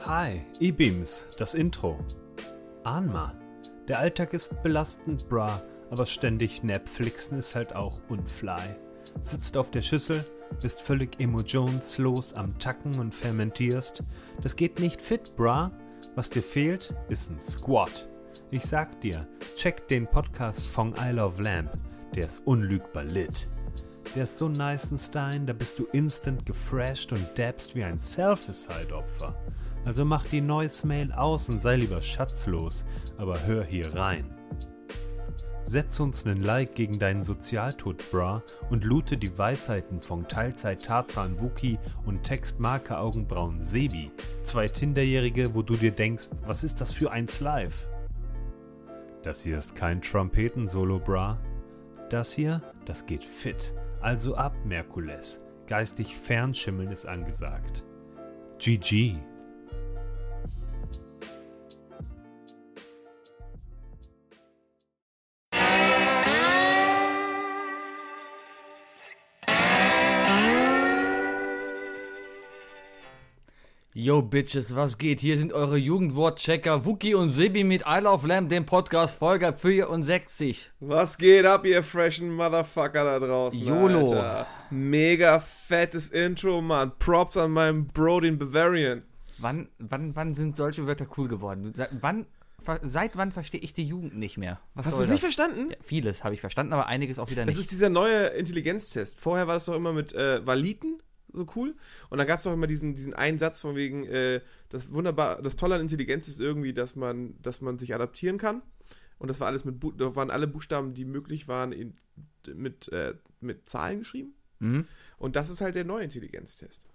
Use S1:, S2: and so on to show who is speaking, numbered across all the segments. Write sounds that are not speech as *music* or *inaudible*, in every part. S1: Hi, E-Beams, das Intro. Ahnma, der Alltag ist belastend, bra, aber ständig Netflixen ist halt auch unfly. Sitzt auf der Schüssel, bist völlig emotionslos am Tacken und fermentierst. Das geht nicht fit, bra. Was dir fehlt, ist ein Squat. Ich sag dir, check den Podcast von I Love Lamp. Der ist unlügbar lit. Der ist so nice ein Stein, da bist du instant gefresht und dabbst wie ein Selficide-Opfer. Also mach die Noise Mail aus und sei lieber schatzlos, aber hör hier rein. Setz uns nen Like gegen deinen Sozialtod, bra, und loote die Weisheiten von Teilzeit Tarzan Wookie und Textmarker Augenbrauen Sebi, zwei Tinderjährige, wo du dir denkst, was ist das für eins live? Das hier ist kein Trompeten-Solo, bra. Das hier, das geht fit. Also ab, Merkules. Geistig fernschimmeln ist angesagt. GG.
S2: Yo Bitches, was geht? Hier sind eure Jugendwortchecker Wookie und Sebi mit I Love Lamb, dem Podcast Folge 64.
S3: Was geht ab, ihr freshen Motherfucker da draußen?
S2: YOLO.
S3: Alter? Mega fettes Intro, Mann. Props an meinem Bro, den Bavarian.
S2: Wann, wann, wann sind solche Wörter cool geworden? Seit wann, ver- seit wann verstehe ich die Jugend nicht mehr? Was
S3: Hast du
S2: soll
S3: es nicht
S2: das?
S3: verstanden?
S2: Ja, vieles habe ich verstanden, aber einiges auch wieder
S3: Das
S2: nicht.
S3: ist dieser neue Intelligenztest. Vorher war das doch immer mit äh, Valiten, so cool. Und dann gab es doch immer diesen, diesen einen Satz von wegen, äh, das wunderbar, das Tolle an Intelligenz ist irgendwie, dass man, dass man sich adaptieren kann. Und das war alles mit, Bu- da waren alle Buchstaben, die möglich waren, in, mit, äh, mit Zahlen geschrieben.
S2: Mhm.
S3: Und das ist halt der neue Intelligenztest.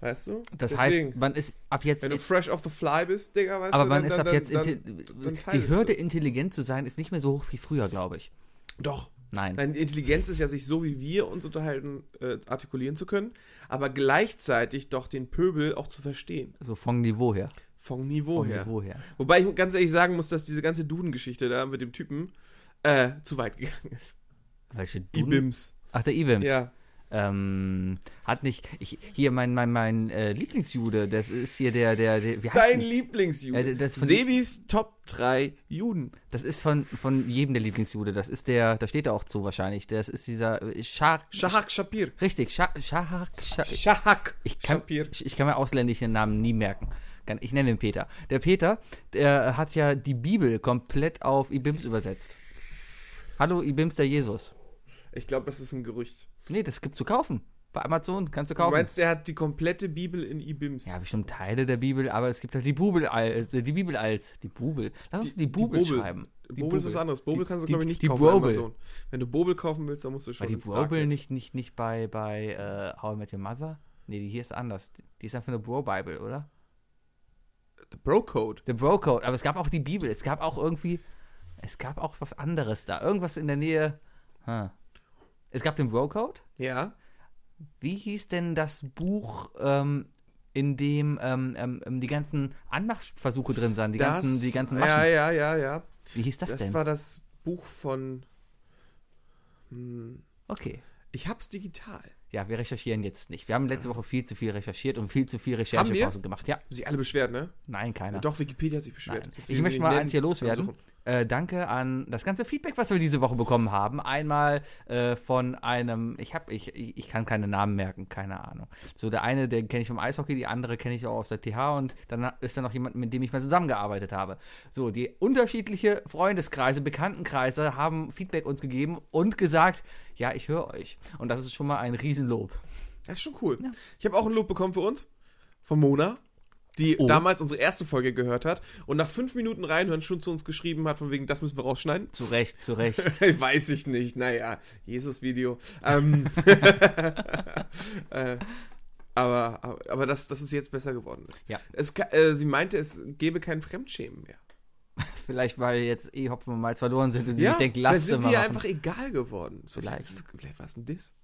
S3: Weißt du?
S2: das
S3: Deswegen.
S2: heißt, man ist ab jetzt.
S3: Wenn du fresh off the fly bist, Digga, weißt
S2: aber
S3: du,
S2: man
S3: dann,
S2: ist ab
S3: dann,
S2: jetzt.
S3: dann,
S2: intel-
S3: dann
S2: die
S3: teilst
S2: Hürde,
S3: du.
S2: intelligent zu sein, ist nicht mehr so hoch wie früher, glaube ich.
S3: Doch.
S2: Nein.
S3: Nein, Intelligenz ist ja, sich so wie wir uns unterhalten, äh, artikulieren zu können, aber gleichzeitig doch den Pöbel auch zu verstehen.
S2: So vom Niveau her.
S3: Vom Niveau
S2: Vom
S3: her.
S2: Niveau her.
S3: Wobei ich ganz ehrlich sagen muss, dass diese ganze Duden-Geschichte da mit dem Typen äh, zu weit gegangen ist.
S2: Welche Duden?
S3: Ibims.
S2: Ach, der Ibims.
S3: Ja.
S2: Ähm, hat nicht. Ich, hier mein mein mein äh, Lieblingsjude, das ist hier der der, der wie heißt
S3: Dein
S2: denn?
S3: Lieblingsjude.
S2: Ja, Äh, das von-
S3: Sebis Top 3 Juden.
S2: Das ist von von jedem der Lieblingsjude. Das ist der, da steht er auch zu wahrscheinlich. Das ist dieser äh, Schach.
S3: Shahak Shapir.
S2: Richtig, Schach Schach. Schach
S3: Shahak
S2: ich kann,
S3: Shapir.
S2: ich, ich kann mir ausländische Namen nie merken. Kann- Ich nenne ihn Peter. Der Peter, der hat ja die Bibel komplett auf Ibims übersetzt. Hallo Ibims der Jesus.
S3: Ich glaube, das ist ein Gerücht.
S2: Nee, das gibt's zu kaufen. Bei Amazon kannst du
S3: Du
S2: kaufen.
S3: meinst, der hat die komplette Bibel in Ibims.
S2: Ja, bestimmt Teile der Bibel, aber es gibt halt die Bubel als, äh, die Bibel als, die Bubel. Lass uns die, Bubel schreiben. Die
S3: Bobel ist was anderes. Bobel
S2: Die-
S3: kannst du,
S2: die-
S3: glaube ich, nicht
S2: die
S3: kaufen bei
S2: Brobel.
S3: Amazon. Wenn du Bobel kaufen willst, dann musst du schon
S2: War die
S3: ins
S2: Bubel
S3: Darknet.
S2: nicht, nicht, nicht bei, bei äh, How I Met Your Mother? Nee, die hier ist anders. Die ist einfach eine Bro-Bible, oder?
S3: The Bro-Code.
S2: Der Bro-Code, aber es gab auch die Bibel. Es gab auch irgendwie, es gab auch was anderes da. Irgendwas in der Nähe. Hm. Es gab den Bro-Code?
S3: Ja.
S2: Wie hieß denn das Buch, ähm, in dem ähm, ähm, ähm, die ganzen Anmachversuche drin sind, die ganzen, die ganzen Maschen.
S3: Ja, ja, ja, ja.
S2: Wie hieß das,
S3: Das,
S2: denn?
S3: war das Buch von. Hm,
S2: okay.
S3: ich hab's digital.
S2: Ja, wir recherchieren jetzt nicht. Wir haben letzte Woche viel zu viel recherchiert und viel zu viel Recherchepausen gemacht. Ja,
S3: Haben sich alle beschwert, ne?
S2: nein, keiner.
S3: Doch, Wikipedia hat sich beschwert.
S2: Nein.
S3: dass wir
S2: Ich
S3: sie
S2: möchte
S3: nicht
S2: mal
S3: nennen. Also,
S2: eins hier loswerden.
S3: Versuchen.
S2: Äh, danke an das ganze Feedback, was wir diese Woche bekommen haben. Einmal äh, von einem, ich habe, ich, ich ich kann keine Namen merken, keine Ahnung. So der eine, den kenne ich vom Eishockey, die andere kenne ich auch aus der TH und dann ist da noch jemand, mit dem ich mal zusammengearbeitet habe. So die unterschiedliche Freundeskreise, Bekanntenkreise haben Feedback uns gegeben und gesagt, ja, ich höre euch. Und das ist schon mal ein Riesenlob.
S3: Das ist schon cool.
S2: Ja.
S3: Ich habe auch ein Lob bekommen für uns. Von Mona. Die
S2: Oh.
S3: damals unsere erste Folge gehört hat und nach fünf Minuten reinhören schon zu uns geschrieben hat, von wegen, das müssen wir rausschneiden.
S2: Zu Recht, zu Recht.
S3: *laughs* Weiß ich nicht. Naja, Jesus-Video.
S2: *laughs*
S3: Ähm, äh, aber aber, aber dass, dass es jetzt besser geworden ist.
S2: Ja.
S3: Es, ka- äh, sie meinte, es gäbe kein Fremdschämen mehr.
S2: Vielleicht, weil jetzt eh Hopfen und Malz verloren sind und sie
S3: ja,
S2: sich denkt,
S3: vielleicht
S2: lasst sie
S3: sind
S2: mal
S3: wir ja
S2: machen.
S3: einfach egal geworden. So,
S2: Vielleicht.
S3: das ist- Vielleicht war es ein Diss.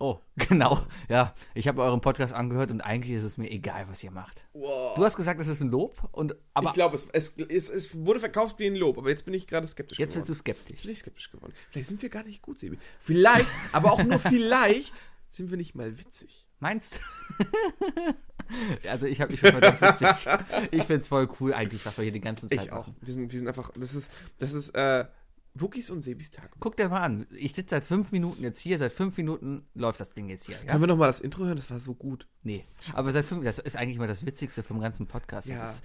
S2: Oh, *laughs* genau. Ja, ich habe euren Podcast angehört und eigentlich ist es mir egal, was ihr macht. Du hast gesagt, es ist ein Lob und aber
S3: ich glaube, es, es, es, es wurde verkauft wie ein Lob, aber jetzt bin ich gerade skeptisch
S2: jetzt
S3: geworden.
S2: bist du skeptisch. *laughs*
S3: Jetzt bin ich skeptisch geworden. Vielleicht sind wir gar nicht gut, Sebi. Vielleicht, aber auch nur vielleicht sind wir nicht mal witzig.
S2: Meinst du? *laughs* also ich habe ich finde witzig. Ich finde es voll cool eigentlich, was wir hier die ganze Zeit machen.
S3: Wir sind, wir sind einfach, das ist, das ist, äh, Wookies und Sebis Tag.
S2: Guck dir mal an. Ich sitze seit fünf Minuten jetzt hier. Seit fünf Minuten läuft das Ding jetzt hier. Ja?
S3: Können wir nochmal das Intro hören? Das war so gut.
S2: Nee. Aber seit fünf, das ist eigentlich mal das Witzigste vom ganzen Podcast.
S3: Ja.
S2: Das ist,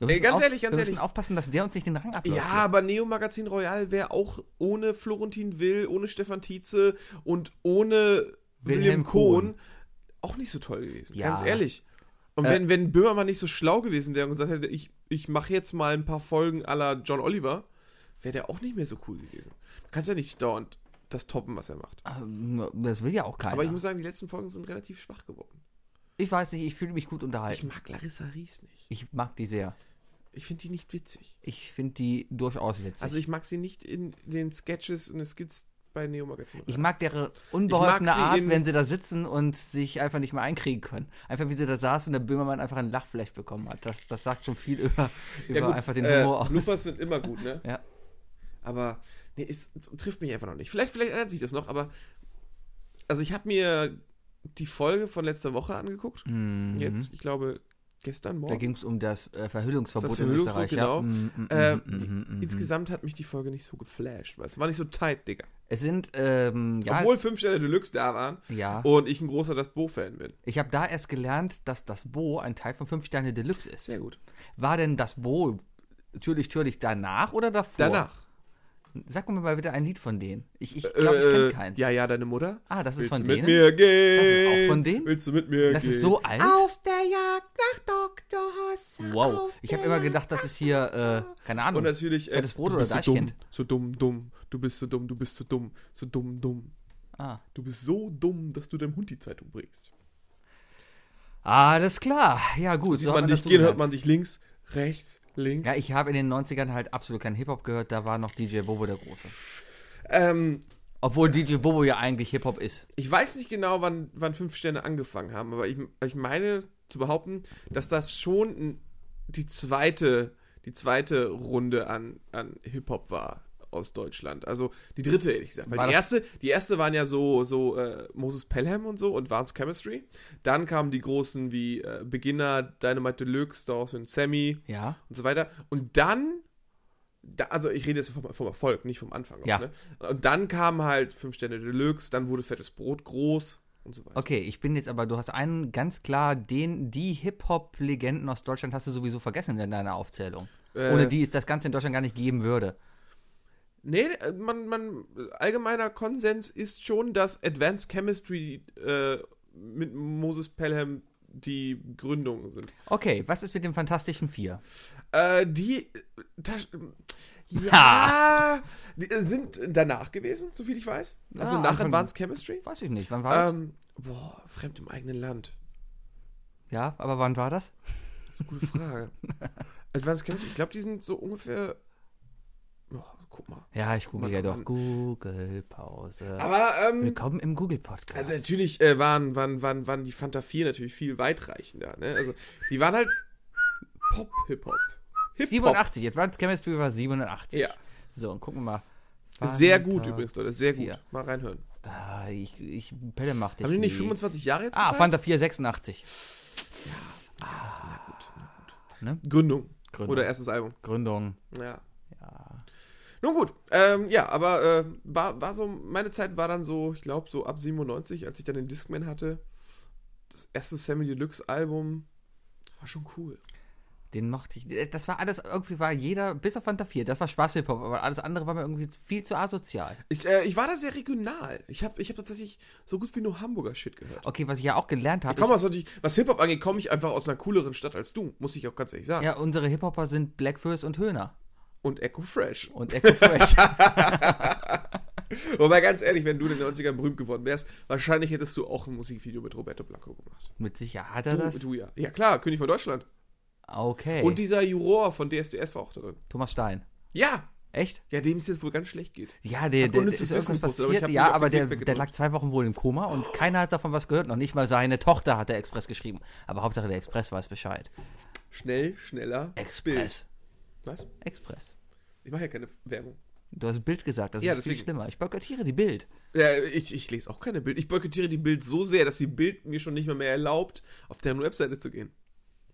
S2: wir
S3: Ey, ganz
S2: auf,
S3: ehrlich, ganz
S2: wir
S3: ehrlich.
S2: müssen aufpassen, dass der uns nicht den Rang abläuft.
S3: Ja, aber Neo Magazin Royal wäre auch ohne Florentin Will, ohne Stefan Tietze und ohne
S2: Wilhelm
S3: Wilhelm,
S2: Cohn.
S3: Kohn auch nicht so toll gewesen.
S2: Ja.
S3: Ganz ehrlich. Und
S2: Äh.
S3: wenn, wenn Böhmermann nicht so schlau gewesen wäre und gesagt hätte, ich, ich mache jetzt mal ein paar Folgen aller John Oliver, wäre der auch nicht mehr so cool gewesen. Du kannst ja nicht dauernd das toppen, was er macht.
S2: Ähm, Das will ja auch keiner.
S3: Aber ich muss sagen, die letzten Folgen sind relativ schwach geworden.
S2: ich weiß nicht, ich fühle mich gut
S3: Ich
S2: unterhalten.
S3: mag Larissa Ries nicht.
S2: Ich, mag die sehr.
S3: Ich finde die nicht witzig.
S2: Ich finde die durchaus witzig.
S3: Also ich mag sie nicht in den Sketches und den Skizzen bei Neo Magazin.
S2: Ich mag deren unbeholfene
S3: sie
S2: Art,
S3: in-
S2: wenn sie da sitzen und sich einfach nicht mehr einkriegen können. Einfach wie sie da saß und der Böhmermann einfach ein Lachfleisch bekommen hat. Das, das sagt schon viel über, über einfach den
S3: äh,
S2: Humor aus.
S3: Loopers sind immer gut, ne?
S2: Ja.
S3: Aber nee, es trifft mich einfach noch nicht. Vielleicht, vielleicht ändert sich das noch, aber also ich habe mir die Folge von letzter Woche angeguckt.
S2: Mhm.
S3: Jetzt, ich glaube, gestern
S2: Da
S3: Morgen.
S2: ging es um das äh, Verhüllungsverbot
S3: Das
S2: in
S3: Verhüllungsverbot,
S2: Österreich. Ja.
S3: genau.
S2: Mhm, mhm,
S3: Ähm,
S2: mhm, mhm, mhm.
S3: Insgesamt hat mich die Folge nicht so geflasht, weil es war nicht so tight, Digga.
S2: Es sind, ähm, ja,
S3: Obwohl fünf Sterne Deluxe da waren
S2: es, ja.
S3: und ich ein großer Das Bo-Fan bin.
S2: Ich habe da erst gelernt, dass das Bo ein Teil von 5 Sterne Deluxe ist.
S3: Sehr gut.
S2: War denn das Bo natürlich, natürlich danach oder davor?
S3: Danach.
S2: Sag mir mal bitte ein Lied von denen. Ich glaube, ich, glaub, ich kenne
S3: Äh,
S2: keins.
S3: Ja, ja, deine Mutter.
S2: Ah, das ist
S3: Willst
S2: von
S3: du
S2: denen.
S3: mit mir gehen?
S2: Das ist auch von denen?
S3: Willst du mit mir
S2: Das
S3: gehen?
S2: ist so alt.
S4: Auf der Jagd nach Dr. Hoss.
S2: Wow. Ich habe immer gedacht, das ist hier, äh, keine Ahnung.
S3: Und natürlich,
S2: Fettes Brot
S3: du
S2: oder
S3: bist so dumm,
S2: Deichkind?
S3: so dumm, dumm, du bist so dumm, du bist so dumm, so dumm, dumm.
S2: Ah.
S3: Du bist so dumm, dass du deinem Hund die Zeitung bringst.
S2: Alles klar. Ja, gut.
S3: Sieht
S2: hat
S3: man dich
S2: dazu
S3: gehen, hört
S2: gelernt.
S3: man dich links, rechts, links.
S2: Ja, ich habe in den 90ern halt absolut keinen Hip-Hop gehört. Da war noch DJ Bobo der Große.
S3: ähm,
S2: Obwohl DJ Bobo ja eigentlich Hip-Hop ist.
S3: ich weiß nicht genau, wann, wann fünf Sterne angefangen haben, aber ich, ich meine zu behaupten, dass das schon n- die zweite, die zweite Runde an, an Hip-Hop war aus Deutschland. Also die dritte, ehrlich gesagt.
S2: War
S3: Weil die
S2: das-
S3: erste, die erste waren ja so, so äh, Moses Pelham und so und Vance Chemistry. Dann kamen die großen wie äh, Beginner, Dynamite Deluxe, Dawson Sammy
S2: Ja.
S3: und so weiter. Und dann, da, also ich rede jetzt vom, vom Erfolg, nicht vom Anfang.
S2: Ja.
S3: Ne? Und dann kam halt Fünf Sterne Deluxe, dann wurde Fettes Brot groß und so weiter.
S2: Okay, ich bin jetzt aber, du hast einen ganz klar, den, die Hip-Hop-Legenden aus Deutschland hast du sowieso vergessen in deiner Aufzählung.
S3: Äh,
S2: Ohne die es das Ganze in Deutschland gar nicht geben würde.
S3: Nee, man, man, allgemeiner Konsens ist schon, dass Advanced Chemistry äh, mit Moses Pelham die Gründung sind.
S2: Okay, was ist mit dem Fantastischen Vier?
S3: Äh, die Tasch ja, die äh, sind danach gewesen, soviel ich weiß. Also
S2: Ah,
S3: nach
S2: Anfang-
S3: Advanced Chemistry.
S2: Weiß ich nicht, wann war das?
S3: Ähm, boah, fremd im eigenen Land.
S2: Ja, aber wann war das?
S3: Gute *laughs* Frage. Advanced Chemistry, ich glaube, die sind so ungefähr. Oh, guck mal.
S2: Ja, ich google
S3: Mann,
S2: ja doch.
S3: Mann.
S2: Google-Pause.
S3: Aber ähm,
S2: Willkommen im Google-Podcast.
S3: also natürlich äh, waren, waren, waren, waren die Fanta 4 natürlich viel weitreichender. Ne? Also die waren halt Pop, Hip-Hop. Hip-Hop.
S2: 87, Advanced Chemistry war 87.
S3: Ja.
S2: So, und gucken wir mal.
S3: Sehr gut
S2: Fanta-
S3: übrigens, Leute. Sehr gut.
S2: 4.
S3: Mal reinhören.
S2: Ah, ich, ich, Pelle macht dich.
S3: Haben die nicht
S2: nie.
S3: 25 Jahre jetzt?
S2: Ah,
S3: gefeiert?
S2: Fanta 4, 86.
S3: Gründung.
S2: Gründung.
S3: Oder erstes Album.
S2: Gründung.
S3: Ja.
S2: Ja.
S3: Nun gut, ähm, ja, aber äh, war, war so, meine Zeit war dann so, ich glaube, so ab 97, als ich dann den Discman hatte. Das erste Sammy Deluxe Album war schon cool.
S2: Den mochte ich. Äh, Das war alles, irgendwie war jeder, bis auf Fanta 4, das war Spaß-Hip-Hop, aber alles andere war mir irgendwie viel zu asozial.
S3: Ich, äh, ich war da sehr regional. Ich habe ich hab tatsächlich so gut wie nur Hamburger Shit gehört.
S2: Okay, was ich ja auch gelernt
S3: Ich
S2: habe.
S3: komm aus, natürlich- was Hip-Hop angeht, komme ich einfach aus einer cooleren Stadt als du, muss ich auch ganz ehrlich
S2: ich-
S3: sagen.
S2: ja, unsere Hip-Hopper sind Black Furs und Höhner.
S3: Und Echo Fresh.
S2: Und Echo
S3: *laughs*
S2: Fresh.
S3: Wobei, ganz ehrlich, wenn du in den 90ern berühmt geworden wärst, wahrscheinlich hättest du auch ein Musikvideo mit Roberto Blanco gemacht.
S2: Mit Sicherheit hat er
S3: Du,
S2: das.
S3: du ja. Ja, klar, König von Deutschland.
S2: Okay.
S3: Und dieser Juror von DSDS war auch da drin.
S2: Thomas Stein.
S3: Ja,
S2: Echt?
S3: Ja, dem es jetzt wohl ganz schlecht geht.
S2: Ja, der,
S3: Hab
S2: der, der
S3: unnützes
S2: ist
S3: Wissen
S2: irgendwas
S3: gepostet, aber ich
S2: passiert.
S3: hab
S2: ja,
S3: nicht auf
S2: aber
S3: den
S2: der,
S3: Clickbait
S2: der
S3: gedrückt.
S2: lag zwei Wochen wohl im Koma und keiner hat davon was gehört. Noch nicht mal seine Tochter hat der Express geschrieben. Aber Hauptsache der Express weiß Bescheid.
S3: Schnell, schneller.
S2: Express.
S3: Bild. Was?
S2: Express.
S3: Ich mache ja keine Werbung.
S2: Du hast Bild gesagt, das
S3: Ja,
S2: ist viel
S3: deswegen.
S2: schlimmer. Ich boykottiere die Bild.
S3: Ja, ich, ich lese auch keine Bild. Ich boykottiere die Bild so sehr, dass die Bild mir schon nicht mehr, mehr erlaubt, auf deren Webseite zu gehen.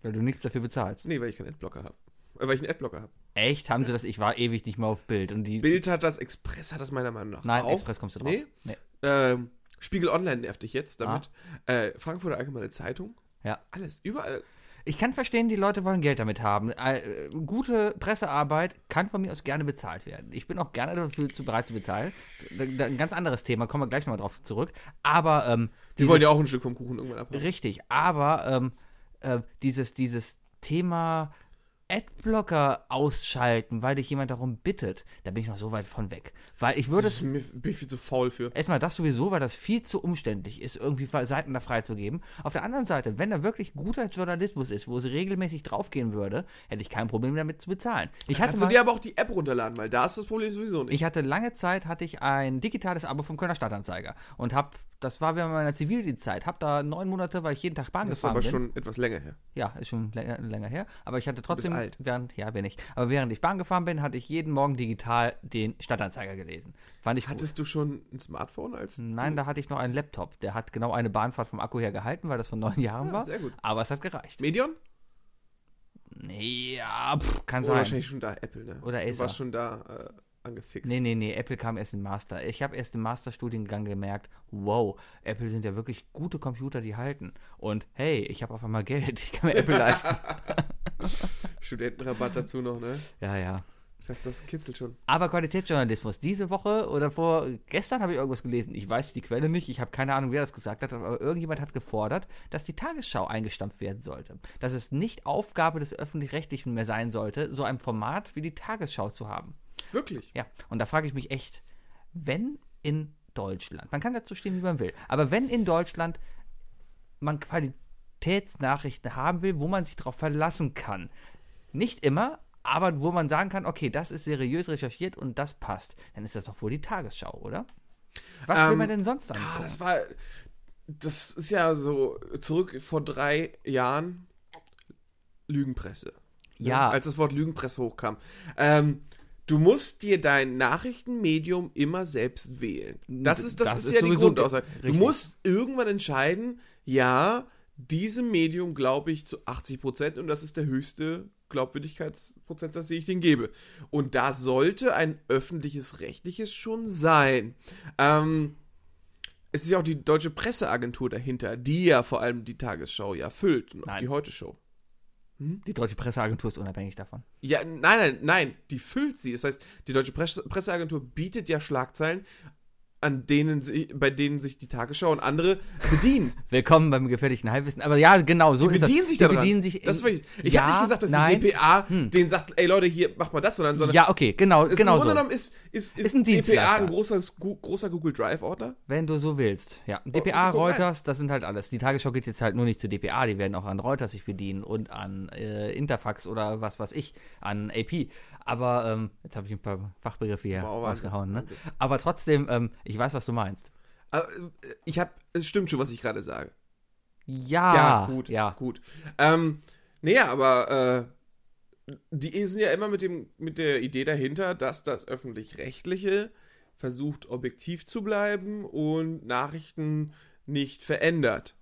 S2: Weil du nichts dafür bezahlst.
S3: Nee, weil ich keinen Adblocker habe. Äh, weil ich einen Adblocker habe.
S2: Echt? Haben sie das? Ich war ewig nicht mehr auf Bild. Und die.
S3: Bild hat das, Express hat das meiner Meinung nach.
S2: Nein,
S3: auch.
S2: Express kommst du drauf.
S3: Nee.
S2: Nee. Ah.
S3: Ähm, Spiegel Online nervt dich jetzt damit. Äh, Frankfurter Allgemeine Zeitung.
S2: Ja.
S3: Alles, überall.
S2: Ich kann verstehen, die Leute wollen Geld damit haben. Äh, äh, gute Pressearbeit kann von mir aus gerne bezahlt werden. Ich bin auch gerne dafür zu, bereit zu bezahlen. Da, da, ein ganz anderes Thema, kommen wir gleich nochmal drauf zurück. Aber ähm,
S3: Die wollen ja auch ein Stück vom Kuchen irgendwann abhaben.
S2: Richtig, aber ähm, äh, dieses, dieses Thema Adblocker ausschalten, weil dich jemand darum bittet, da bin ich noch so weit von weg. Weil ich würde
S3: Das ist
S2: es.
S3: mir, bin ich viel zu faul für.
S2: Erstmal das sowieso, weil das viel zu umständlich ist, irgendwie Seiten da freizugeben. Auf der anderen Seite, wenn da wirklich guter Journalismus ist, wo sie regelmäßig draufgehen würde, hätte ich kein Problem damit zu bezahlen. Ich hatte,
S3: Kannst du
S2: mal,
S3: dir aber auch die App runterladen, weil da ist das Problem sowieso nicht.
S2: ich hatte lange Zeit hatte ich ein digitales Abo vom Kölner Stadtanzeiger und habe, das war während meiner Zivildienstzeit, habe da neun Monate, weil ich jeden Tag Bahn
S3: das ist
S2: gefahren
S3: aber
S2: bin.
S3: schon etwas länger her.
S2: Ja, ist schon länger, länger her. Aber ich hatte trotzdem,
S3: alt.
S2: während, ja, bin ich. Aber während ich Bahn gefahren bin, hatte ich jeden Morgen digital den Stadtanzeiger gelesen. Fand ich gut.
S3: Hattest du schon ein Smartphone als.
S2: Nein, da hatte ich noch einen Laptop. Der hat genau eine Bahnfahrt vom Akku her gehalten, weil das von neun Jahren
S3: *laughs* Ja,
S2: war.
S3: sehr gut.
S2: Aber es hat gereicht.
S3: Medion?
S2: Nee, ja, pff, kann
S3: Oh,
S2: sein.
S3: wahrscheinlich schon da, Apple, ne?
S2: Oder
S3: Du
S2: Acer.
S3: warst schon da äh, angefixt.
S2: Nee, nee, nee, Apple kam erst im Master. Ich habe erst im Masterstudiengang gemerkt, wow, Apple sind ja wirklich gute Computer, die halten. Und hey, ich habe auf einmal Geld, ich kann mir
S3: *laughs*
S2: Apple leisten.
S3: Studentenrabatt dazu noch, ne?
S2: Ja, ja.
S3: Das, das kitzelt schon.
S2: Aber Qualitätsjournalismus, diese Woche oder vor gestern habe ich irgendwas gelesen. Ich weiß die Quelle nicht, ich habe keine Ahnung, wer das gesagt hat, aber irgendjemand hat gefordert, dass die Tagesschau eingestampft werden sollte. Dass es nicht Aufgabe des Öffentlich-Rechtlichen mehr sein sollte, so ein Format wie die Tagesschau zu haben.
S3: Wirklich.
S2: Ja, und da frage ich mich echt, wenn in Deutschland, man kann dazu stehen, wie man will, aber wenn in Deutschland man Qualitätsnachrichten haben will, wo man sich darauf verlassen kann, nicht immer, aber wo man sagen kann, okay, das ist seriös recherchiert und das passt, dann ist das doch wohl die Tagesschau, oder? Was will
S3: Ähm,
S2: man denn sonst angucken?
S3: Ah, das war. Das ist ja so zurück vor drei Jahren Lügenpresse. ne?
S2: ja,
S3: Als das Wort Lügenpresse hochkam. Ähm, du musst dir dein Nachrichtenmedium immer selbst wählen. Das ist, das
S2: Das
S3: ist,
S2: ist
S3: ja die
S2: sowieso
S3: Grundaussage.
S2: ge-
S3: Du
S2: richtig.
S3: musst irgendwann entscheiden, ja, diesem Medium glaube ich zu 80 Prozent und das ist der höchste Glaubwürdigkeitsprozentsatz, den ich den gebe. Und da sollte ein öffentliches rechtliches schon sein. Ähm, es ist ja auch die deutsche Presseagentur dahinter, die ja vor allem die Tagesschau ja füllt und auch
S2: Nein.
S3: die Heute-Show.
S2: die deutsche Presseagentur ist unabhängig davon.
S3: Ja, nein, nein, nein, die füllt sie. Das heißt, die deutsche Presse Presseagentur bietet ja Schlagzeilen, an denen sie, bei denen sich die Tagesschau und andere bedienen.
S2: Willkommen beim gefährlichen Halbwissen. Aber ja, genau, so
S3: Die
S2: ist das.
S3: bedienen sich
S2: Die
S3: daran.
S2: bedienen sich
S3: das
S2: in-
S3: war ich ich
S2: ja,
S3: hab nicht gesagt, dass
S2: nein, Hm.
S3: die DPA denen sagt, ey Leute, hier, macht mal das, sondern, sondern
S2: Ja, okay, genau,
S3: es
S2: genau
S3: im Grunde
S2: so.
S3: genommen ist, ist, ist,
S2: Ist ein
S3: DPA
S2: Dienstleister.
S3: ein großer, Gu- großer Google Drive-Ordner.
S2: Wenn du so willst. Ja. DPA,
S3: Oh, guck mal.
S2: Reuters, das sind halt alles. Die Tagesschau geht jetzt halt nur nicht zu DPA, die werden auch an Reuters sich bedienen und an äh, Interfax oder was weiß ich, an AP. Aber ähm, jetzt habe ich ein paar Fachbegriffe hier
S3: Wow, Wahnsinn,
S2: rausgehauen. Ne?
S3: Wahnsinn.
S2: Aber trotzdem, ähm, ich weiß, was du meinst.
S3: Aber, äh, Ich habe, es stimmt schon, was ich gerade sage.
S2: Ja,
S3: ja, gut,
S2: Ah, Ja.
S3: gut. Ähm, naja, aber äh, die sind ja immer mit, dem, mit der Idee dahinter, dass das Öffentlich-Rechtliche versucht, objektiv zu bleiben und Nachrichten nicht verändert.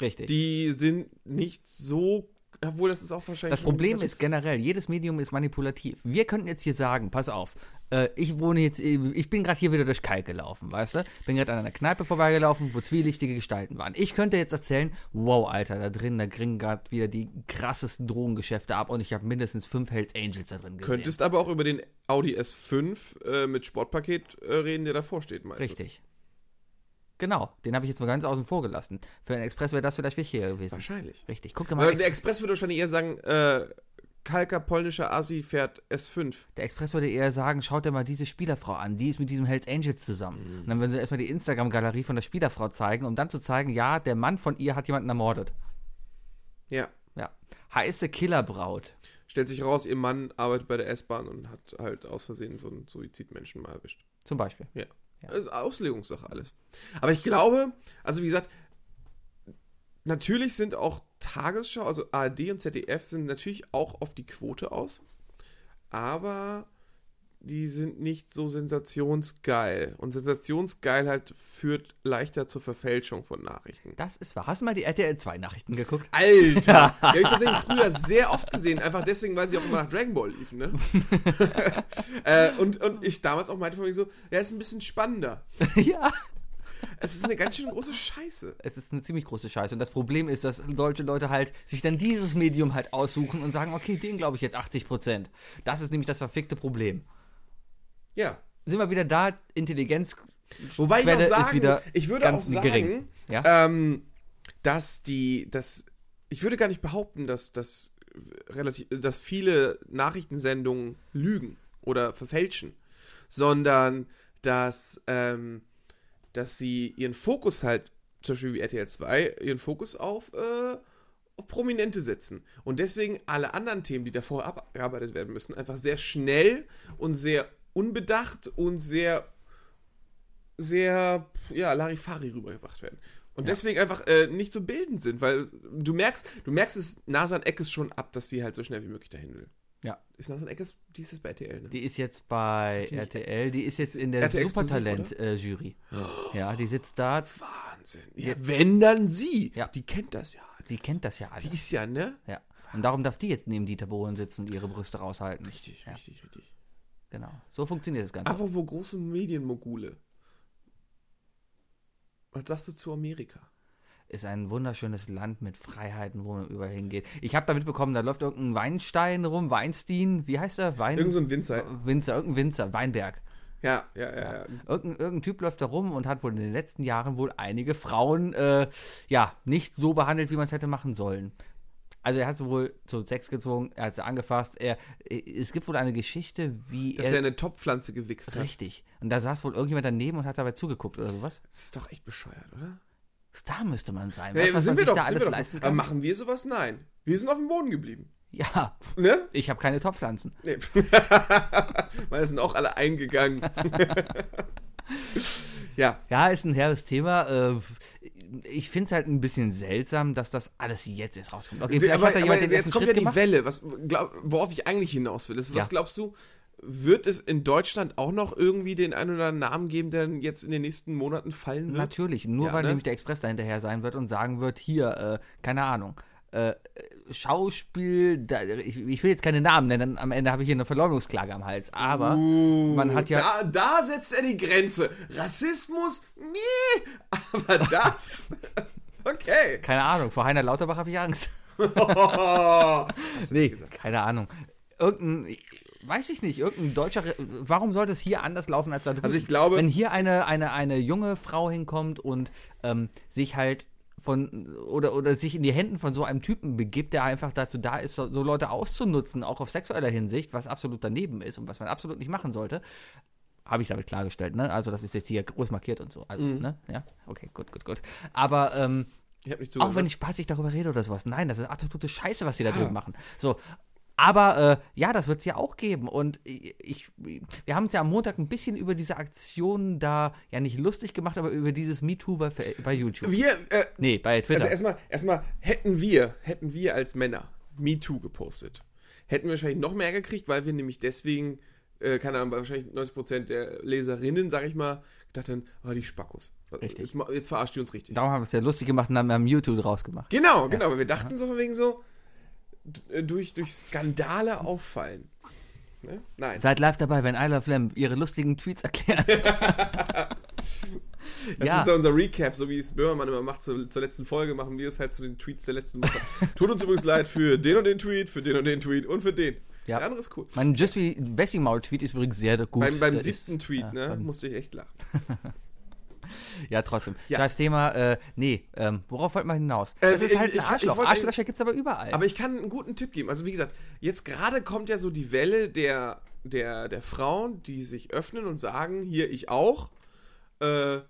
S2: richtig.
S3: Die sind nicht so, obwohl das ist auch wahrscheinlich...
S2: Das Problem ist generell, jedes Medium ist manipulativ. Wir könnten jetzt hier sagen, pass auf, äh, ich wohne jetzt, ich bin gerade hier wieder durch Kalk gelaufen, weißt du? Bin gerade an einer Kneipe vorbeigelaufen, wo zwielichtige Gestalten waren. Ich könnte jetzt erzählen, wow, Alter, da drin, da kriegen gerade wieder die krassesten Drogengeschäfte ab und ich habe mindestens fünf Hells Angels da drin gesehen.
S3: Könntest aber auch über den Audi S5 äh, mit Sportpaket äh, reden, der davor steht meistens.
S2: Richtig. Genau, den habe ich jetzt mal ganz außen vor gelassen. Für einen Express wäre das vielleicht wichtiger gewesen.
S3: Wahrscheinlich. Äh,
S2: Richtig, guck dir mal,
S3: Aber der
S2: Ex
S3: Express würde wahrscheinlich eher sagen, äh, Kalker polnischer Asi fährt S5.
S2: der Express würde eher sagen, schaut dir mal diese Spielerfrau an, die ist mit diesem Hells Angels zusammen. Und dann würden sie erstmal die Instagram-Galerie von der Spielerfrau zeigen, um dann zu zeigen, ja, der Mann von ihr hat jemanden ermordet.
S3: Ja.
S2: Ja. Heiße Killerbraut.
S3: Stellt sich raus, ihr Mann arbeitet bei der S-Bahn und hat halt aus Versehen so einen Suizidmenschen mal erwischt.
S2: Zum Beispiel.
S3: Ja.
S2: Ja.
S3: Das ist Auslegungssache alles. Aber ich glaube, also wie gesagt, natürlich sind auch Tagesschau, also ARD und ZDF sind natürlich auch auf die Quote aus. Aber die sind nicht so sensationsgeil. Und Sensationsgeilheit führt leichter zur Verfälschung von Nachrichten.
S2: Das ist wahr. Hast du mal die RTL 2 Nachrichten geguckt?
S3: Alter! Die habe ich tatsächlich früher sehr oft gesehen, einfach deswegen, weil sie auch immer nach Dragon Ball
S2: *laughs*
S3: liefen, ne? äh, und, und ich damals auch meinte von mir so, ja, ist ein bisschen spannender.
S2: *laughs* ja.
S3: Es ist eine ganz schön große Scheiße.
S2: Es ist eine ziemlich große Scheiße. Und das Problem ist, dass deutsche Leute halt sich dann dieses Medium halt aussuchen und sagen, okay, den glaube ich jetzt 80 Prozent. Das ist nämlich das verfickte Problem.
S3: Ja.
S2: Sind wir wieder da, Intelligenz
S3: Wobei ich auch
S2: Quelle ist
S3: sagen,
S2: wieder
S3: ich würde
S2: ganz
S3: auch sagen,
S2: gering. Ja?
S3: ähm, dass die, dass ich würde gar nicht behaupten, dass, dass relativ, dass viele Nachrichtensendungen lügen oder verfälschen, sondern dass, ähm, dass sie ihren Fokus halt, zum Beispiel wie RTL 2, ihren Fokus auf, äh, auf Prominente setzen. Und deswegen alle anderen Themen, die davor abgearbeitet werden müssen, einfach sehr schnell und sehr unbedacht und sehr sehr, ja, Larifari rübergebracht werden. Und deswegen einfach äh, nicht so bildend sind, weil du merkst, du merkst es Nasan Eckes schon ab, dass sie halt so schnell wie möglich dahin will.
S2: Ja.
S3: Ist Nasan Eckes, die ist jetzt bei RTL, ne?
S2: Die ist jetzt bei
S3: Die-
S2: RTL, die ist jetzt in der
S3: RTL exklusiv,
S2: Supertalent-Jury. ja, die sitzt da,
S3: Wahnsinn. Ja, wenn dann sie.
S2: Ja.
S3: Die kennt das ja.
S2: die kennt das ja alles.
S3: Die ist ja, ne?
S2: Ja. Und darum darf die jetzt neben Dieter Bohlen sitzen und ihre Brüste raushalten.
S3: Richtig,
S2: Ja.
S3: richtig, richtig.
S2: Genau. So funktioniert das Ganze.
S3: Apropos große Medienmogule. Was sagst du zu Amerika?
S2: ist ein wunderschönes Land mit Freiheiten, wo man überall hingeht. Ich habe da mitbekommen, da läuft irgendein Weinstein rum, Weinstein, wie heißt er? Wein
S3: Irgend so ein Winzer.
S2: Winzer, irgendein Winzer, Weinberg.
S3: Ja, ja, ja. ja.
S2: Irgendein, irgendein Typ läuft da rum und hat wohl in den letzten Jahren wohl einige Frauen, äh, ja, nicht so behandelt, wie man es hätte machen sollen. Also er hat sie wohl zu Sex gezwungen, er hat sie angefasst. Er, es gibt wohl eine Geschichte, wie
S3: Dass
S2: er...
S3: er eine Topfpflanze gewichst hat.
S2: richtig. Und da saß wohl irgendjemand daneben und hat dabei zugeguckt oder sowas.
S3: Das ist doch echt bescheuert, oder?
S2: Star müsste man sein.
S3: Ja,
S2: Weißt du, was
S3: sind
S2: man
S3: wir
S2: sich
S3: doch,
S2: da
S3: sind
S2: alles
S3: wir doch.
S2: leisten
S3: Aber
S2: kann?
S3: machen wir sowas? Nein. Wir sind auf dem Boden geblieben.
S2: *laughs* Ja,
S3: Ne?
S2: ich habe keine Topfpflanzen.
S3: Nee. *laughs* Meine sind auch alle eingegangen. *laughs* ja,
S2: Ja, ist ein herbes Thema. äh, Ich finde es halt ein bisschen seltsam, dass das alles jetzt erst rauskommt. Okay, vielleicht hat da jemand den
S3: jetzt
S2: ersten
S3: kommt
S2: Schritt
S3: ja die
S2: gemacht.
S3: Welle, was, glaub, worauf ich eigentlich hinaus will. Ist, was
S2: Ja.
S3: glaubst du, wird es in Deutschland auch noch irgendwie den einen oder anderen Namen geben, der dann jetzt in den nächsten Monaten fallen wird?
S2: Natürlich, nur
S3: Ja,
S2: weil
S3: ne?
S2: nämlich der Express dahinterher sein wird und sagen wird, hier, äh, keine Ahnung, äh, Schauspiel, da, ich, ich will jetzt keine Namen nennen, am Ende habe ich hier eine Verleumdungsklage am Hals, aber
S3: Uh.
S2: Oh, man hat ja...
S3: Da, da setzt er die Grenze. Rassismus? Nee, *laughs* aber das.
S2: *laughs*
S3: Okay. *laughs*
S2: Keine Ahnung, vor Heiner Lauterbach habe ich Angst. nee, keine Ahnung. Irgendein, weiß ich nicht, irgendein deutscher, Re- warum sollte es hier anders laufen als da drüben?
S3: Also ich glaube-
S2: Wenn hier eine, eine, eine junge Frau hinkommt und ähm, sich halt von, oder, oder sich in die Händen von so einem Typen begibt, der einfach dazu da ist, so, so Leute auszunutzen, auch auf sexueller Hinsicht, was absolut daneben ist und was man absolut nicht machen sollte, habe ich damit klargestellt, ne? Also das ist jetzt hier groß markiert und so.
S3: Mhm.
S2: Also, ne? Ja, okay, gut, gut, gut. Aber, ähm,
S3: Ich hab nicht
S2: auch wenn ich spaßig darüber rede oder sowas. Nein, das ist absolute Scheiße, was die da
S3: *laughs*
S2: drüben machen. So. Aber äh, ja, das wird es ja auch geben. Und ich, ich, wir haben uns ja am Montag ein bisschen über diese Aktion da, ja nicht lustig gemacht, aber über dieses MeToo bei, Fa- bei YouTube.
S3: Wir, äh,
S2: Nee, bei Twitter.
S3: also erstmal, erstmal hätten wir, hätten wir als Männer MeToo gepostet, hätten wir wahrscheinlich noch mehr gekriegt, weil wir nämlich deswegen, äh, keine Ahnung, wahrscheinlich 90% der Leserinnen, sag ich mal, gedacht haben, oh, die Spackos.
S2: Richtig.
S3: Jetzt, ma- jetzt verarscht die uns richtig.
S2: Darum haben wir es ja lustig gemacht und haben wir MeToo draus gemacht.
S3: Genau, genau, weil wir dachten so von wegen so, d- äh, durch, durch Skandale auffallen. Ne? Nein.
S2: Seid live dabei, wenn I Love Lamb ihre lustigen Tweets erklärt.
S3: Das ist ja unser Recap, so wie es Böhmermann immer macht zur, zur letzten Folge, machen wir es halt zu den Tweets der letzten Woche.
S2: *laughs*
S3: Tut uns übrigens leid für den und den Tweet, für den und den Tweet und für den.
S2: Ja.
S3: Der andere ist cool.
S2: mein Just wie Bessie Maul Tweet ist übrigens sehr gut.
S3: Beim, beim
S2: Das
S3: siebten
S2: ist-
S3: Tweet,
S2: ja,
S3: ne,
S2: beim-
S3: musste ich echt lachen.
S2: Ja, trotzdem.
S3: Ja.
S2: Scheiß Thema, äh, nee, ähm, worauf wollt man hinaus?
S3: Äh,
S2: das
S3: ich-
S2: ist halt ein
S3: ich- ich
S2: Arschloch.
S3: wollte-
S2: Arschlöcher gibt's aber überall.
S3: Aber ich kann einen guten Tipp geben. Also wie gesagt, jetzt gerade kommt ja so die Welle der, der, der Frauen, die sich öffnen und sagen, hier ich auch, äh,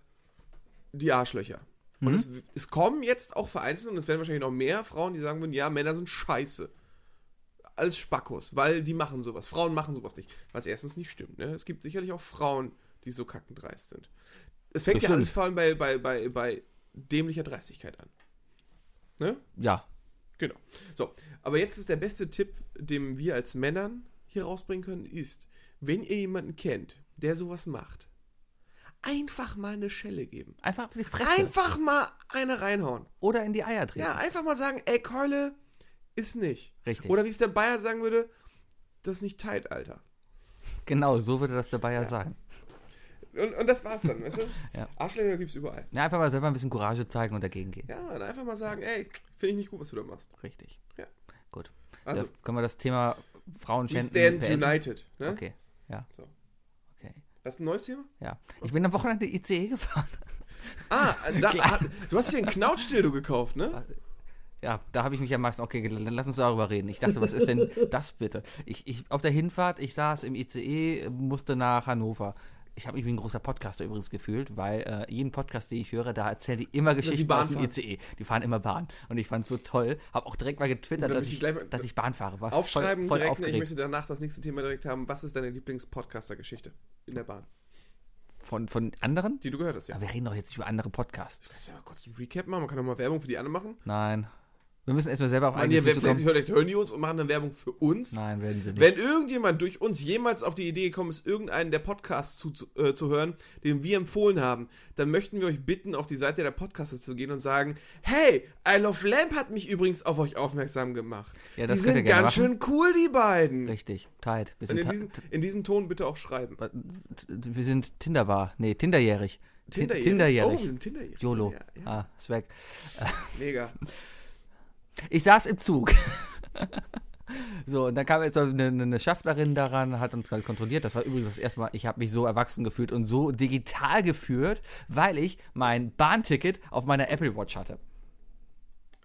S3: die Arschlöcher.
S2: Mhm.
S3: Und es, es kommen jetzt auch vereinzelt und es werden wahrscheinlich noch mehr Frauen, die sagen würden, ja, Männer sind scheiße. Alles Spackos, weil die machen sowas. Frauen machen sowas nicht. Was erstens nicht stimmt. Ne? Es gibt sicherlich auch Frauen, die so kackendreist sind. Es fängt
S2: Das
S3: ja alles
S2: stimmt.
S3: vor allem bei, bei, bei, bei dämlicher Dreistigkeit an. Ne?
S2: ja,
S3: Genau. So, aber jetzt ist der beste Tipp, den wir als Männern hier rausbringen können, ist, wenn ihr jemanden kennt, der sowas macht, einfach mal eine Schelle geben.
S2: Einfach auf die Fresse.
S3: Einfach mal eine reinhauen.
S2: Oder in die Eier treten.
S3: Ja, einfach mal sagen, ey, Keule ist nicht.
S2: Richtig.
S3: Oder wie es der Bayer sagen würde, das ist nicht tight, Alter.
S2: Genau, so würde das der Bayer sagen.
S3: Und, und das war's dann, weißt du?
S2: *laughs* Ja.
S3: Arschlöcher gibt's überall.
S2: Ja, einfach mal selber ein bisschen Courage zeigen und dagegen gehen.
S3: Ja, und einfach mal sagen, ey, finde ich nicht gut, was du da machst.
S2: Richtig.
S3: Ja.
S2: Gut.
S3: Also,
S2: ja, können wir das Thema Frauen
S3: we stand
S2: beenden?
S3: united. Ne?
S2: Okay. Ja.
S3: So.
S2: Okay.
S3: Das ist ein neues Thema?
S2: Ja. Ich bin am Wochenende ICE gefahren.
S3: Ah,
S2: *laughs*
S3: da,
S2: Klar. Ah,
S3: ah, du hast hier einen Knautschdildo gekauft, ne?
S2: Ja, da habe ich mich am meisten, okay, dann lass uns darüber reden. Ich dachte, was ist
S3: *laughs*
S2: denn das bitte? Ich, ich, auf der Hinfahrt, ich saß im ICE, musste nach Hannover. Ich habe mich wie ein großer Podcaster übrigens gefühlt, weil äh, jeden Podcast, den ich höre, da erzählen die immer
S3: sie
S2: Geschichten
S3: Bahn
S2: aus dem
S3: fahren.
S2: ICE. Die fahren immer Bahn. Und ich fand es so toll. Habe auch direkt mal getwittert,
S3: Dann
S2: dass
S3: muss ich
S2: ich,
S3: gleich mal-
S2: dass ich Bahn fahre. War voll-
S3: Aufschreiben
S2: voll
S3: direkt, ne? ich
S2: aufgeregt.
S3: möchte danach das nächste Thema direkt haben. Was ist deine Lieblings-Podcaster-Geschichte in der Bahn,
S2: Von, von anderen?
S3: die du gehört hast? Ja.
S2: Aber wir reden doch jetzt nicht über andere Podcasts.
S3: Kannst du ja mal kurz einen Recap machen? Man kann doch mal Werbung für die anderen machen.
S2: Nein. Wir müssen erstmal selber auf
S3: Man,
S2: eigene
S3: hier,
S2: Füße
S3: vielleicht,
S2: kommen.
S3: vielleicht hören die uns und machen dann Werbung für uns.
S2: Nein, werden sie nicht.
S3: Wenn irgendjemand durch uns jemals auf die Idee gekommen ist, irgendeinen der Podcasts zu, zu, äh, zu hören, den wir empfohlen haben, dann möchten wir euch bitten, auf die Seite der Podcaster zu gehen und sagen, hey, I Love Lamp hat mich übrigens auf euch aufmerksam gemacht.
S2: Ja, das könnt
S3: die sind
S2: ihr gerne
S3: ganz schön cool, die beiden.
S2: Richtig. Tight. Wir sind,
S3: Und in
S2: ti-
S3: diesem, in diesem Ton bitte auch schreiben.
S2: t- wir sind Tinderbar. Nee, Tinderjährig. Tin-
S3: Oh,
S2: Tinderjährig.
S3: wir sind Tinderjährig.
S2: YOLO.
S3: Ja, ja,
S2: Ah, ist weg.
S3: Mega.
S2: Ich saß im Zug. *laughs* so, und dann kam jetzt mal eine, eine Schaffnerin daran, hat uns halt kontrolliert. Das war übrigens das erste Mal, ich habe mich so erwachsen gefühlt und so digital gefühlt, weil ich mein Bahnticket auf meiner Apple Watch hatte.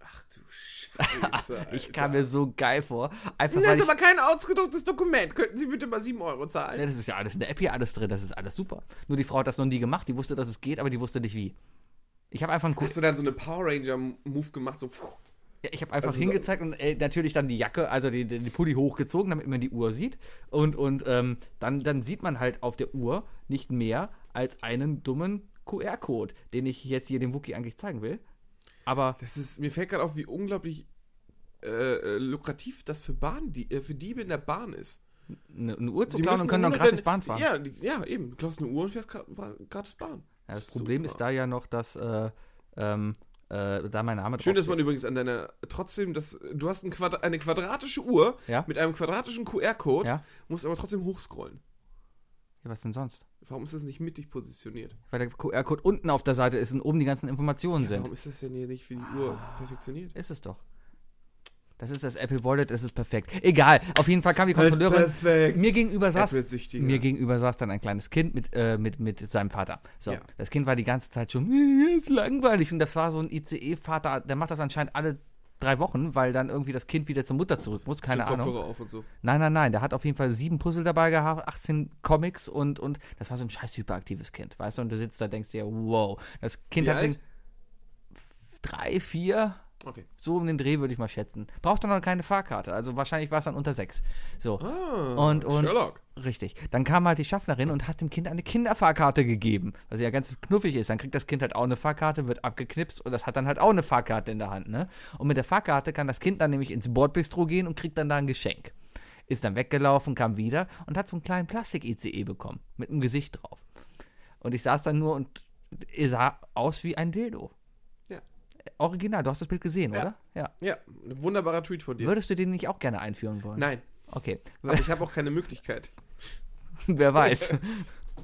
S3: Ach du Scheiße.
S2: *laughs* Ich
S3: Alter.
S2: kam mir so geil vor. Einfach,
S3: Das
S2: weil
S3: ist
S2: ich,
S3: aber kein ausgedrucktes Dokument. Könnten Sie bitte mal 7 Euro zahlen?
S2: Ja, das ist ja alles in der App hier alles drin, das ist alles super. Nur die Frau hat das noch nie gemacht, die wusste, dass es geht, aber die wusste nicht wie. Ich habe einfach einen Kurs,
S3: Hast du dann so eine Power Ranger-Move gemacht, so pfuh,
S2: Ja, ich habe einfach
S3: Also so-
S2: hingezeigt und äh, natürlich dann die Jacke, also die, die die Pulli hochgezogen, damit man die Uhr sieht. Und, und ähm, dann, dann sieht man halt auf der Uhr nicht mehr als einen dummen QR-Code, den ich jetzt hier dem Wookie eigentlich zeigen will. Aber
S3: Das ist, mir fällt gerade auf, wie unglaublich äh, äh, lukrativ das für Bahn, die, äh, für Diebe in der Bahn ist.
S2: eine, eine Uhr zu
S3: Die
S2: klauen
S3: müssen
S2: und können dann
S3: nur noch
S2: gratis
S3: wenn-
S2: Bahn fahren. Ja,
S3: Ja, die, ja, eben. Du klaust eine Uhr und fährst gra- Bahn- gratis Bahn.
S2: das Problem
S3: Super.
S2: ist da ja noch, dass äh, ähm, äh, da mein Name
S3: Schön, dass
S2: draufsteht.
S3: man übrigens an deiner. Trotzdem, das, du hast ein Quadra eine quadratische Uhr
S2: Ja.
S3: mit einem quadratischen QR-Code,
S2: Ja.
S3: musst aber trotzdem hochscrollen.
S2: ja, was denn sonst?
S3: Warum ist das nicht mittig positioniert?
S2: Weil der QR-Code unten auf der Seite ist und oben die ganzen Informationen sind.
S3: Warum ist das denn hier nicht für die Uhr
S2: Ah.
S3: perfektioniert?
S2: Ist es doch. Das ist das Apple Wallet, es ist perfekt. Egal, auf jeden Fall kam die Kontrolleurin.
S3: perfekt.
S2: Mir gegenüber saß,
S3: Apple-Süchtiger.
S2: mir gegenüber saß dann ein kleines Kind mit, äh, mit, mit seinem Vater. So,
S3: Ja.
S2: das Kind war die ganze Zeit schon, "Mir ist langweilig. Und das war so ein ICE-Vater, der macht das anscheinend alle drei Wochen, weil dann irgendwie das Kind wieder zur Mutter zurück muss, keine
S3: Stimmt,
S2: Ahnung.
S3: Kopfhörer auf und so.
S2: Nein, nein, nein. Der hat auf jeden Fall sieben Puzzle dabei gehabt, 18 Comics und, und das war so ein scheiß hyperaktives Kind, weißt du? Und du sitzt da und denkst dir, wow. Das Kind
S3: Wie
S2: hat
S3: alt?
S2: den drei, vier,
S3: Okay.
S2: so um den Dreh würde ich mal schätzen. Braucht dann noch keine Fahrkarte, also wahrscheinlich war es dann unter sechs. So.
S3: Ah,
S2: Und- und-
S3: Sherlock.
S2: Richtig. Dann kam halt die Schaffnerin und hat dem Kind eine Kinderfahrkarte gegeben, was ja ganz knuffig ist. Dann kriegt das Kind halt auch eine Fahrkarte, wird abgeknipst und das hat dann halt auch eine Fahrkarte in der Hand, ne? Und mit der Fahrkarte kann das Kind dann nämlich ins Bordbistro gehen und kriegt dann da ein Geschenk. Ist dann weggelaufen, kam wieder und hat so einen kleinen Plastik-ICE bekommen, mit einem Gesicht drauf. Und ich saß dann nur und er sah aus wie ein Dildo.
S3: Ja.
S2: Original, du hast das Bild gesehen,
S3: Ja.
S2: oder? Ja.
S3: Ja, ein wunderbarer Tweet von dir.
S2: Würdest du den nicht auch gerne einführen wollen?
S3: Nein.
S2: Okay.
S3: Aber ich habe auch
S2: *laughs*
S3: keine Möglichkeit.
S2: Wer weiß. *laughs*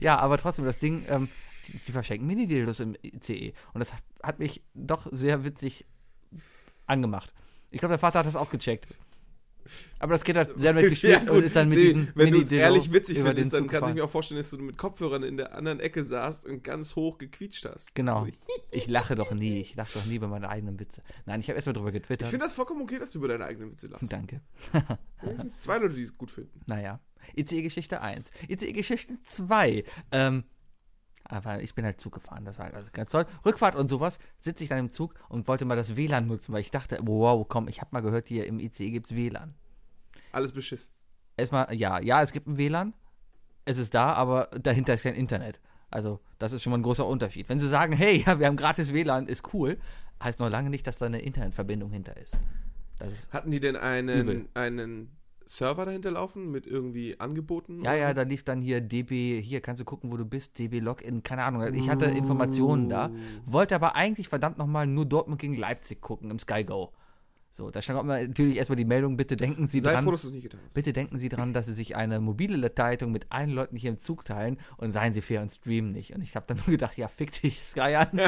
S2: ja, aber trotzdem, das Ding, ähm, die, die verschenken Mini-Dildos im ICE. Und das hat- hat mich doch sehr witzig angemacht. Ich glaube, der Vater hat das auch gecheckt. Aber das Kind hat sehr nett gespielt
S3: *laughs* Ja, gut,
S2: und ist dann mit
S3: Sebi,
S2: diesem
S3: Wenn du es
S2: Mini-Dildo
S3: ehrlich witzig
S2: über den
S3: findest, dann
S2: Zug
S3: kann ich
S2: gefahren.
S3: mir auch vorstellen, dass du mit Kopfhörern in der anderen Ecke saßt und ganz hoch gequietscht hast.
S2: Genau. Ich lache doch nie. Ich lache doch nie bei meinen eigenen Witze. Nein, ich habe erstmal drüber
S3: Ich
S2: getwittert.
S3: finde das vollkommen okay, dass du über deine eigenen Witze
S2: *laughs*
S3: lachst.
S2: Danke.
S3: Es sind zwei Leute, die es gut finden.
S2: Naja, E ICE-Geschichte 1. ICE-Geschichte 2. E Ähm, aber ich bin halt Zug gefahren, das war halt also ganz toll. Rückfahrt und sowas, sitze ich dann im Zug und wollte mal das WLAN nutzen, weil ich dachte, wow, komm, ich habe mal gehört, hier im ICE gibt's WLAN.
S3: Alles beschiss.
S2: Erstmal, ja, ja, es gibt ein WLAN, es ist da, aber dahinter ist kein Internet. Also, das ist schon mal ein großer Unterschied. Wenn sie sagen, hey, *laughs* ja, wir haben gratis WLAN, ist cool, heißt noch lange nicht, dass da eine Internetverbindung hinter ist. Das ist
S3: Hatten die denn einen,
S2: Übel.
S3: einen Server dahinter laufen mit irgendwie Angeboten?
S2: Ja,
S3: oder
S2: ja,
S3: so?
S2: da lief dann hier DB, hier kannst du gucken, wo du bist, DB Login, keine Ahnung. Also Ich hatte Informationen da, wollte aber eigentlich verdammt nochmal nur Dortmund gegen Leipzig gucken im Sky Go. So, da stand auch immer natürlich erstmal die Meldung, bitte denken Sie
S3: Sei froh,
S2: dran.
S3: dass du es nicht getan hast.
S2: Bitte denken Sie dran, dass Sie sich eine mobile Leitung mit allen Leuten hier im Zug teilen und seien Sie fair und streamen nicht. Und ich habe dann nur gedacht, ja, fick dich, Sky an.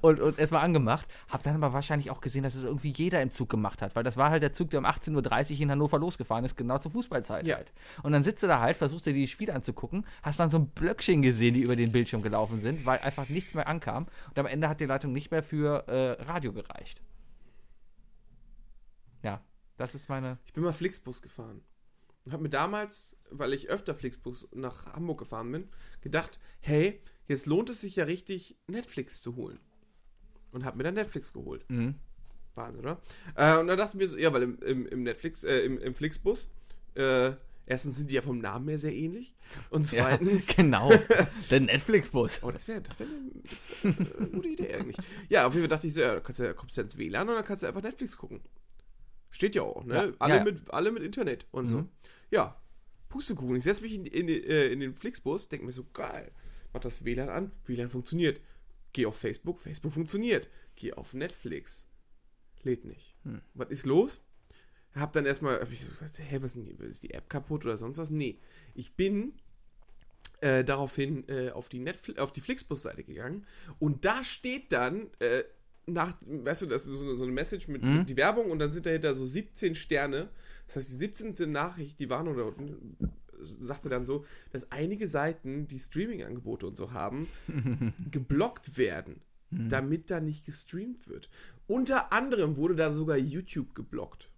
S2: und und erstmal angemacht. Habe dann aber wahrscheinlich auch gesehen, dass es irgendwie jeder im Zug gemacht hat, weil das war halt der Zug, der um 18.30 Uhr in Hannover losgefahren ist, genau zur Fußballzeit
S3: Ja.
S2: halt. Und dann sitzt du da halt, versuchst dir die Spiele anzugucken, hast dann so ein Blöckchen gesehen, die über den Bildschirm gelaufen sind, weil einfach nichts mehr ankam. Und am Ende hat die Leitung nicht mehr für äh, Radio gereicht. Ja, das ist meine.
S3: Ich bin mal Flixbus gefahren. Und habe mir damals, weil ich öfter Flixbus nach Hamburg gefahren bin, gedacht, hey, jetzt lohnt es sich ja richtig, Netflix zu holen. Und habe mir dann Netflix geholt.
S2: Mhm.
S3: Wahnsinn, oder? Äh, und dann dachte ich mir so, ja, weil im, im, im Netflix, äh, im, im Flixbus, äh, erstens sind die ja vom Namen her sehr ähnlich. Und
S2: *laughs*
S3: zweitens.
S2: Ja, genau. Der Netflix-Bus.
S3: Oh, das wäre das wär, eine- das wär eine gute Idee eigentlich. Ja, auf jeden Fall dachte ich so, ja, da kannst du, ja- kommst du ja ins WLAN und dann kannst du einfach Netflix gucken. Steht ja auch, ne?
S2: Ja,
S3: alle,
S2: ja, ja.
S3: Mit, alle mit Internet und so.
S2: Mhm.
S3: Ja, Pustekuchen. Ich setze mich in, in, äh, in den Flixbus, denke mir so, geil, mach das WLAN an, WLAN funktioniert. Geh auf Facebook, Facebook funktioniert. Geh auf Netflix. Lädt nicht.
S2: Hm.
S3: Was ist los? Hab dann erstmal, hab ich so gesagt, hä, was ist, denn, hier? ist die App kaputt oder sonst was? Nee. Ich bin äh, daraufhin äh, auf die, Netfl auf die Flixbus-Seite gegangen und da steht dann, äh, nach, weißt du, das ist so, so eine Message mit,
S2: Mhm.
S3: mit die Werbung und dann sind dahinter so 17 Sterne. Das heißt, die 17. Nachricht, die Warnung da unten, äh, sagte dann so, dass einige Seiten, die Streaming-Angebote und so haben, geblockt werden, damit da nicht gestreamt wird. Unter anderem wurde da sogar YouTube geblockt.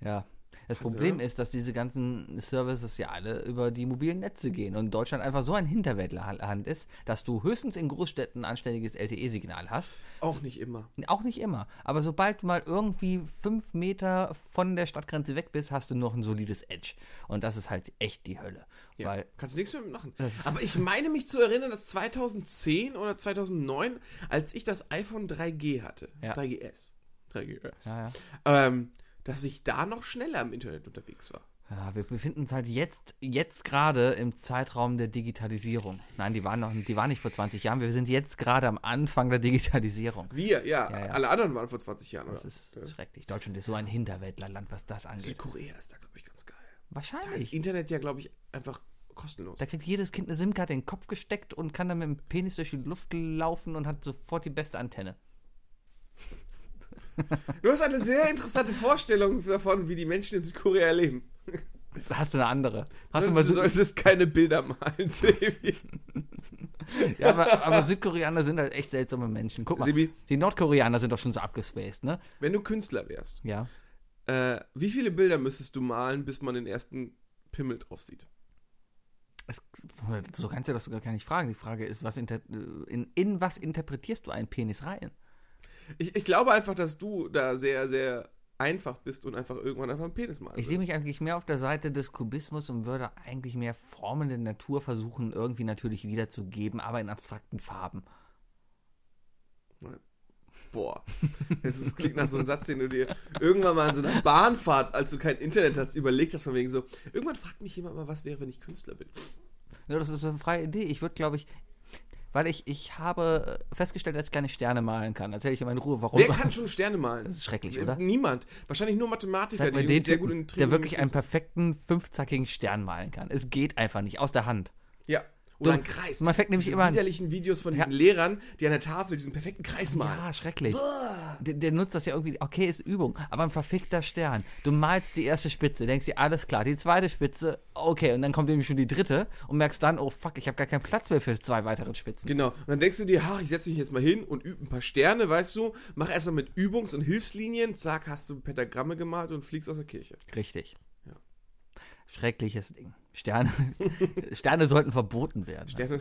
S2: Ja. Das
S3: Kannst du,
S2: Problem
S3: ne?
S2: ist, dass diese ganzen Services ja alle über die mobilen Netze gehen und Deutschland einfach so ein Hinterwäldlerhand ist, dass du höchstens in Großstädten ein anständiges LTE-Signal hast.
S3: Auch nicht immer.
S2: Auch nicht immer. Aber sobald du mal irgendwie fünf Meter von der Stadtgrenze weg bist, hast du noch ein solides Edge. Und das ist halt echt die Hölle.
S3: Ja.
S2: Weil
S3: Kannst du nichts mehr machen.
S2: Das ist- *laughs*
S3: Aber ich meine mich zu erinnern, dass 2010 oder 2009, als ich das iPhone 3G hatte,
S2: Ja.
S3: 3GS, 3GS
S2: ja, ja.
S3: Ähm, dass ich da noch schneller im Internet unterwegs war.
S2: Ja, wir befinden uns halt jetzt, jetzt gerade im Zeitraum der Digitalisierung. Nein, die waren noch, die waren nicht vor 20 Jahren. Wir sind jetzt gerade am Anfang der Digitalisierung.
S3: Wir, ja,
S2: Ja, ja.
S3: alle anderen waren vor 20 Jahren.
S2: Das
S3: oder?
S2: ist
S3: Ja.
S2: schrecklich. Deutschland ist so ein Hinterwäldlerland, was das angeht.
S3: Südkorea ist da, glaube ich, ganz geil. Da ist
S2: Wahrscheinlich.
S3: Internet ja, glaube ich, einfach kostenlos.
S2: Da kriegt jedes Kind eine SIM-Karte in den Kopf gesteckt und kann dann mit dem Penis durch die Luft laufen und hat sofort die beste Antenne.
S3: Du hast eine sehr interessante Vorstellung davon, wie die Menschen in Südkorea leben. Ne?
S2: Hast du eine andere? Hast du mal
S3: du
S2: Sü
S3: solltest keine Bilder malen, *laughs* Sebi.
S2: *laughs* ja, aber, aber Südkoreaner sind halt echt seltsame Menschen. Guck mal,
S3: Sebi,
S2: die Nordkoreaner sind doch schon so abgespaced, ne?
S3: wenn du Künstler wärst,
S2: Ja.
S3: Äh, wie viele Bilder müsstest du malen, bis man den ersten Pimmel drauf sieht?
S2: Es, so kannst du das sogar gar nicht fragen. Die Frage ist, was inter in, in was interpretierst du einen Penis rein?
S3: Ich, ich glaube einfach, dass du da sehr, sehr einfach bist und einfach irgendwann einfach einen Penis malen
S2: Ich sehe
S3: wirst.
S2: mich eigentlich mehr auf der Seite des Kubismus und würde eigentlich mehr Formen der Natur versuchen, irgendwie natürlich wiederzugeben, aber in abstrakten Farben.
S3: Boah. Das ist, klingt nach so einem Satz, den du dir irgendwann mal an so einer Bahnfahrt, als du kein Internet hast, überlegt hast, von wegen so. Irgendwann fragt mich jemand mal, was wäre, wenn ich Künstler bin.
S2: Ja, das ist eine freie Idee. Ich würde, glaube ich, weil ich, ich habe äh, festgestellt, dass ich keine Sterne malen kann. Erzähle ich immer in Ruhe, warum.
S3: Wer kann schon Sterne malen?
S2: das ist schrecklich, oder?
S3: Niemand. Wahrscheinlich nur Mathematiker,
S2: Sag mal,
S3: die
S2: den
S3: sehr gut in
S2: Typen, der wirklich einen
S3: Trigonometrie
S2: perfekten, fünfzackigen Stern malen kann. Es geht einfach nicht, aus der Hand.
S3: sind. Ja. Oder
S2: Du-
S3: einen Kreis.
S2: man fängt nämlich
S3: Diese
S2: immer an-
S3: widerlichen Videos von
S2: Ja.
S3: diesen Lehrern, die an der Tafel diesen perfekten Kreis malen.
S2: Ja, schrecklich. Der, der nutzt das ja irgendwie, okay, ist Übung, aber ein verfickter Stern. Du malst die erste Spitze, denkst dir, alles klar, die zweite Spitze, okay, und dann kommt nämlich schon die dritte und merkst dann, oh fuck, ich habe gar keinen Platz mehr für zwei weitere Spitzen.
S3: Genau. Und dann denkst du dir, ach, ich setze mich jetzt mal hin und übe ein paar Sterne, weißt du? Mach erstmal mit Übungs- und Hilfslinien. Zack, hast du Pentagramme gemalt und fliegst aus der Kirche.
S2: Richtig.
S3: Ja.
S2: Schreckliches Ding. Sterne, *laughs* Sterne sollten verboten werden.
S3: Sterne.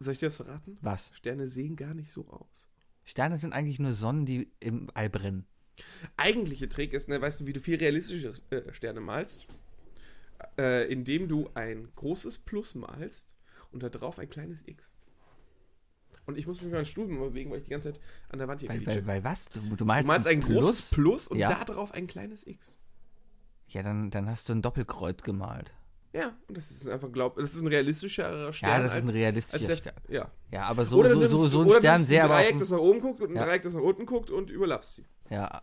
S3: Soll ich dir das verraten?
S2: Was?
S3: Sterne sehen gar nicht so aus.
S2: Sterne sind eigentlich nur Sonnen, die im All brennen.
S3: Eigentliche Trick ist, ne, weißt du, wie du viel realistische äh, Sterne malst? Äh, indem du ein großes Plus malst und da drauf ein kleines X. Und ich muss mich mal einen Stuhl bewegen, weil ich die ganze Zeit an der Wand hier
S2: Weil,
S3: quietsche.
S2: weil, weil was? Du, du malst,
S3: Du malst ein großes Plus und
S2: ja.
S3: da drauf ein kleines X.
S2: Ja, dann, dann hast du ein Doppelkreuz gemalt.
S3: Ja, und das ist einfach glaub, das ist ein realistischerer Stern.
S2: Ja, das ist ein
S3: als- als
S2: realistischer
S3: der-
S2: Stern.
S3: Ja.
S2: Ja, aber so,
S3: oder du
S2: so,
S3: nimmst,
S2: so, so ein
S3: oder
S2: Stern
S3: nimmst
S2: sehr
S3: ein
S2: aber auf
S3: Dreieck,
S2: dem-
S3: das nach oben guckt und ein
S2: Ja.
S3: Dreieck, das nach unten guckt und überlappst sie.
S2: Ja.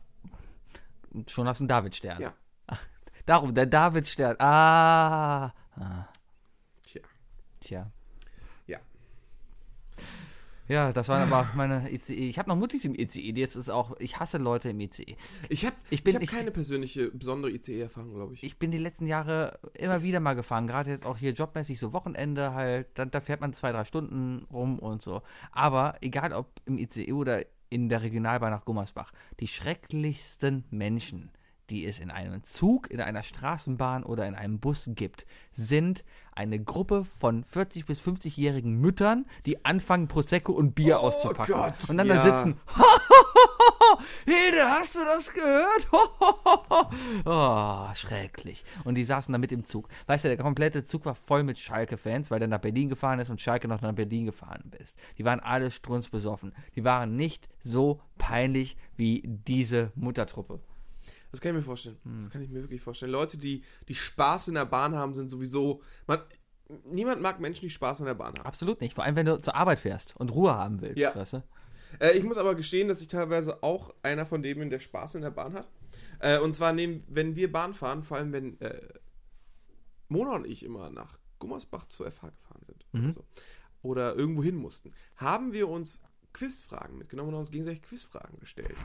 S2: Und schon hast du einen Davidstern.
S3: Ja.
S2: Ach, darum, der Davidstern. Ah. ah.
S3: Tja.
S2: Tja.
S3: Ja.
S2: Ja, das waren aber meine ICE. Ich habe noch Muttis im ICE. Jetzt ist auch, ich hasse Leute im E. ICE.
S3: Ich habe
S2: Ich
S3: ich
S2: bin-
S3: ich hab
S2: ich-
S3: keine persönliche besondere ICE-Erfahrung, glaube ich.
S2: Ich bin die letzten Jahre immer wieder mal gefahren, gerade jetzt auch hier jobmäßig so Wochenende halt. Da, da fährt man zwei, drei Stunden rum und so. Aber egal ob im ICE oder in der Regionalbahn nach Gummersbach, die schrecklichsten Menschen, die es in einem Zug, in einer Straßenbahn oder in einem Bus gibt, sind eine Gruppe von 40- bis 50-jährigen Müttern, die anfangen, Prosecco und Bier auszupacken.
S3: Oh Gott,
S2: und dann da
S3: ja.
S2: sitzen, *laughs* Hilde, hast du das gehört? *laughs* oh, schrecklich. Und die saßen da mit im Zug. Weißt du, der komplette Zug war voll mit Schalke-Fans, weil der nach Berlin gefahren ist und Schalke noch nach Berlin gefahren ist. Die waren alle strunzbesoffen. Die waren nicht so peinlich wie diese Muttertruppe.
S3: Das kann ich mir vorstellen.
S2: Hm.
S3: Das kann ich mir wirklich vorstellen. Leute, die, die Spaß in der Bahn haben, sind sowieso. Man, niemand mag Menschen, die Spaß in der Bahn haben.
S2: Absolut nicht. Vor allem, wenn du zur Arbeit fährst und Ruhe haben willst.
S3: Ja.
S2: Weißt du?
S3: Äh, ich muss aber gestehen, dass ich teilweise auch einer von denen bin, der Spaß in der Bahn hat. Äh, und zwar nehmen, wenn wir Bahn fahren, vor allem wenn äh, Mona und ich immer nach Gummersbach zur FH gefahren sind oder, so, oder irgendwo hin mussten, haben wir uns Quizfragen mitgenommen und haben uns gegenseitig Quizfragen gestellt.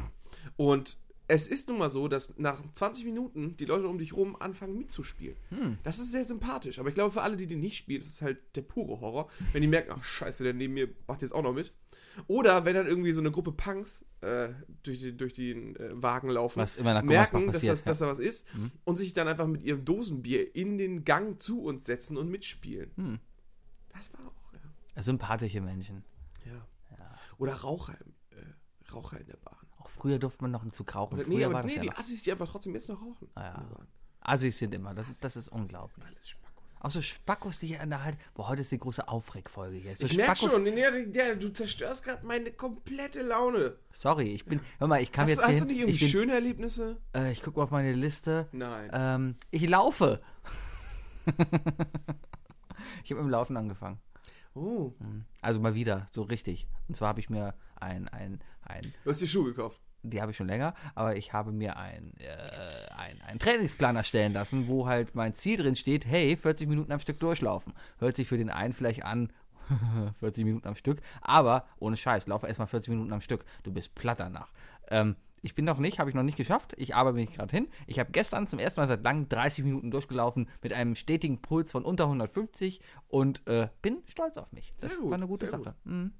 S3: Und es ist nun mal so, dass nach 20 Minuten die Leute um dich rum anfangen mitzuspielen.
S2: Hm.
S3: Das ist sehr sympathisch. Aber ich glaube, für alle, die die nicht spielen, ist es halt der pure Horror, wenn die merken, ach scheiße, der neben mir macht jetzt auch noch mit. Oder wenn dann irgendwie so eine Gruppe Punks äh, durch, die, durch den äh, Wagen laufen,
S2: Was immer nach Gummersbach
S3: merken, dass,
S2: passiert, Hm.
S3: das, dass da was ist und sich dann einfach mit ihrem Dosenbier in den Gang zu uns setzen und mitspielen.
S2: Hm.
S3: Das war auch, ja.
S2: Sympathische Menschen.
S3: ja. Oder Raucher, im, äh, Raucher in der Bahn.
S2: Auch früher durfte man noch einen Zug rauchen.
S3: Oder,
S2: früher
S3: nee, aber
S2: war das
S3: nee,
S2: ja
S3: die
S2: noch.
S3: Assis, die einfach trotzdem jetzt noch rauchen.
S2: Ah, ja.
S3: in der Bahn.
S2: Assis sind immer. Das ist, das ist unglaublich.
S3: Alles Spackos.
S2: Auch so Spackos, die hier an der Hand. Boah, heute ist die große Aufregfolge hier. So
S3: Ich merke
S2: Spackos-
S3: schon, nee, nee, nee, du zerstörst gerade meine komplette Laune.
S2: Sorry, ich bin. Hör mal, ich kam
S3: Hast,
S2: jetzt.
S3: du- hast
S2: hier
S3: du nicht
S2: hin,
S3: irgendwie
S2: ich bin,
S3: schöne Erlebnisse?
S2: äh, Ich gucke mal auf meine Liste.
S3: Nein.
S2: Ähm, ich laufe. *laughs* ich habe mit dem Laufen angefangen.
S3: Oh,
S2: Also mal wieder, so richtig. Und zwar habe ich mir ein, ein, ein,
S3: du hast dir Schuhe gekauft.
S2: die habe ich schon länger, aber ich habe mir ein, äh, ein, einen Trainingsplan erstellen lassen, wo halt mein Ziel drin steht, hey, 40 Minuten am Stück durchlaufen. Hört sich für den einen vielleicht an, *laughs* 40 Minuten am Stück, aber ohne Scheiß, laufe erstmal 40 Minuten am Stück. Du bist platt danach. Ähm, ich bin noch nicht, habe ich noch nicht geschafft. Ich arbeite mich gerade hin. Ich habe gestern zum ersten Mal seit langem 30 Minuten durchgelaufen mit einem stetigen Puls von unter 150 und äh, bin stolz auf mich. Das
S3: Sehr gut,
S2: war eine gute
S3: sehr gut.
S2: Sache. Mhm.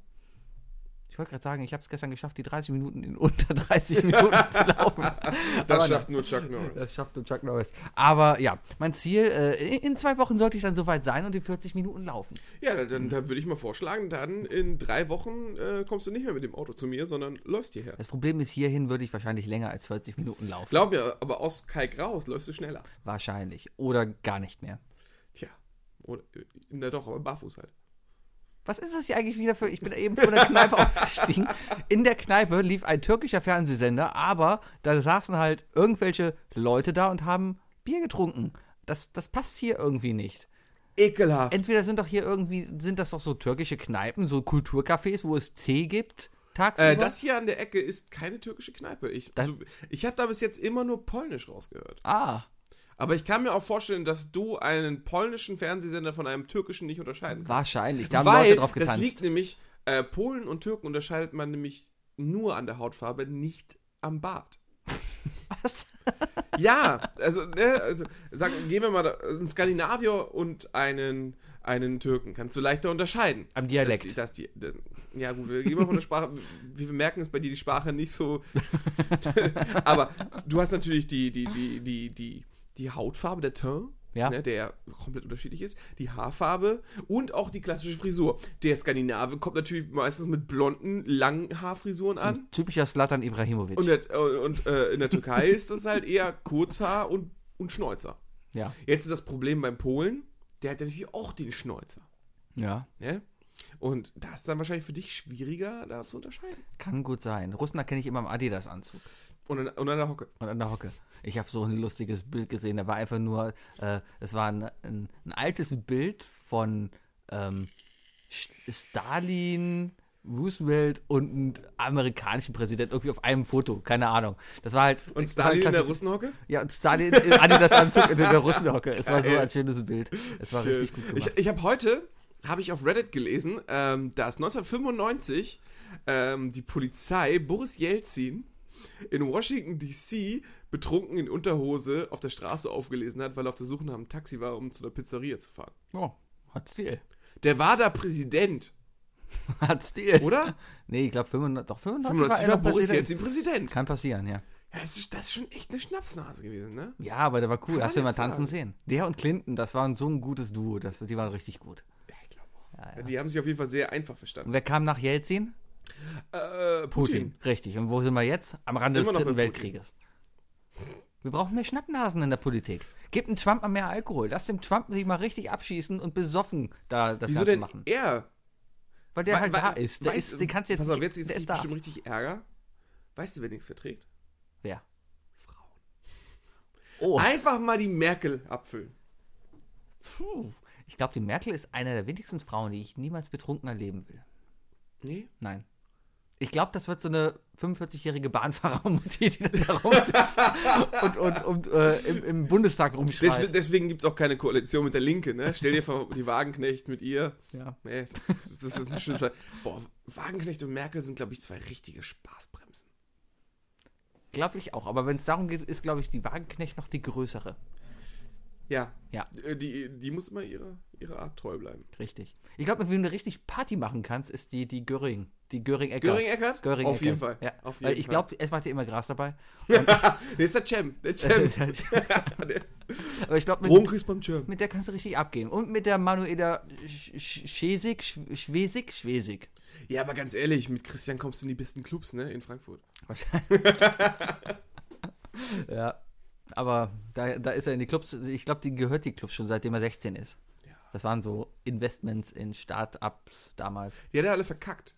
S2: Ich wollte gerade sagen, ich habe es gestern geschafft, die 30 Minuten in unter 30 Minuten zu laufen.
S3: *laughs* Das
S2: Aber
S3: schafft nur Chuck Norris.
S2: das schafft nur Chuck Norris. Aber ja, mein Ziel, äh, in zwei Wochen sollte ich dann soweit sein und in 40 Minuten laufen.
S3: Ja, dann,
S2: Hm.
S3: dann würde ich mal vorschlagen, dann in drei Wochen äh, kommst du nicht mehr mit dem Auto zu mir, sondern läufst hierher.
S2: Das Problem ist, hierhin würde ich wahrscheinlich länger als 40 Minuten laufen.
S3: Glaub mir, aber aus Kalk raus läufst du schneller.
S2: wahrscheinlich. Oder gar nicht mehr.
S3: Tja. Oder, äh, na doch, aber barfuß halt.
S2: Was ist das hier eigentlich wieder für? Ich bin eben von der Kneipe *laughs* ausgestiegen. In der Kneipe lief ein türkischer Fernsehsender, aber da saßen halt irgendwelche Leute da und haben Bier getrunken. Das, das passt hier irgendwie nicht.
S3: Ekelhaft.
S2: Entweder sind doch hier irgendwie, sind das doch so türkische Kneipen, so Kulturcafés, wo es Tee gibt, tagsüber.
S3: Äh, das hier an der Ecke ist keine türkische Kneipe. Ich,
S2: Das-
S3: also, ich habe da bis jetzt immer nur Polnisch rausgehört.
S2: ah,
S3: Aber ich kann mir auch vorstellen, dass du einen polnischen Fernsehsender von einem türkischen nicht unterscheiden kannst.
S2: wahrscheinlich. Da haben
S3: Weil
S2: Leute drauf
S3: Das liegt
S2: getanzt.
S3: nämlich, äh, Polen und Türken unterscheidet man nämlich nur an der Hautfarbe, nicht am Bart.
S2: *laughs* Was? *laughs*
S3: Ja, also, ne, also sagen, gehen wir mal da- einen Skandinavier und einen, einen Türken. Kannst du leichter unterscheiden.
S2: Am Dialekt.
S3: Das, das, die, das, ja, gut, wir gehen mal von der Sprache. *laughs* Wir merken es bei dir, die Sprache
S2: *laughs*
S3: nicht so. Aber du hast natürlich die, die, die, die, die, die Hautfarbe, der Teint.
S2: Ja.
S3: Ne, der komplett unterschiedlich ist, die Haarfarbe und auch die klassische Frisur. Der Skandinave kommt natürlich meistens mit blonden, langen Haarfrisuren an.
S2: Typischer Slatan Ibrahimovic.
S3: Und, der, und äh, in
S2: *laughs*
S3: der Türkei ist das halt eher Kurzhaar und, und Schnäuzer.
S2: ja.
S3: Jetzt ist das Problem beim Polen, der hat ja natürlich auch den Schnäuzer.
S2: ja,
S3: Ne? Und das ist dann wahrscheinlich für dich schwieriger, da zu unterscheiden.
S2: kann gut sein. Russen erkenne ich immer im Adidas-Anzug.
S3: Und in, und an der Hocke.
S2: Und an der Hocke. Ich habe so ein lustiges Bild gesehen. Da war einfach nur, äh, es war ein, ein, ein altes Bild von ähm, Sch- Stalin, Roosevelt und einem amerikanischen Präsidenten irgendwie auf einem Foto. Keine Ahnung. Das war halt.
S3: Und
S2: das war ein
S3: Stalin in der
S2: klassisches-
S3: Russenhocke?
S2: Ja, und Stalin äh, in Adidas-Anzug in der Russenhocke. Es war so
S3: Geil.
S2: ein schönes Bild. Es war
S3: Schön.
S2: richtig gut gemacht.
S3: Ich, ich habe heute, habe ich auf Reddit gelesen, ähm, dass 1995 ähm, die Polizei Boris Jelzin in Washington, D.C. betrunken in Unterhose auf der Straße aufgelesen hat, weil er auf der Suche nach einem Taxi war, um zu einer Pizzeria zu fahren.
S2: oh, hat Stil. *laughs*
S3: Der war da Präsident,
S2: Hat Stil.
S3: oder?
S2: Nee, ich glaube 95, doch 95
S3: 95
S2: er
S3: war
S2: noch
S3: Boris
S2: Präsident.
S3: Jelzin Präsident.
S2: Kann passieren, ja.
S3: Ja, Das ist, das ist schon echt eine Schnapsnase gewesen, ne?
S2: Ja, aber der war cool.
S3: Kann
S2: Hast du ihn
S3: man
S2: mal
S3: nicht
S2: tanzen sehen?
S3: sagen.
S2: Der und Clinton, das waren so ein gutes Duo. Das, die waren richtig gut.
S3: Ja, ich glaube auch.
S2: Ja, ja.
S3: Die haben sich auf jeden Fall sehr einfach
S2: Und
S3: verstanden.
S2: wer kam nach Jelzin?
S3: Äh, Putin.
S2: Richtig. Und wo sind wir jetzt? Am Rande
S3: Immer
S2: des
S3: noch
S2: Dritten
S3: bei Putin.
S2: Weltkrieges. Wir brauchen mehr Schnappnasen in der Politik. Gebt dem Trump mal mehr Alkohol. Lass dem Trump sich mal richtig abschießen und besoffen da das
S3: Wieso
S2: Ganze
S3: denn
S2: machen.
S3: er?
S2: Weil der
S3: Wei-
S2: halt
S3: wei-
S2: da ist. Der
S3: weißt-
S2: ist, den kannst du jetzt
S3: pass auf, jetzt,
S2: nicht-
S3: jetzt
S2: der
S3: krieg ich
S2: ist da.
S3: bestimmt richtig Ärger. Weißt du, wer nichts verträgt?
S2: Wer?
S3: Frauen.
S2: Oh,
S3: Einfach mal die Merkel abfüllen.
S2: puh. ich glaube, die Merkel ist eine der wenigsten Frauen, die ich niemals betrunken erleben will.
S3: Nee?
S2: Nein. Ich glaube, das wird so eine 45-jährige Bahnfahrermutti, *laughs* die dann da rumsitzt und, und, und äh, im, im Bundestag rumschreit.
S3: Des, deswegen gibt es auch keine Koalition mit der Linke, ne? Stell dir vor, die Wagenknecht mit ihr.
S2: ja.
S3: Nee, das, das ist ein schönes Boah, Wagenknecht und Merkel sind, glaube ich, zwei richtige Spaßbremsen.
S2: Glaube ich auch. Aber wenn es darum geht, ist, glaube ich, die Wagenknecht noch die größere.
S3: Ja.
S2: Ja.
S3: Äh, Die, die muss immer ihrer ihrer Art treu bleiben.
S2: Richtig. Ich glaube, mit wem du richtig Party machen kannst, ist die, die Göring. Die Göring-Eckert.
S3: Göring-Eckert?
S2: Göring
S3: Auf jeden Fall.
S2: Ja.
S3: Auf
S2: Weil
S3: jeden
S2: ich glaube, es macht ja immer Gras
S3: *laughs*
S2: dabei. *laughs*
S3: Nee, ist der Cem. Der Cem. *laughs*
S2: Aber ich glaube, mit,
S3: Rum kriegst beim Cem.
S2: mit der kannst du richtig abgehen. Und mit der Manuela Sch- Sch- Schesig, Sch- Schwesig, Schwesig.
S3: Ja, aber ganz ehrlich, mit Christian kommst du in die besten Clubs, ne? In Frankfurt.
S2: Wahrscheinlich. ja. Aber da, da ist er in die Clubs, ich glaube, die gehört die Clubs schon, seitdem er 16 ist.
S3: Ja.
S2: Das waren so Investments in Start-ups damals.
S3: Die hat er alle verkackt.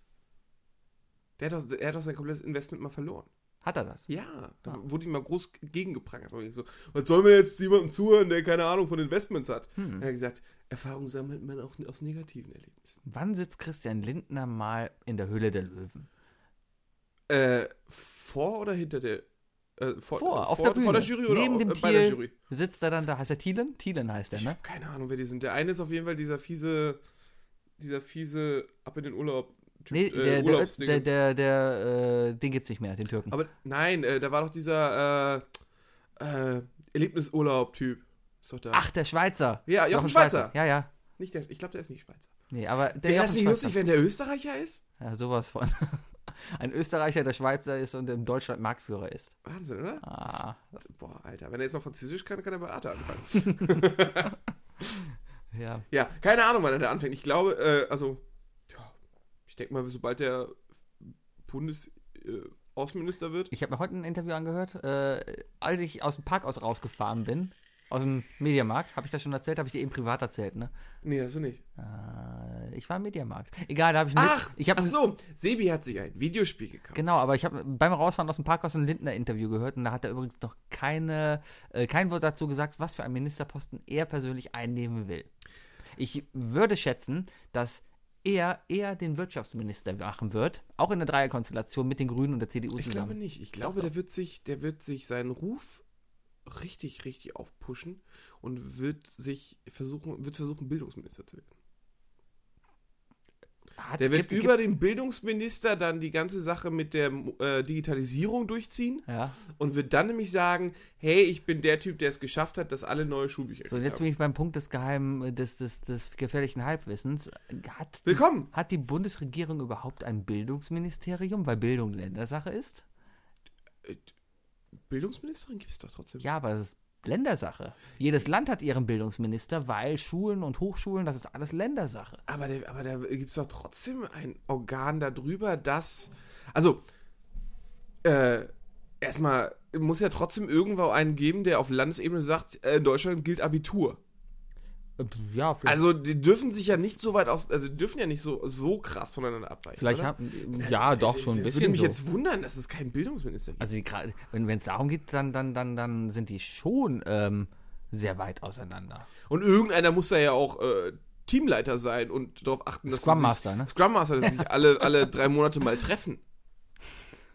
S3: Der hat doch, er hat doch sein komplettes Investment mal verloren.
S2: Hat er das?
S3: Ja, da
S2: Ah.
S3: wurde ihm mal groß gegengeprangert. Und ich so, was soll man jetzt jemandem zuhören, der keine Ahnung von Investments hat?
S2: Hm.
S3: Er hat gesagt, Erfahrung sammelt man auch aus negativen Erlebnissen.
S2: Wann sitzt Christian Lindner mal in der Höhle der Löwen?
S3: Äh, vor oder hinter der. Äh, vor,
S2: Vor, auf
S3: vor,
S2: der Bühne.
S3: vor der Jury oder
S2: Neben
S3: au-
S2: dem
S3: äh, bei der
S2: Thiel.
S3: Jury?
S2: Sitzt er dann da? Heißt er Thielen? Thielen heißt er,
S3: Ich
S2: ne?
S3: habe keine Ahnung, wer die sind. Der eine ist auf jeden Fall dieser fiese, dieser fiese ab in den äh, Urlaub. Typ,
S2: Nee, der, der, Ö-
S3: Urlaubsdingens.
S2: der, der, der äh, den gibt's nicht mehr, den Türken.
S3: Aber nein, äh, da war doch dieser äh, äh, Erlebnisurlaub-Typ. Ist doch da.
S2: Ach, der Schweizer.
S3: ja, Jochen
S2: Jochen
S3: Schweizer.
S2: Ja, ja.
S3: Nicht der, ich glaube, der ist nicht Schweizer.
S2: Nee, aber der,
S3: Wäre
S2: Jochen
S3: das nicht
S2: Schweizer.
S3: lustig, wenn der Österreicher ist?
S2: Ja, sowas von. *laughs* Ein Österreicher, der Schweizer ist und in Deutschland Marktführer ist.
S3: Wahnsinn, oder?
S2: Ah,
S3: Boah, Alter, wenn er jetzt noch Französisch kann, kann er Berater anfangen.
S2: ja.
S3: ja, keine Ahnung, wann er da anfängt. Ich glaube, äh, also, ja, ich denke mal, sobald der Bundesaußenminister äh, Außenminister wird.
S2: Ich habe mir heute ein Interview angehört. Äh, als ich aus dem Parkhaus rausgefahren bin, aus dem Mediamarkt, habe ich das schon erzählt, habe ich dir eben privat erzählt, ne?
S3: Nee, hast du nicht.
S2: Äh, ich war im Mediamarkt. Egal, da habe ich
S3: Ach,
S2: ich hab
S3: ach so, Sebi hat sich ein Videospiel gekauft.
S2: Genau, aber ich habe beim Rausfahren aus dem Parkhaus ein Lindner-Interview gehört und da hat er übrigens noch keine, äh, kein Wort dazu gesagt, was für einen Ministerposten er persönlich einnehmen will. Ich würde schätzen, dass er eher den Wirtschaftsminister machen wird, auch in der Dreierkonstellation mit den Grünen und der CDU
S3: Ich glaube
S2: zusammen.
S3: nicht. Ich glaube, der wird sich, der wird sich seinen Ruf richtig, richtig aufpushen und wird sich versuchen, wird versuchen, Bildungsminister zu werden.
S2: Hat,
S3: Der wird
S2: gibt-
S3: über
S2: gibt-
S3: den Bildungsminister dann die ganze Sache mit der äh, Digitalisierung durchziehen
S2: Ja,
S3: und wird dann nämlich sagen, hey, ich bin der Typ, der es geschafft hat, dass alle neue Schulbücher
S2: so und jetzt
S3: haben.
S2: bin ich beim Punkt des geheimen, äh, des, des, des gefährlichen Halbwissens. Hat die,
S3: Willkommen!
S2: hat die Bundesregierung überhaupt ein Bildungsministerium, weil Bildung Ländersache ist?
S3: Äh, Bildungsministerin gibt es doch trotzdem.
S2: Ja, aber es ist Ländersache. Jedes Land hat ihren Bildungsminister, weil Schulen und Hochschulen, das ist alles Ländersache.
S3: Aber, der, aber da gibt es doch trotzdem ein Organ darüber, das. Also, äh, erstmal muss ja trotzdem irgendwo einen geben, der auf Landesebene sagt, äh, in Deutschland gilt Abitur.
S2: Äh, Ja, vielleicht.
S3: Also die dürfen sich ja nicht so weit aus, also die dürfen ja nicht so, so krass voneinander abweichen.
S2: vielleicht
S3: oder?
S2: haben, ja, doch, schon ein
S3: Es würde
S2: bisschen.
S3: mich
S2: So.
S3: jetzt wundern, dass es keinen Bildungsminister gibt.
S2: also, die gra- wenn es darum geht, dann, dann, dann, dann sind die schon ähm, sehr weit auseinander.
S3: Und irgendeiner muss da ja auch äh, Teamleiter sein und darauf achten, dass sie
S2: Scrum
S3: sich-
S2: Master, ne?
S3: Scrum Master, dass sie
S2: *laughs*
S3: sich alle, alle drei Monate mal treffen.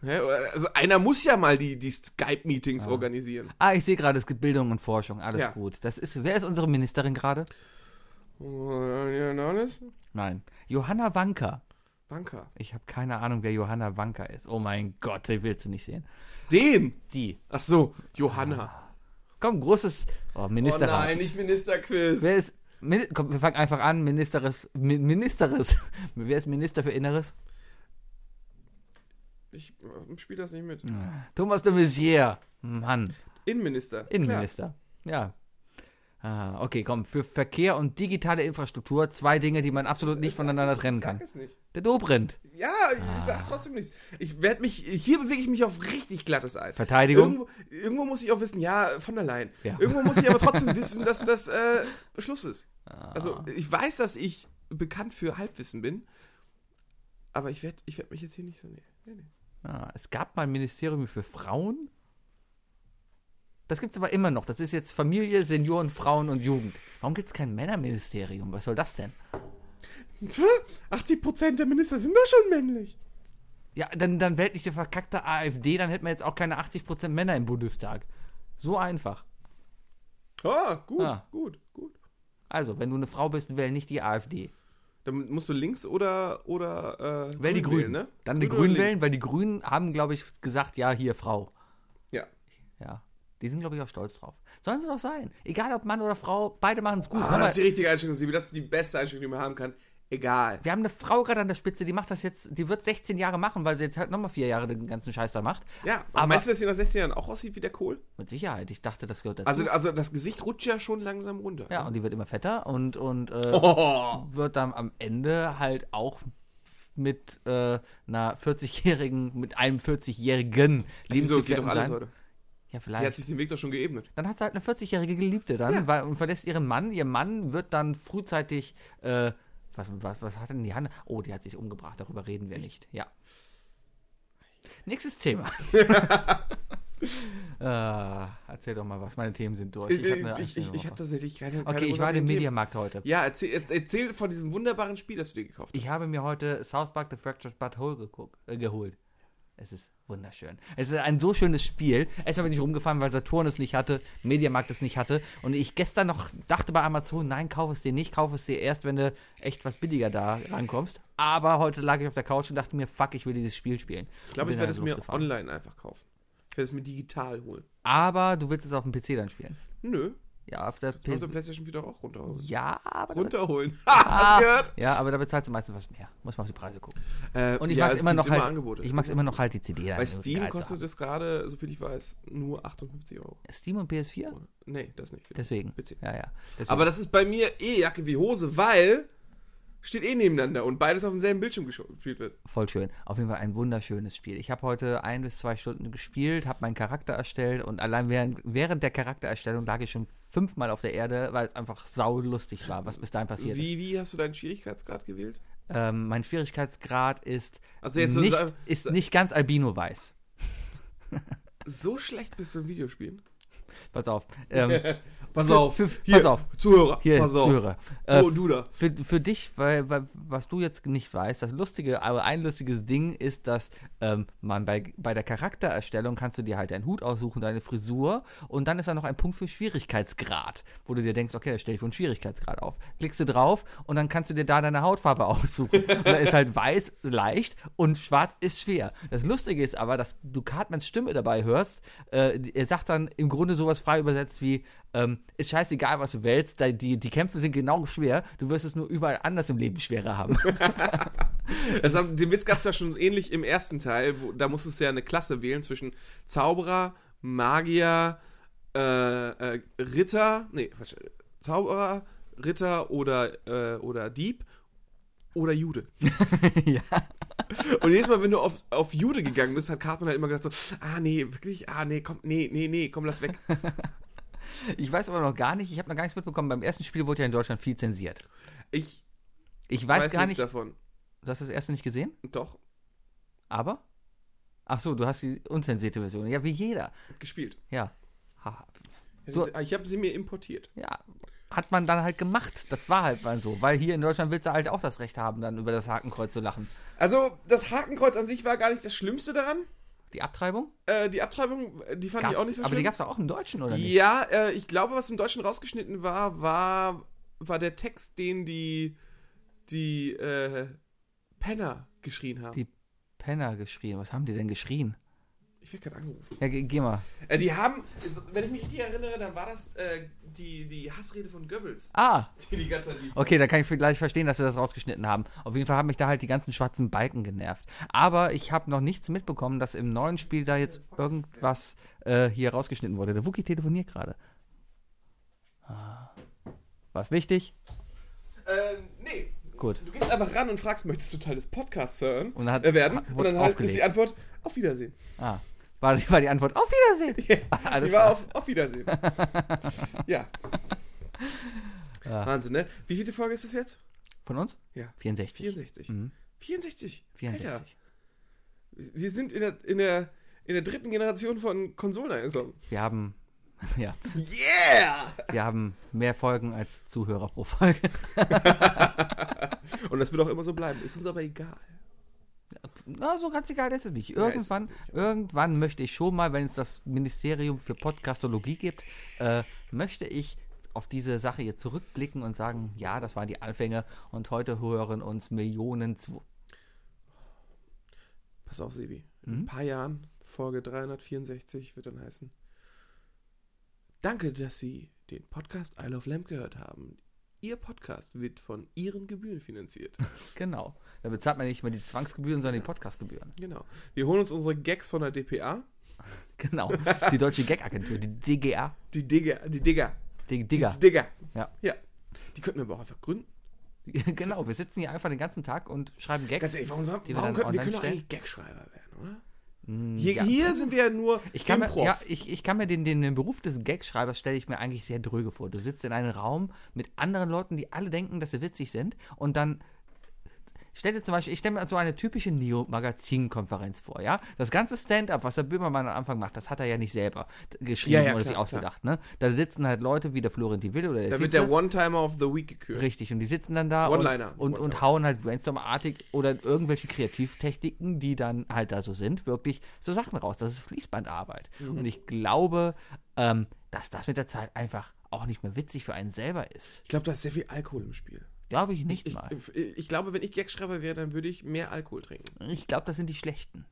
S3: Hä? Also einer muss ja mal die, die Skype-Meetings organisieren.
S2: Ah, ich sehe gerade, es gibt Bildung und Forschung. Alles
S3: Ja.
S2: gut. Das ist, wer ist unsere Ministerin gerade? Nein. Johanna Wanka.
S3: Banker.
S2: Ich habe keine Ahnung, wer Johanna Wanka ist. Oh mein Gott, die willst du nicht sehen.
S3: Den!
S2: Die.
S3: Ach so,
S2: Ah.
S3: Johanna.
S2: Komm, großes oh, Ministerrat.
S3: nicht Ministerquiz.
S2: Wer ist. Min- Komm, wir fangen einfach an. Ministeres. Min- Ministeres. *laughs* Wer ist Minister für Inneres?
S3: Ich äh, spiele das nicht mit.
S2: Thomas de Maizière. Mann.
S3: Innenminister.
S2: Innenminister. Ja. Ah, okay, komm. Für Verkehr und digitale Infrastruktur zwei Dinge, die man absolut nicht voneinander
S3: Klar.
S2: trennen
S3: Ich sag
S2: kann.
S3: es nicht.
S2: Der Dobrindt.
S3: Ja, ich,
S2: Ah.
S3: ich sag trotzdem nichts. Ich werde mich, hier bewege ich mich auf richtig glattes Eis.
S2: Verteidigung?
S3: Irgendwo, irgendwo muss ich auch wissen, ja, von der Leyen.
S2: Ja.
S3: Irgendwo muss ich
S2: *laughs*
S3: aber trotzdem wissen, dass das äh, Beschluss ist.
S2: Ah.
S3: Also, ich weiß, dass ich bekannt für Halbwissen bin, aber ich werde ich werd mich jetzt hier nicht so nehmen. Nee, nee.
S2: Ah, es gab mal ein Ministerium für Frauen. Das gibt es aber immer noch. Das ist jetzt Familie, Senioren, Frauen und Jugend. Warum gibt es kein Männerministerium? Was soll das denn?
S3: 80% der Minister sind doch schon männlich.
S2: Ja, dann, dann wählt nicht die verkackte AfD, dann hätten wir jetzt auch keine 80% Männer im Bundestag. So einfach.
S3: Ah, gut,
S2: Ah.
S3: gut, gut.
S2: Also, wenn du eine Frau bist, wähl nicht die AfD.
S3: Dann musst du links oder. oder äh,
S2: Wähl die
S3: Grün
S2: Grünen.
S3: wählen,
S2: Dann die
S3: Grün
S2: Grünen
S3: oder links?
S2: wählen, weil die Grünen haben, glaube ich, gesagt, ja, hier Frau.
S3: Ja.
S2: Ja. Die sind, glaube ich, auch stolz drauf. Sollen sie doch sein. Egal ob Mann oder Frau, beide machen es gut. Hör
S3: Ah,
S2: mal,
S3: das ist die richtige Einstellung, Sibi. Das ist die beste Einstellung, die man haben kann. Egal.
S2: Wir haben eine Frau gerade an der Spitze, die macht das jetzt, die wird 16 Jahre machen, weil sie jetzt halt nochmal vier Jahre den ganzen Scheiß da macht.
S3: Ja, aber
S2: Aber-
S3: meinst du, dass sie nach 16 Jahren auch aussieht wie der Kohl?
S2: Mit Sicherheit. Ich dachte, das gehört dazu.
S3: Also, also das Gesicht rutscht ja schon langsam runter.
S2: ja, und die wird immer fetter und, und äh,
S3: Oh,
S2: wird dann am Ende halt auch mit äh, einer 40-Jährigen, mit einem 40-Jährigen
S3: wieso geht doch
S2: lebensgefährten
S3: alles
S2: sein.
S3: heute?
S2: Ja,
S3: Die hat
S2: vielleicht.
S3: sich den Weg doch schon geebnet.
S2: Dann hat sie halt eine 40-jährige Geliebte dann weil, und verlässt ihren Mann. Ihr Mann wird dann frühzeitig, äh, was, was, was hat denn die Hand? Oh, die hat sich umgebracht, darüber reden wir nicht. Ja. Nächstes
S3: *laughs*
S2: Thema. äh, erzähl doch mal was, meine Themen sind durch.
S3: Ich,
S2: hab
S3: Äh, ich,
S2: eine
S3: ich, ich,
S2: Einstellung
S3: habe
S2: drauf.
S3: tatsächlich keine, keine
S2: Okay, ich war im
S3: großartigen Themen.
S2: Mediamarkt heute.
S3: Ja, erzähl, er- erzähl von diesem wunderbaren Spiel, das du dir gekauft hast.
S2: Ich habe mir heute South Park The Fractured But Whole geguckt, äh, geholt. Es ist wunderschön. Es ist ein so schönes Spiel. Erstmal bin ich rumgefahren, weil Saturn es nicht hatte, Mediamarkt es nicht hatte. Und ich gestern noch dachte bei Amazon, nein, kauf es dir nicht, kauf es dir erst, wenn du echt was billiger da rankommst. Aber heute lag ich auf der Couch und dachte mir, fuck, ich will dieses Spiel spielen. halt
S3: Ich glaube, ich werde es mir online einfach kaufen. Ich werde es mir digital holen.
S2: Aber du willst es auf dem PC dann spielen.
S3: Nö,
S2: Ja, auf der
S3: ich muss der
S2: PC.
S3: PlayStation wieder auch runterholen.
S2: Ja, Ah. aber.
S3: Runterholen. Ha, *laughs* hast du gehört?
S2: Ja, aber da bezahlst du meistens was mehr. Muss man auf die Preise gucken.
S3: Äh,
S2: Und ich
S3: ja,
S2: mag's
S3: es
S2: immer
S3: gibt
S2: noch halt.
S3: Angebote.
S2: Ich mag's immer noch halt die CD. dann
S3: Bei
S2: so
S3: Steam
S2: geil zu
S3: kostet es gerade, soviel ich weiß, nur 58 Euro.
S2: haben. Steam und PS4?
S3: Nee, das nicht.
S2: Deswegen.
S3: PC.
S2: Ja, ja. Deswegen.
S3: Aber das ist bei mir eh Jacke wie Hose, weil steht eh nebeneinander und beides auf demselben Bildschirm gesch- gespielt wird.
S2: voll schön. Auf jeden Fall ein wunderschönes Spiel. Ich habe heute ein bis zwei Stunden gespielt, habe meinen Charakter erstellt und allein während, während der Charaktererstellung lag ich schon fünfmal auf der Erde, weil es einfach saulustig war, was bis dahin passiert ist.
S3: Wie, wie hast du deinen Schwierigkeitsgrad gewählt?
S2: Ähm, mein Schwierigkeitsgrad ist,
S3: Also jetzt so
S2: nicht,
S3: sagen-
S2: ist nicht ganz albino-weiß.
S3: So schlecht bist du in Videospielen.
S2: Pass auf. Ähm,
S3: *laughs* Pass
S2: Für-
S3: auf.
S2: für-
S3: hier,
S2: pass auf.
S3: Zuhörer.
S2: hier,
S3: pass auf.
S2: Zuhörer. Äh,
S3: Oh, du da.
S2: für, für dich, weil, weil was du jetzt nicht weißt, das lustige, aber ein lustiges Ding ist, dass ähm, man bei, bei der Charaktererstellung kannst du dir halt deinen Hut aussuchen, deine Frisur und dann ist da noch ein Punkt für Schwierigkeitsgrad, wo du dir denkst, okay, da stell ich für einen Schwierigkeitsgrad auf. Klickst du drauf und dann kannst du dir da deine Hautfarbe *laughs* aussuchen. und da ist halt weiß leicht und schwarz ist schwer. Das Lustige ist aber, dass du Cartmans Stimme dabei hörst, äh, er sagt dann im Grunde sowas frei übersetzt wie, ähm, ist scheißegal, was du wählst, da- die, die Kämpfe sind genau schwer, du wirst es nur überall anders im Leben schwerer
S3: *laughs*
S2: haben.
S3: Das haben, den Witz gab es ja schon ähnlich im ersten Teil. Wo, da musstest du ja eine Klasse wählen zwischen Zauberer, Magier, äh, äh, Ritter, nee, Quatsch, Zauberer, Ritter oder, äh, oder Dieb oder Jude.
S2: *laughs* Ja.
S3: Und jedes Mal, wenn du auf, auf Jude gegangen bist, hat Cartman halt immer gesagt so, ah nee, wirklich, ah nee, komm, nee, nee, nee, komm, lass weg.
S2: Ich weiß aber noch gar nicht, ich habe noch gar nichts mitbekommen. Beim ersten Spiel wurde ja in Deutschland viel zensiert.
S3: Ich
S2: Ich *laughs*
S3: weiß,
S2: weiß, gar nicht,
S3: nichts davon.
S2: du hast das erste nicht gesehen,
S3: Doch,
S2: aber. Ach so, du hast die unzensierte Version. Ja, wie jeder.
S3: gespielt.
S2: Ja. Ha. Du-
S3: Ich habe sie mir importiert.
S2: ja, hat man dann halt gemacht. Das war halt mal so. Weil hier in Deutschland willst du halt auch das Recht haben, dann über das Hakenkreuz zu lachen.
S3: Also, das Hakenkreuz an sich war gar nicht das Schlimmste daran.
S2: Die Abtreibung?
S3: Äh, die Abtreibung, äh, die fand ich auch
S2: Gab's-
S3: nicht so
S2: aber die
S3: schlimm.
S2: gab es auch im Deutschen, oder nicht?
S3: Ja, äh, ich glaube, was im Deutschen rausgeschnitten war, war, war der Text, den die, die äh, Penner geschrien haben.
S2: Die- Penner geschrien. Was haben die denn geschrien?
S3: ich werde gerade angerufen.
S2: Ja, ge geh mal.
S3: Äh, die haben, so, wenn ich mich richtig erinnere, dann war das äh, die, die Hassrede von Goebbels, *laughs*
S2: Ah,
S3: die die ganze Zeit lief.
S2: Okay, da kann ich vielleicht verstehen, dass sie das rausgeschnitten haben. Auf jeden Fall haben mich da halt die ganzen schwarzen Balken genervt. Aber ich habe noch nichts mitbekommen, dass im neuen Spiel da jetzt irgendwas äh, hier rausgeschnitten wurde. Der Wookie telefoniert gerade. Ah. Was wichtig?
S3: Ähm, nee.
S2: Gut.
S3: Du gehst einfach ran und fragst, möchtest du Teil des Podcasts hören?
S2: Und dann hat-
S3: äh, werden?
S2: hat-
S3: und
S2: wurde
S3: dann halt ist die
S2: aufgelegt.
S3: Antwort, auf Wiedersehen.
S2: Ah. War, *laughs* war die Antwort auf
S3: *laughs*
S2: Wiedersehen. *laughs* Alles
S3: die war
S2: klar.
S3: auf,
S2: *laughs*
S3: auf Wiedersehen. ja.
S2: Ah.
S3: Wahnsinn, ne? Wie viele Folge ist das jetzt?
S2: Von uns?
S3: Ja.
S2: 64.
S3: 64.
S2: Mhm.
S3: 64.
S2: 64.
S3: Alter, wir sind in der, in der, in der dritten Generation von
S2: *laughs*
S3: Konsolen angekommen.
S2: Wir haben. Ja,
S3: Yeah!
S2: wir haben mehr Folgen als Zuhörer pro Folge.
S3: Und das wird auch immer so bleiben. Ist uns aber egal.
S2: Na, so ganz egal ist es nicht.
S3: ist es
S2: Irgendwann, irgendwann möchte ich schon mal, wenn es das Ministerium für Podcastologie gibt, äh, möchte ich auf diese Sache jetzt zurückblicken und sagen, ja, das waren die Anfänge und heute hören uns Millionen zu.
S3: Pass auf, Sebi.
S2: Mhm.
S3: In ein paar Jahren, Folge 364 wird dann heißen. Danke, dass Sie den Podcast Isle of Lamp gehört haben. Ihr Podcast wird von Ihren Gebühren finanziert.
S2: Genau. Da bezahlt man nicht mehr die Zwangsgebühren, sondern die Podcastgebühren. *laughs*
S3: genau. Wir holen uns unsere Gags von der DPA.
S2: Genau. Die Deutsche Gag-Agentur, die DGA.
S3: Die Digger. Die Digger.
S2: Die Digger.
S3: Die Digger.
S2: Ja.
S3: ja. Die könnten wir aber auch einfach gründen.
S2: *laughs* Genau. Wir sitzen hier einfach den ganzen Tag und schreiben
S3: Ganz
S2: Gags.
S3: ehrlich, warum, sollen,
S2: die wir
S3: warum
S2: dann
S3: könnten wir
S2: online
S3: können doch
S2: stellen? Hm,
S3: eigentlich Gagschreiber werden, oder? Hier,
S2: ja.
S3: hier sind wir ja nur
S2: Ich kann, mir,
S3: Improv.
S2: ja, ich, ich kann mir den, den, den Beruf des Gagschreibers stelle ich mir eigentlich sehr dröge vor. Du sitzt in einem Raum mit anderen Leuten, die alle denken, dass sie witzig sind und dann stell dir zum Beispiel, ich stelle mir so eine typische Neo-Magazin-Konferenz vor, ja? Das ganze Stand-up, was der Böhmermann am Anfang macht, das hat er ja nicht selber d- geschrieben
S3: Ja, ja,
S2: oder
S3: klar,
S2: sich ausgedacht, ne? Da sitzen halt Leute wie der Florentin Will oder der
S3: da wird
S2: Tietze.
S3: der One-Timer of the Week gekürt.
S2: Richtig, und die sitzen dann da und,
S3: One-Liner.
S2: und, und
S3: One-Liner.
S2: hauen halt brainstormartig oder irgendwelche Kreativtechniken, die dann halt da so sind, wirklich so Sachen raus. Das ist Fließbandarbeit.
S3: Mhm.
S2: Und ich glaube, ähm, dass das mit der Zeit einfach auch nicht mehr witzig für einen selber ist.
S3: Ich glaube, da ist sehr viel Alkohol im Spiel.
S2: Glaube ich nicht
S3: Ich,
S2: mal.
S3: ich, ich glaube, wenn ich Gagschreiber wäre, dann würde ich mehr Alkohol trinken.
S2: Ich glaube, das sind die Schlechten.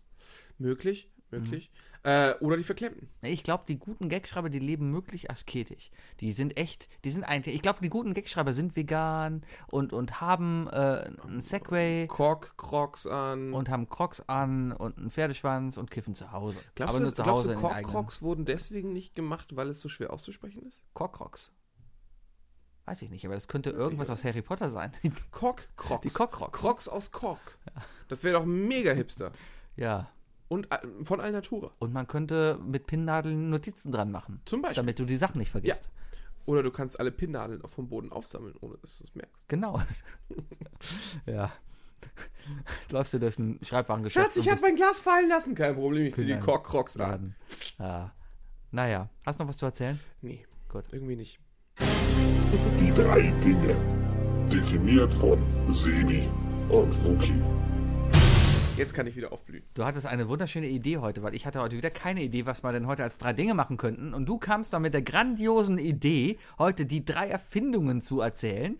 S3: Möglich, möglich.
S2: Mhm.
S3: Äh, oder die Verklemmten.
S2: Ich glaube, die guten Gagschreiber, die leben möglich asketisch. Die sind echt, die sind eigentlich, ich glaube, die guten Gagschreiber sind vegan und, und haben äh, einen Segway
S3: Kork, Crocs an.
S2: und haben Crocs an und einen Pferdeschwanz und kiffen zu Hause.
S3: glaubst
S2: aber
S3: du,
S2: nur zu
S3: glaubst
S2: Hause
S3: du
S2: in den
S3: Kork,
S2: eigenen.
S3: Crocs wurden deswegen nicht gemacht, weil es so schwer auszusprechen ist?
S2: Kork Crocs. Weiß ich nicht, aber das könnte irgendwas aus Harry Potter sein. *laughs*
S3: Kork, Crocs.
S2: Die Kork Crocs.
S3: Crocs aus Kork. Das wäre doch mega hipster.
S2: ja.
S3: Und äh, von Alnatura.
S2: Und man könnte mit Pinnnadeln Notizen dran machen,
S3: Zum Beispiel.
S2: damit du die Sachen nicht vergisst.
S3: Oder du kannst alle Pinnadeln auch vom Boden aufsammeln, ohne dass du es merkst. *laughs*
S2: Genau. ja. Läufst du durch ein Schreibwarengeschäft.
S3: Schatz, ich habe mein Glas fallen lassen. Kein Problem, ich zieh die
S2: Pinnadel.
S3: Kork, Crocs an.
S2: Laden. Ja. Naja, hast du noch was zu erzählen?
S3: Nee,
S2: Gut.
S3: irgendwie nicht.
S5: Die drei Dinge. Definiert von Sebi und Fuki.
S3: Jetzt kann ich wieder aufblühen.
S2: Du hattest eine wunderschöne Idee heute, weil ich hatte heute wieder keine Idee, was wir denn heute als drei Dinge machen könnten. Und du kamst dann mit der grandiosen Idee, heute die drei Erfindungen zu erzählen,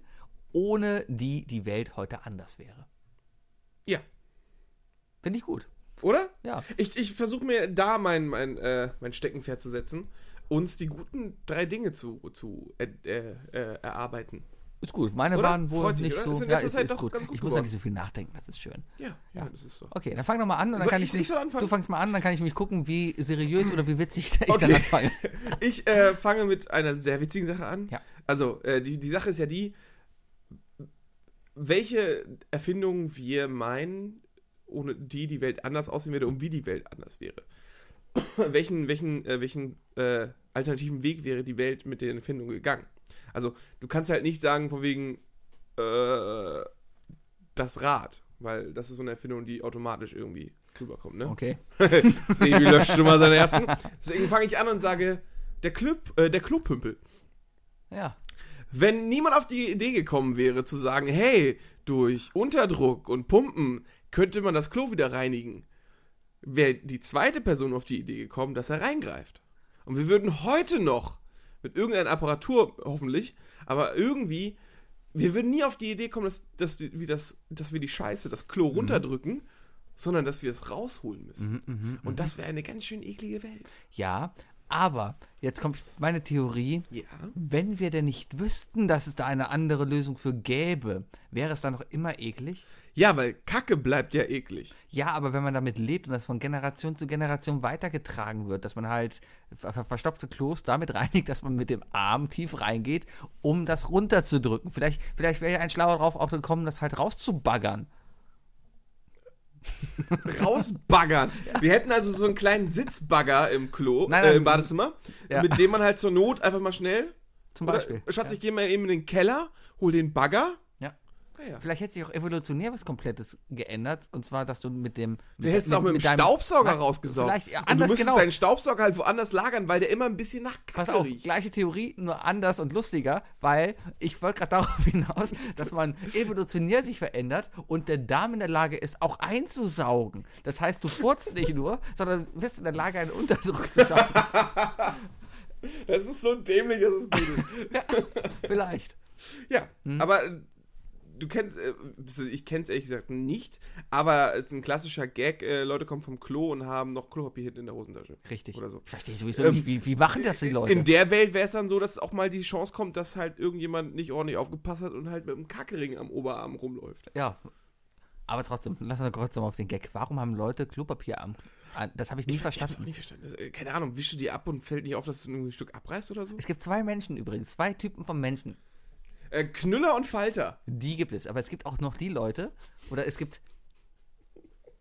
S2: ohne die die Welt heute anders wäre.
S3: Ja,
S2: Finde ich gut.
S3: oder?
S2: Ja.
S3: Ich, ich versuche mir da mein, mein, äh, mein Steckenpferd zu setzen, uns die guten drei Dinge zu, zu äh, äh, äh, erarbeiten.
S2: Ist gut. Meine
S3: Oder?
S2: waren wohl
S3: Freut dich,
S2: nicht
S3: oder?
S2: so.
S3: Ist in
S2: ja,
S3: letzter
S2: ist,
S3: Zeit
S2: ist
S3: doch
S2: gut.
S3: ganz gut
S2: Ich muss ja
S3: geworden.
S2: nicht so viel nachdenken, das ist schön.
S3: Ja, ja, das ist so.
S2: Okay, dann fang doch mal an und dann
S3: Soll
S2: kann
S3: ich-
S2: ich, nicht.
S3: ich soll anfangen?
S2: Du fangst mal an, dann kann ich mich gucken, wie seriös oder wie witzig ich dann
S3: Okay.
S2: anfange.
S3: Ich äh, fange mit einer sehr witzigen Sache an.
S2: Ja.
S3: Also, äh, die, die Sache ist ja die, welche Erfindungen wir meinen, ohne die *coughs* die Welt anders aussehen würde und wie die Welt anders wäre. welchen welchen, äh, welchen äh, alternativen Weg wäre die Welt mit der Erfindung gegangen. Also du kannst halt nicht sagen von wegen äh, das Rad, weil das ist so eine Erfindung, die automatisch irgendwie rüberkommt. Ne?
S2: Okay.
S3: Sebi löscht schon mal seinen ersten. Deswegen fange ich an und sage der Club, äh, der Klopümpel.
S2: Ja.
S3: Wenn niemand auf die Idee gekommen wäre zu sagen, hey, durch Unterdruck und Pumpen könnte man das Klo wieder reinigen, wäre die zweite Person auf die Idee gekommen, dass er reingreift. Und wir würden heute noch mit irgendeiner Apparatur, hoffentlich, aber irgendwie, wir würden nie auf die Idee kommen, dass, dass, die- wie das, dass wir die Scheiße, das Klo runterdrücken, sondern dass wir es rausholen müssen. Und das wäre eine ganz schön eklige Welt.
S2: Ja. Aber jetzt kommt meine Theorie.
S3: Ja.
S2: Wenn wir denn nicht wüssten, dass es da eine andere Lösung für gäbe, wäre es dann noch immer eklig?
S3: Ja, weil Kacke bleibt ja eklig.
S2: Ja, aber wenn man damit lebt und das von Generation zu Generation weitergetragen wird, dass man halt ver ver- verstopfte Klos damit *laughs* reinigt, dass man mit dem Arm tief reingeht, um das runterzudrücken. Vielleicht, vielleicht wäre ja ein Schlauer drauf auch gekommen, das halt rauszubaggern. *laughs*
S3: rausbaggern. Wir hätten also so einen kleinen Sitzbagger im Klo,
S2: Nein, nein,
S3: äh, im Badezimmer,
S2: ja.
S3: mit dem man halt zur Not einfach mal schnell.
S2: Zum
S3: Oder,
S2: Beispiel.
S3: Schatz, ich gehe mal eben in den Keller, hol den Bagger.
S2: Ja.
S3: Naja.
S2: Vielleicht hätte sich auch evolutionär was Komplettes geändert. Und zwar, dass du mit dem.
S3: Du hättest auch mit dem
S2: deinem-
S3: Staubsauger
S2: Nein,
S3: rausgesaugt.
S2: Vielleicht, ja,
S3: und du
S2: anders
S3: müsstest
S2: genau.
S3: deinen Staubsauger halt woanders lagern, weil der immer ein bisschen nach Kacke
S2: Pass auf,
S3: riecht.
S2: gleiche Theorie, nur anders und lustiger, weil ich wollte gerade *laughs* darauf hinaus, dass man evolutionär sich verändert und der Darm in der Lage ist, auch einzusaugen. Das heißt, du furzt nicht nur, sondern bist in der Lage, einen Unterdruck zu *laughs* schaffen.
S3: Das ist so dämlich, dass es gut
S2: *laughs*
S3: ist.
S2: Vielleicht.
S3: Ja,
S2: Hm?
S3: aber äh, du kennst, äh, ich kenn's ehrlich gesagt nicht, aber es ist ein klassischer Gag, äh, Leute kommen vom Klo und haben noch Klopapier hinten in der Hosentasche.
S2: Richtig.
S3: Oder so.
S2: Ich verstehe sowieso
S3: Ähm,
S2: nicht, wie, wie machen das die Leute?
S3: In der Welt wäre es dann so, dass auch mal die Chance kommt, dass halt irgendjemand nicht ordentlich aufgepasst hat und halt mit einem Kackering am Oberarm rumläuft.
S2: ja. Aber trotzdem, lass uns kurz nochmal auf den Gag. Warum haben Leute Klopapier am. an- Das habe ich nie
S3: Ich hab's auch
S2: verstanden.
S3: nicht verstanden. Also, äh, keine Ahnung, wischst du die ab und fällt nicht auf, dass du ein Stück abreißt oder so?
S2: Es gibt zwei Menschen übrigens, zwei Typen von Menschen.
S3: Äh, Knüller und Falter.
S2: Die gibt es, aber es gibt auch noch die Leute, oder es gibt.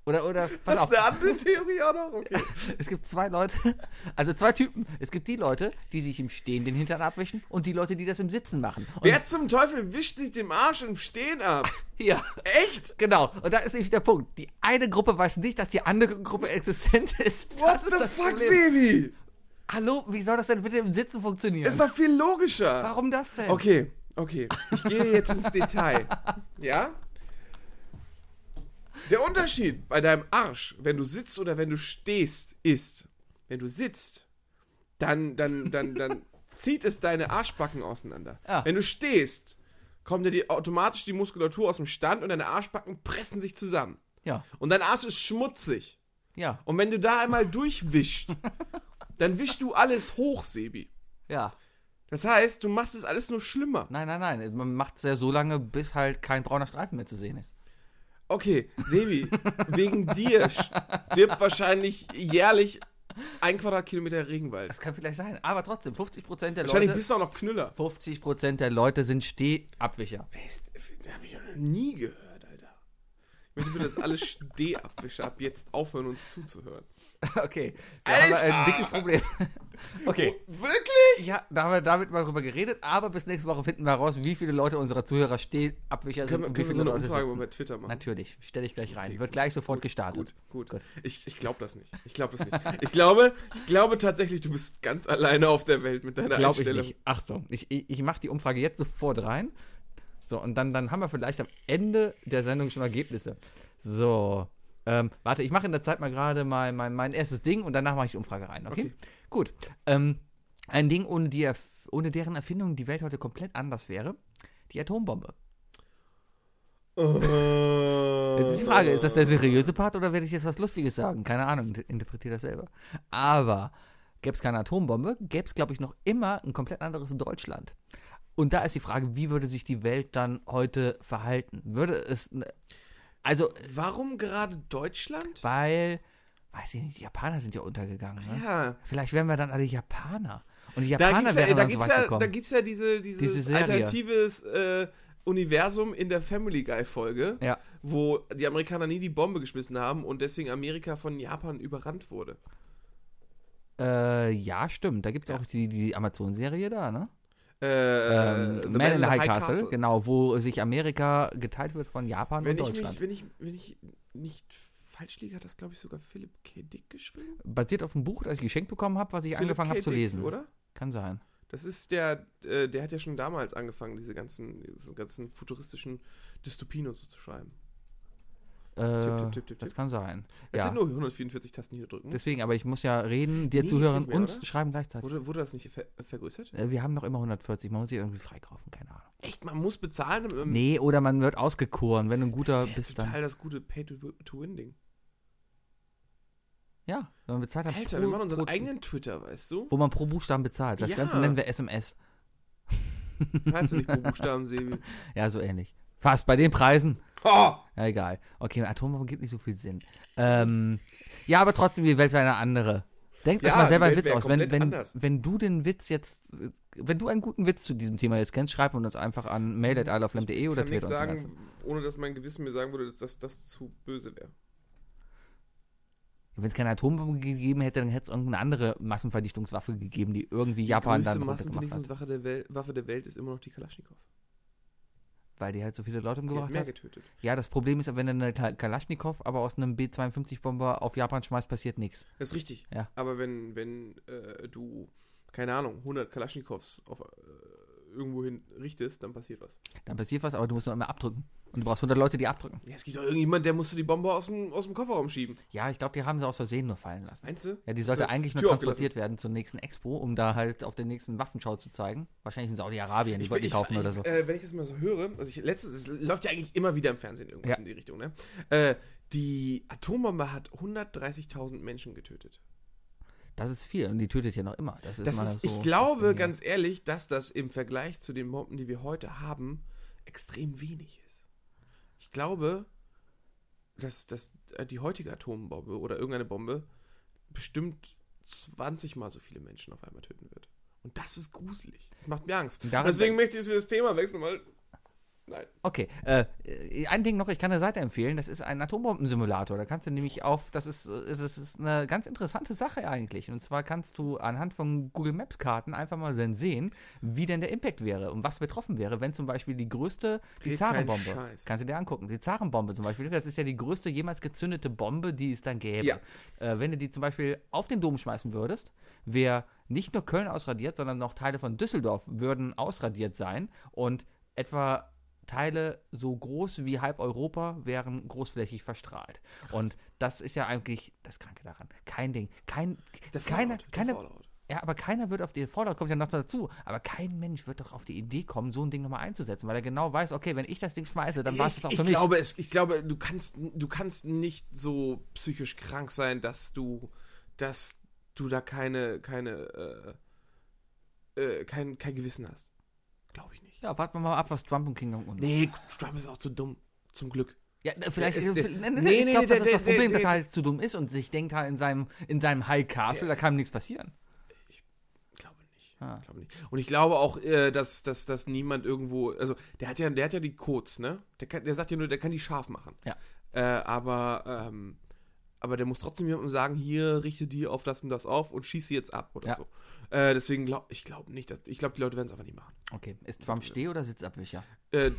S2: Oder, oder, pass
S3: Das
S2: auf,
S3: ist eine andere Theorie auch noch. Okay.
S2: es gibt zwei Leute, *laughs* also zwei Typen. Es gibt die Leute, die sich im Stehen den Hintern abwischen und die Leute, die das im Sitzen machen. Und
S3: Wer zum Teufel wischt sich dem Arsch im Stehen ab?
S2: Ja,
S3: Echt?
S2: genau. Und da ist nämlich der Punkt. Die eine Gruppe weiß nicht, dass die andere Gruppe existent ist.
S3: What
S2: *laughs* Das ist
S3: the
S2: das
S3: fuck,
S2: Problem.
S3: Sebi?
S2: Hallo, wie soll das denn bitte im Sitzen funktionieren?
S3: Ist doch viel logischer.
S2: Warum das denn?
S3: Okay, okay. Ich gehe jetzt ins Detail. Ja? Der Unterschied bei deinem Arsch, wenn du sitzt oder wenn du stehst, ist, wenn du sitzt, dann, dann, dann, dann zieht es deine Arschbacken auseinander.
S2: Ja.
S3: Wenn du stehst, kommt dir die, automatisch die Muskulatur aus dem Stand und deine Arschbacken pressen sich zusammen.
S2: Ja,
S3: Und dein Arsch ist schmutzig.
S2: ja,
S3: Und wenn du da einmal durchwischst, dann wischst du alles hoch, Sebi.
S2: ja.
S3: Das heißt, du machst es alles nur schlimmer.
S2: Nein, nein, nein. Man macht es ja so lange, bis halt kein brauner Streifen mehr zu sehen ist.
S3: Okay, Sebi, wegen dir stirbt wahrscheinlich jährlich ein Quadratkilometer Regenwald.
S2: Das kann vielleicht sein, aber trotzdem, 50% der
S3: Wahrscheinlich
S2: Leute.
S3: bist du auch noch Knüller.
S2: 50% der Leute sind
S3: *laughs*
S2: Stehabwischer.
S3: Da habe ich noch nie gehört, Alter. Ich möchte bitte, dass alle Stehabwischer ab jetzt aufhören, uns zuzuhören.
S2: Okay. Da haben wir ein dickes *laughs* Problem. Okay.
S3: Wirklich?
S2: Oh, Ja, da haben wir damit mal drüber geredet, aber bis nächste Woche finden wir heraus, wie viele Leute unserer Zuhörer Stehabwischer sind
S3: Können, wir-
S2: und wie
S3: können wir
S2: viele
S3: so eine
S2: Leute
S3: Umfrage mal
S2: sitzen.
S3: bei Twitter machen?
S2: Natürlich, stelle ich gleich rein. Wird gleich sofort gestartet.
S3: Gut.
S2: Gut.
S3: Ich, ich glaube das nicht. Ich glaube das nicht. Ich glaube, ich glaube tatsächlich, du bist ganz alleine auf der Welt mit deiner
S2: Glaube ich
S3: Einstellung.
S2: nicht. Achtung, ich, ich, ich mache die Umfrage jetzt sofort rein. So, und dann, dann haben wir vielleicht am Ende der Sendung schon Ergebnisse. So, ähm, warte, ich mache in der Zeit mal gerade mal mein, mein erstes Ding und danach mache ich die Umfrage rein, okay?
S3: Okay.
S2: Gut. Ähm, ein Ding, ohne, die Erf ohne deren Erfindung die Welt heute komplett anders wäre, die Atombombe. Jetzt ist die Frage, ist das der seriöse Part oder werde ich jetzt was Lustiges sagen? Keine Ahnung, int- interpretiere das selber. Aber gäbe es keine Atombombe, gäbe es, glaube ich, noch immer ein komplett anderes Deutschland. Und da ist die Frage, wie würde sich die Welt dann heute verhalten? Würde es. ne- Also,
S3: Warum gerade Deutschland?
S2: weil, weiß ich nicht, die Japaner sind ja untergegangen. Ne?
S3: Ja.
S2: Vielleicht wären wir dann alle Japaner. Und die
S3: Da
S2: Japaner
S3: gibt's ja,
S2: wären
S3: da
S2: dann so
S3: gibt's
S2: weit
S3: ja, da
S2: gekommen.
S3: gibt's ja diese, dieses
S2: Diese Serie.
S3: alternatives äh, Universum in der Family Guy Folge,
S2: Ja.
S3: wo die Amerikaner nie die Bombe geschmissen haben und deswegen Amerika von Japan überrannt wurde.
S2: Äh, ja, stimmt. Da gibt es auch die, die Amazon-Serie da, ne?
S3: Äh,
S2: Ähm,
S3: The
S2: Man in the High Castle, genau, wo sich Amerika geteilt wird von Japan
S3: Wenn
S2: und
S3: ich,
S2: Deutschland.
S3: mich, wenn, ich, wenn ich nicht falsch liege, hat das, glaube ich, sogar Philip K. Dick geschrieben.
S2: Basiert auf einem Buch, das ich geschenkt bekommen habe, was ich
S3: Philip
S2: angefangen
S3: K.
S2: habe zu
S3: Dick,
S2: lesen.
S3: Oder?
S2: Kann sein.
S3: Das ist der, äh, der hat ja schon damals angefangen, diese ganzen, diese ganzen futuristischen Dystopien und so zu schreiben.
S2: Äh,
S3: Tipp, tipp, tipp, tipp,
S2: das
S3: tipp.
S2: kann sein.
S3: Es
S2: Ja.
S3: sind nur 144 Tasten hier drücken.
S2: Deswegen, aber ich muss ja reden, dir
S3: Nee,
S2: zuhören
S3: ist nicht mehr,
S2: und
S3: oder?
S2: schreiben gleichzeitig.
S3: Wurde, wurde das nicht ver vergrößert?
S2: Äh, Wir haben noch immer 140, man muss sich irgendwie freikaufen, keine Ahnung.
S3: Echt, man muss bezahlen? damit man-
S2: Nee, oder man wird ausgekoren, wenn du ein guter
S3: Ähm, das wär
S2: bist
S3: total
S2: dann.
S3: das gute Pay-to-Win-Ding.
S2: Ja, wenn man bezahlt hat.
S3: Alter,
S2: pro-
S3: wir machen unseren
S2: pro-
S3: eigenen Twitter, weißt du?
S2: Wo man pro Buchstaben bezahlt. Das
S3: Ja.
S2: Ganze nennen wir SMS.
S3: Das heißt doch
S2: *laughs*
S3: nicht pro Buchstaben, Sebi.
S2: Ja, so ähnlich. Fast bei den Preisen.
S3: Oh!
S2: Ja, egal. Okay, Atombomben gibt nicht so viel Sinn. Ähm, ja, aber trotzdem, die Welt wäre eine andere. Denkt euch
S3: Ja,
S2: mal selber
S3: die
S2: einen Witz
S3: Welt wäre
S2: aus. Wenn,
S3: komplett
S2: wenn,
S3: anders.
S2: wenn du den Witz jetzt, äh, wenn du einen guten Witz zu diesem Thema jetzt kennst, schreib uns einfach an mail.iloflam.de E oder
S3: Mhm. kann
S2: twitter
S3: nichts
S2: uns den ganzen.
S3: sagen, ohne dass mein Gewissen mir sagen würde, dass das, das zu böse wäre.
S2: Wenn es keine Atombombe gegeben hätte, dann hätte es irgendeine andere Massenvernichtungswaffe gegeben, die irgendwie Japan
S3: die größte
S2: dann runtergemacht hat.
S3: Massenvernichtungswaffe der, Wel Waffe der Welt ist immer noch die Kalaschnikow.
S2: Weil die halt so viele Leute
S3: Die hat
S2: umgebracht
S3: mehr
S2: hat.
S3: getötet.
S2: Ja, das Problem ist, wenn du eine Ka- Kalaschnikow aber aus einem B-52-Bomber auf Japan schmeißt, passiert nichts.
S3: Das ist richtig.
S2: Ja.
S3: Aber wenn, wenn äh, du, keine Ahnung, 100 Kalaschnikows auf, äh, irgendwohin richtest, dann passiert was.
S2: Dann passiert was, aber du musst nur immer abdrücken. Und du brauchst 100 Leute, die abdrücken.
S3: Ja, es gibt doch irgendjemand, der musste die Bombe aus dem, aus dem Kofferraum schieben.
S2: Ja, ich glaube, die haben sie aus Versehen nur fallen lassen.
S3: Meinst du?
S2: Ja, die sollte
S3: Also,
S2: eigentlich nur
S3: Tür
S2: transportiert werden zur nächsten Expo, um da halt auf der nächsten Waffenschau zu zeigen. Wahrscheinlich in Saudi-Arabien, die wollten die kaufen
S3: ich,
S2: oder so.
S3: Äh, wenn ich das mal so höre, also ich letztes, es läuft ja eigentlich immer wieder im Fernsehen irgendwas
S2: Ja.
S3: in die Richtung, ne? Äh, die Atombombe hat 130.000 Menschen getötet.
S2: Das ist viel und die tötet ja noch immer. Das ist,
S3: Das
S2: immer
S3: ist,
S2: so.
S3: ich glaube
S2: das Ding, ja.
S3: ganz ehrlich, dass das im Vergleich zu den Bomben, die wir heute haben, extrem wenig ist. Ich glaube, dass, dass äh, die heutige Atombombe oder irgendeine Bombe bestimmt 20 mal so viele Menschen auf einmal töten wird. Und das ist gruselig. Das macht mir Angst.
S2: Und daran
S3: Deswegen möchte ich jetzt wieder das Thema wechseln, weil. Nein.
S2: Okay, äh, äh, ein Ding noch, ich kann eine Seite empfehlen, das ist ein Atombombensimulator. Da kannst du nämlich auf, das ist, äh, es ist, es ist eine ganz interessante Sache eigentlich. Und zwar kannst du anhand von Google Maps Karten einfach mal dann sehen, wie denn der Impact wäre und was betroffen wäre, wenn zum Beispiel die größte, die
S3: Red keinen
S2: Zarenbombe,
S3: Scheiß.
S2: kannst du dir angucken, die Zarenbombe zum Beispiel, das ist ja die größte jemals gezündete Bombe, die es dann gäbe.
S3: Ja.
S2: Äh, wenn du die zum Beispiel auf den Dom schmeißen würdest, wäre nicht nur Köln ausradiert, sondern noch Teile von Düsseldorf würden ausradiert sein und etwa Teile so groß wie halb Europa wären großflächig verstrahlt. Und das ist ja eigentlich das Kranke daran. Kein Ding. Kein,
S3: Der
S2: keiner,
S3: Fallout, der
S2: keiner,
S3: Fallout.
S2: ja, aber keiner wird auf die Fallout kommt ja noch dazu. Aber kein Mensch wird doch auf die Idee kommen, so ein Ding nochmal einzusetzen, weil er genau weiß, okay, wenn ich das Ding schmeiße, dann war es
S3: Ich-
S2: das auch
S3: ich
S2: für mich.
S3: Glaube, es, ich glaube, du kannst, du kannst nicht so psychisch krank sein, dass du, dass du da keine, keine, äh, äh, kein, kein Gewissen hast. Glaube ich nicht.
S2: ja, warten wir mal ab, was Trump und Kingdom und.
S3: Nee, Trump ist auch zu dumm. Zum Glück.
S2: Ja, ne, vielleicht
S3: Der
S2: ist,
S3: ist-
S2: nee,
S3: der-
S2: nee,
S3: äh, nee,
S2: ich
S3: nee,
S2: glaube, das
S3: der-
S2: ist das
S3: der-
S2: Problem, dass er
S3: der-
S2: halt zu dumm ist und sich denkt halt in seinem, in seinem High Castle, da kann ihm nichts passieren.
S3: Ich glaube nicht.
S2: Ah.
S3: Ich glaube nicht. Und ich glaube auch, äh, dass, dass, dass niemand irgendwo, also der hat ja, der hat ja die Codes, ne? Der, kann, der sagt ja nur, der kann die scharf machen.
S2: Ja.
S3: Äh, aber, ähm, aber der muss trotzdem jemandem sagen, hier richte die auf das und das auf und schieß sie jetzt ab oder
S2: Ja.
S3: so. Äh, deswegen glaube ich glaube nicht, dass, ich glaube, die Leute werden es einfach nicht machen.
S2: Okay, ist Trump Steh- oder Sitzabwischer?
S3: Äh,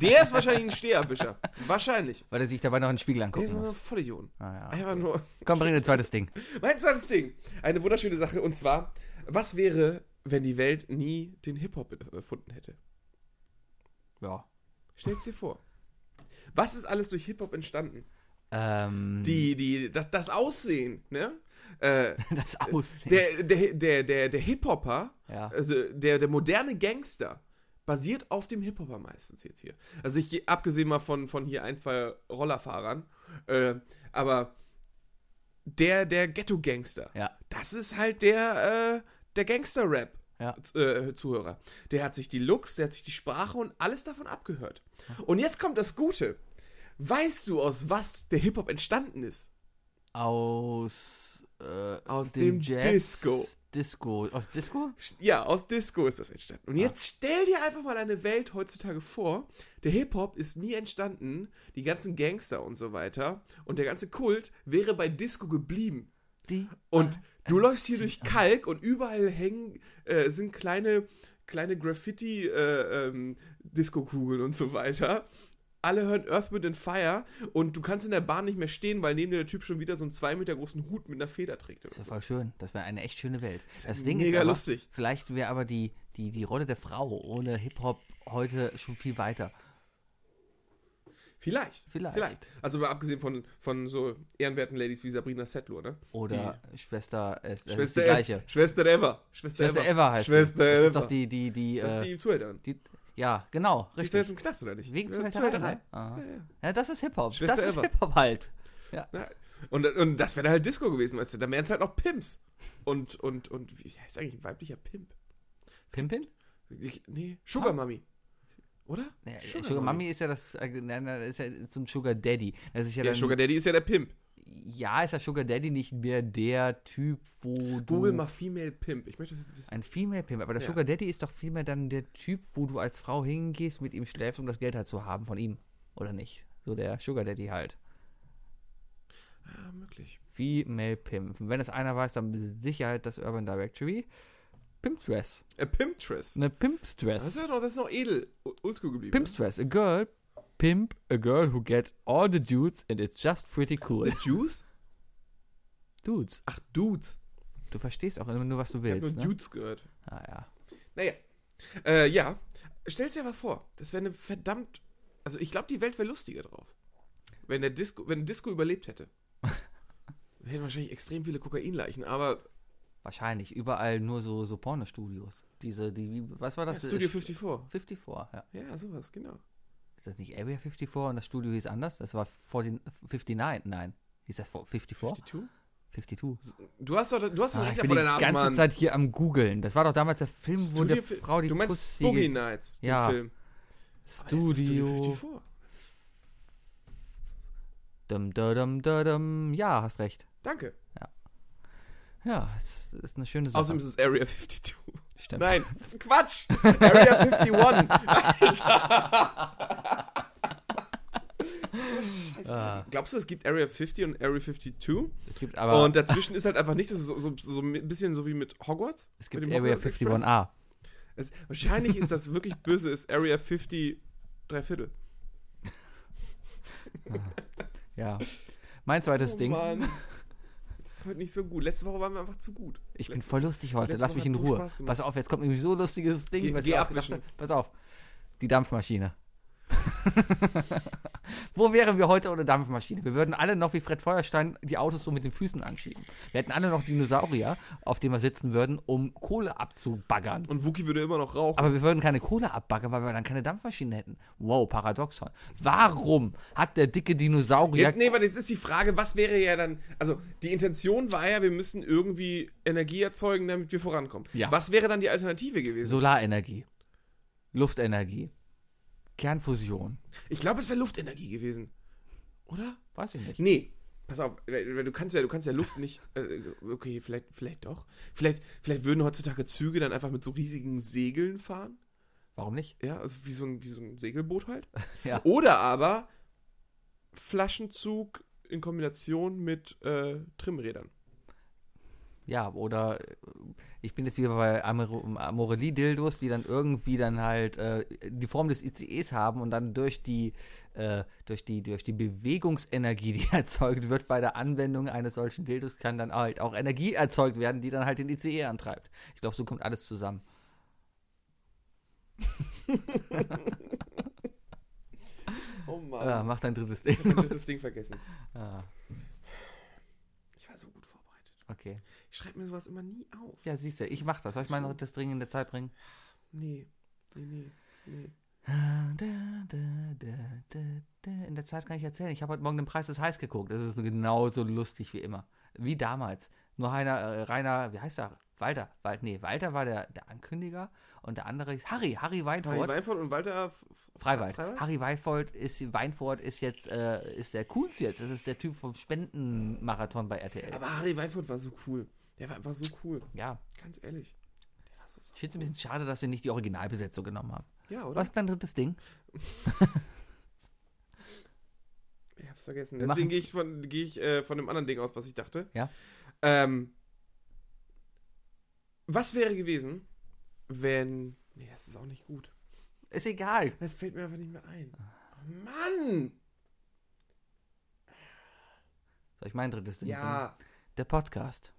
S3: der ist wahrscheinlich ein Steherwischer. Wahrscheinlich.
S2: Weil er sich dabei noch in den Spiegel
S3: Der ist
S2: angucken
S3: nur ein
S2: muss.
S3: Vollidiot.
S2: Ah, ja.
S3: Einfach nur. *laughs*
S2: Komm, bring ein zweites Ding.
S3: Mein zweites Ding. Eine wunderschöne Sache. Und zwar, was wäre, wenn die Welt nie den Hip-Hop äh, erfunden hätte?
S2: Ja.
S3: Stell's dir vor. Was ist alles durch Hip-Hop entstanden?
S2: Ähm,
S3: Die, die, das, das Aussehen, ne? Äh,
S2: *laughs* das Aussehen.
S3: der, der, der, der, der Hip-Hopper,
S2: Ja.
S3: also der, der moderne Gangster, basiert auf dem Hip-Hopper meistens jetzt hier. Also ich geh- abgesehen mal von, von hier ein, zwei Rollerfahrern, äh, aber der, der Ghetto-Gangster,
S2: ja,
S3: das ist halt der, äh, der Gangster-Rap.
S2: ja.
S3: äh, Zuhörer. Der hat sich die Looks, der hat sich die Sprache und alles davon abgehört. Und jetzt kommt das Gute. Weißt du, aus was der Hip-Hop entstanden ist?
S2: Aus, äh,
S3: Aus dem Disco.
S2: Disco. Aus Disco?
S3: Sch- Ja, aus Disco ist das entstanden. Und jetzt stell dir einfach mal eine Welt heutzutage vor. Der Hip-Hop ist nie entstanden. Die ganzen Gangster und so weiter. Und der ganze Kult wäre bei Disco geblieben.
S2: Die Ah,
S3: Und
S2: Äh,
S3: du läufst hier durch Kalk und überall hängen, äh, sind kleine, kleine Graffiti-Disco-Kugeln und so weiter. Alle hören Earthwind and Fire und du kannst in der Bahn nicht mehr stehen, weil neben dir der Typ schon wieder so einen zwei Meter großen Hut mit einer Feder trägt. Oder
S2: Das
S3: so.
S2: war schön. Das wäre eine echt schöne Welt. Das,
S3: ja
S2: Ding ist
S3: mega
S2: aber,
S3: lustig.
S2: vielleicht wäre aber die, die, die Rolle der Frau ohne Hip-Hop heute schon viel weiter.
S3: Vielleicht,
S2: Vielleicht.
S3: Also mal abgesehen von, von so ehrenwerten Ladies wie Sabrina Settler, ne?
S2: Oder Schwester S. das
S3: Schwester
S2: ist die gleiche.
S3: S, Schwester Eva. Schwester,
S2: Schwester Eva heißt sie.
S3: Schwester
S2: Das
S3: Eva.
S2: ist doch die, die, die,
S3: Das ist
S2: äh,
S3: die Zuhälterin.
S2: die, ja, genau,
S3: Die ist doch jetzt
S2: richtig.
S3: im Knast, oder nicht?
S2: Wegen
S3: Ja,
S2: Zuhälterei. ne? Aha. Ja, das ist Hip-Hop.
S3: Schwester
S2: Das ist
S3: Eva.
S2: Hip-Hop halt.
S3: Ja. Und, und das wäre halt Disco gewesen, weißt du? Da wären es halt noch Pimps. Und, und, und, wie heißt eigentlich ein weiblicher Pimp?
S2: Pimpin?
S3: Ich, nee, Sugar Mami. Oder?
S2: Ja, Sugar, Mami ist ja das, äh, nein, nein, ist ja zum Sugar Daddy. Das ist ja,
S3: Ja,
S2: dann,
S3: Sugar Daddy ist ja der Pimp.
S2: ja, ist ja Sugar Daddy nicht mehr der Typ, wo du
S3: Google mal Female Pimp. Ich möchte das jetzt wissen.
S2: Ein Female Pimp, aber der
S3: Ja.
S2: Sugar Daddy ist doch vielmehr dann der Typ, wo du als Frau hingehst, mit ihm schläfst, um das Geld halt zu haben von ihm. Oder nicht? So der Sugar Daddy halt.
S3: Ah, möglich.
S2: Female Pimp. Und wenn es einer weiß, dann mit Sicherheit das Urban Directory. Pimp Dress.
S3: Äh, Pimptress.
S2: Eine Pimp's
S3: Das ist
S2: Dress.
S3: ja noch, das ist noch edel. O- Oldschool geblieben.
S2: Pimp's Dress. A girl. Pimp. A girl who get all the dudes and it's just pretty cool.
S3: ne? The Juice?
S2: Dudes.
S3: Ach, Dudes.
S2: Du verstehst auch immer nur, was du
S3: Ich hab nur
S2: willst. Ne?
S3: Dudes gehört.
S2: Ah ja.
S3: Naja. Äh, ja. Stell's dir mal vor, das wäre eine verdammt. Also ich glaube, die Welt wäre lustiger drauf. Wenn der Disco, wenn Disco
S2: *laughs*
S3: überlebt hätte. Wir hätten wahrscheinlich extrem viele Kokainleichen, aber
S2: Wahrscheinlich. Überall nur so, so Pornostudios. Diese, die, was war
S3: ja,
S2: das?
S3: Studio
S2: Äh,
S3: 54.
S2: 54, ja.
S3: Ja, sowas, genau.
S2: Ist das nicht Area 54 und das Studio hieß anders? Das war 14, 59, nein. Hieß das 54?
S3: 52?
S2: 52.
S3: Du hast doch, du hast
S2: Ah,
S3: doch
S2: ich
S3: Rechner
S2: bin
S3: vor
S2: die
S3: der Nase,
S2: ganze
S3: Mann.
S2: Zeit hier am googeln. Das war doch damals der Film, wo der
S3: fi-
S2: Frau die
S3: du meinst
S2: Pussy
S3: Boogie
S2: ge-
S3: Nights, den
S2: Ja.
S3: Film. Aber das ist
S2: Studio. Dum, dum, dum, dum, dum. Ja, hast recht.
S3: Danke.
S2: Ja, es ist eine schöne Sache.
S3: Außerdem ist es Area 52.
S2: Stimmt.
S3: Nein, Quatsch! Area 51!
S2: Ah,
S3: Glaubst du, es gibt Area 50 und Area 52?
S2: es gibt aber
S3: und dazwischen ist halt einfach nichts. Das ist so, so, so ein bisschen so wie mit Hogwarts.
S2: es gibt
S3: mit dem
S2: Area
S3: Hogwarts Express.
S2: 51a.
S3: Es, wahrscheinlich ist das wirklich böse, ist Area 50 Dreiviertel.
S2: Ja. Mein zweites Ding.
S3: Oh Mann. Das ist heute nicht so gut. Letzte Woche waren wir einfach zu gut.
S2: Ich bin
S3: Letzte-
S2: voll lustig heute.
S3: letzte
S2: Lass
S3: Woche
S2: mich
S3: hat
S2: in
S3: so
S2: Ruhe.
S3: Spaß gemacht.
S2: Pass auf, jetzt kommt nämlich so ein lustiges Ding.
S3: Geh-
S2: was
S3: geh
S2: wir ausgedacht
S3: abwischen.
S2: haben. Pass auf. Die Dampfmaschine. *laughs* Wo wären wir heute ohne Dampfmaschine? Wir würden alle noch wie Fred Feuerstein die Autos so mit den Füßen anschieben. Wir hätten alle noch Dinosaurier, auf denen wir sitzen würden, um Kohle abzubaggern.
S3: Und Wookie würde immer noch rauchen.
S2: Aber wir würden keine Kohle abbaggern, weil wir dann keine Dampfmaschine hätten. Wow, Paradoxon. Warum hat der dicke Dinosaurier
S3: Jetzt, nee, aber jetzt ist die Frage, was wäre ja dann. Also, die Intention war ja, wir müssen irgendwie Energie erzeugen, damit wir vorankommen.
S2: Ja.
S3: Was wäre dann die Alternative gewesen?
S2: Solarenergie, Luftenergie, Kernfusion?
S3: Ich glaube, es wäre Luftenergie gewesen. Oder?
S2: Weiß ich nicht.
S3: Nee, pass auf, weil- weil du kannst ja, du kannst ja Luft nicht. Äh, okay, vielleicht, vielleicht doch. Vielleicht, vielleicht würden heutzutage Züge dann einfach mit so riesigen Segeln fahren.
S2: Warum nicht?
S3: Ja, also wie so ein, wie so ein Segelboot halt.
S2: *laughs* Ja.
S3: Oder aber Flaschenzug in Kombination mit äh, Trimmrädern.
S2: Ja, oder äh, ich bin jetzt wieder bei Amor- Amorelie-Dildos, die dann irgendwie dann halt äh, die Form des ICEs haben und dann durch die, äh, durch die, durch die Bewegungsenergie, *laughs* die erzeugt wird bei der Anwendung eines solchen Dildos, kann dann halt auch Energie erzeugt werden, die dann halt den ICE antreibt. Ich glaube, so kommt alles zusammen.
S3: Oh Mann.
S2: Ah, mach dein drittes Ding. *laughs*
S3: Ich hab mein drittes Ding vergessen.
S2: Ah,
S3: Ich war so gut vorbereitet.
S2: okay.
S3: Ich schreibe mir sowas immer nie auf.
S2: Ja, siehst du, ich mach das. Soll ich mein drittes Ding in der Zeit bringen?
S3: Nee, nee, nee. nee.
S2: Da, da, da, da, da. In der Zeit kann ich erzählen. Ich habe heute Morgen den Preis des Heiß geguckt. Das ist genauso lustig wie immer. Wie damals. Nur Heiner, äh, Rainer, wie heißt er? Walter. Wal nee, Walter war der, der Ankündiger und der andere ist Harry, Harry Weinfurt.
S3: Harry Weinfurt und Walter F- F-
S2: Freiwald.
S3: Freiwald?
S2: Harry Weinfurt ist, Weinfurt ist jetzt, äh, ist der Coolste jetzt. Das ist der Typ vom Spendenmarathon bei RTL.
S3: Aber Harry Weinfurt war so cool. Der war einfach so cool.
S2: ja,
S3: Ganz ehrlich. Der war so sauer.
S2: ich finde es ein bisschen schade, dass sie nicht die Originalbesetzung genommen haben.
S3: Ja, oder?
S2: Was ist dein drittes Ding?
S3: Ich hab's vergessen.
S2: Wir
S3: Deswegen
S2: machen-
S3: gehe ich, von, gehe ich äh, von dem anderen Ding aus, was ich dachte.
S2: Ja.
S3: Ähm, was wäre gewesen, wenn. Nee, das ist auch nicht gut.
S2: Ist egal.
S3: Das fällt mir einfach nicht mehr ein.
S2: Ah.
S3: Oh, Mann!
S2: Soll ich mein drittes Ding bringen?
S3: Ja.
S2: Der Podcast.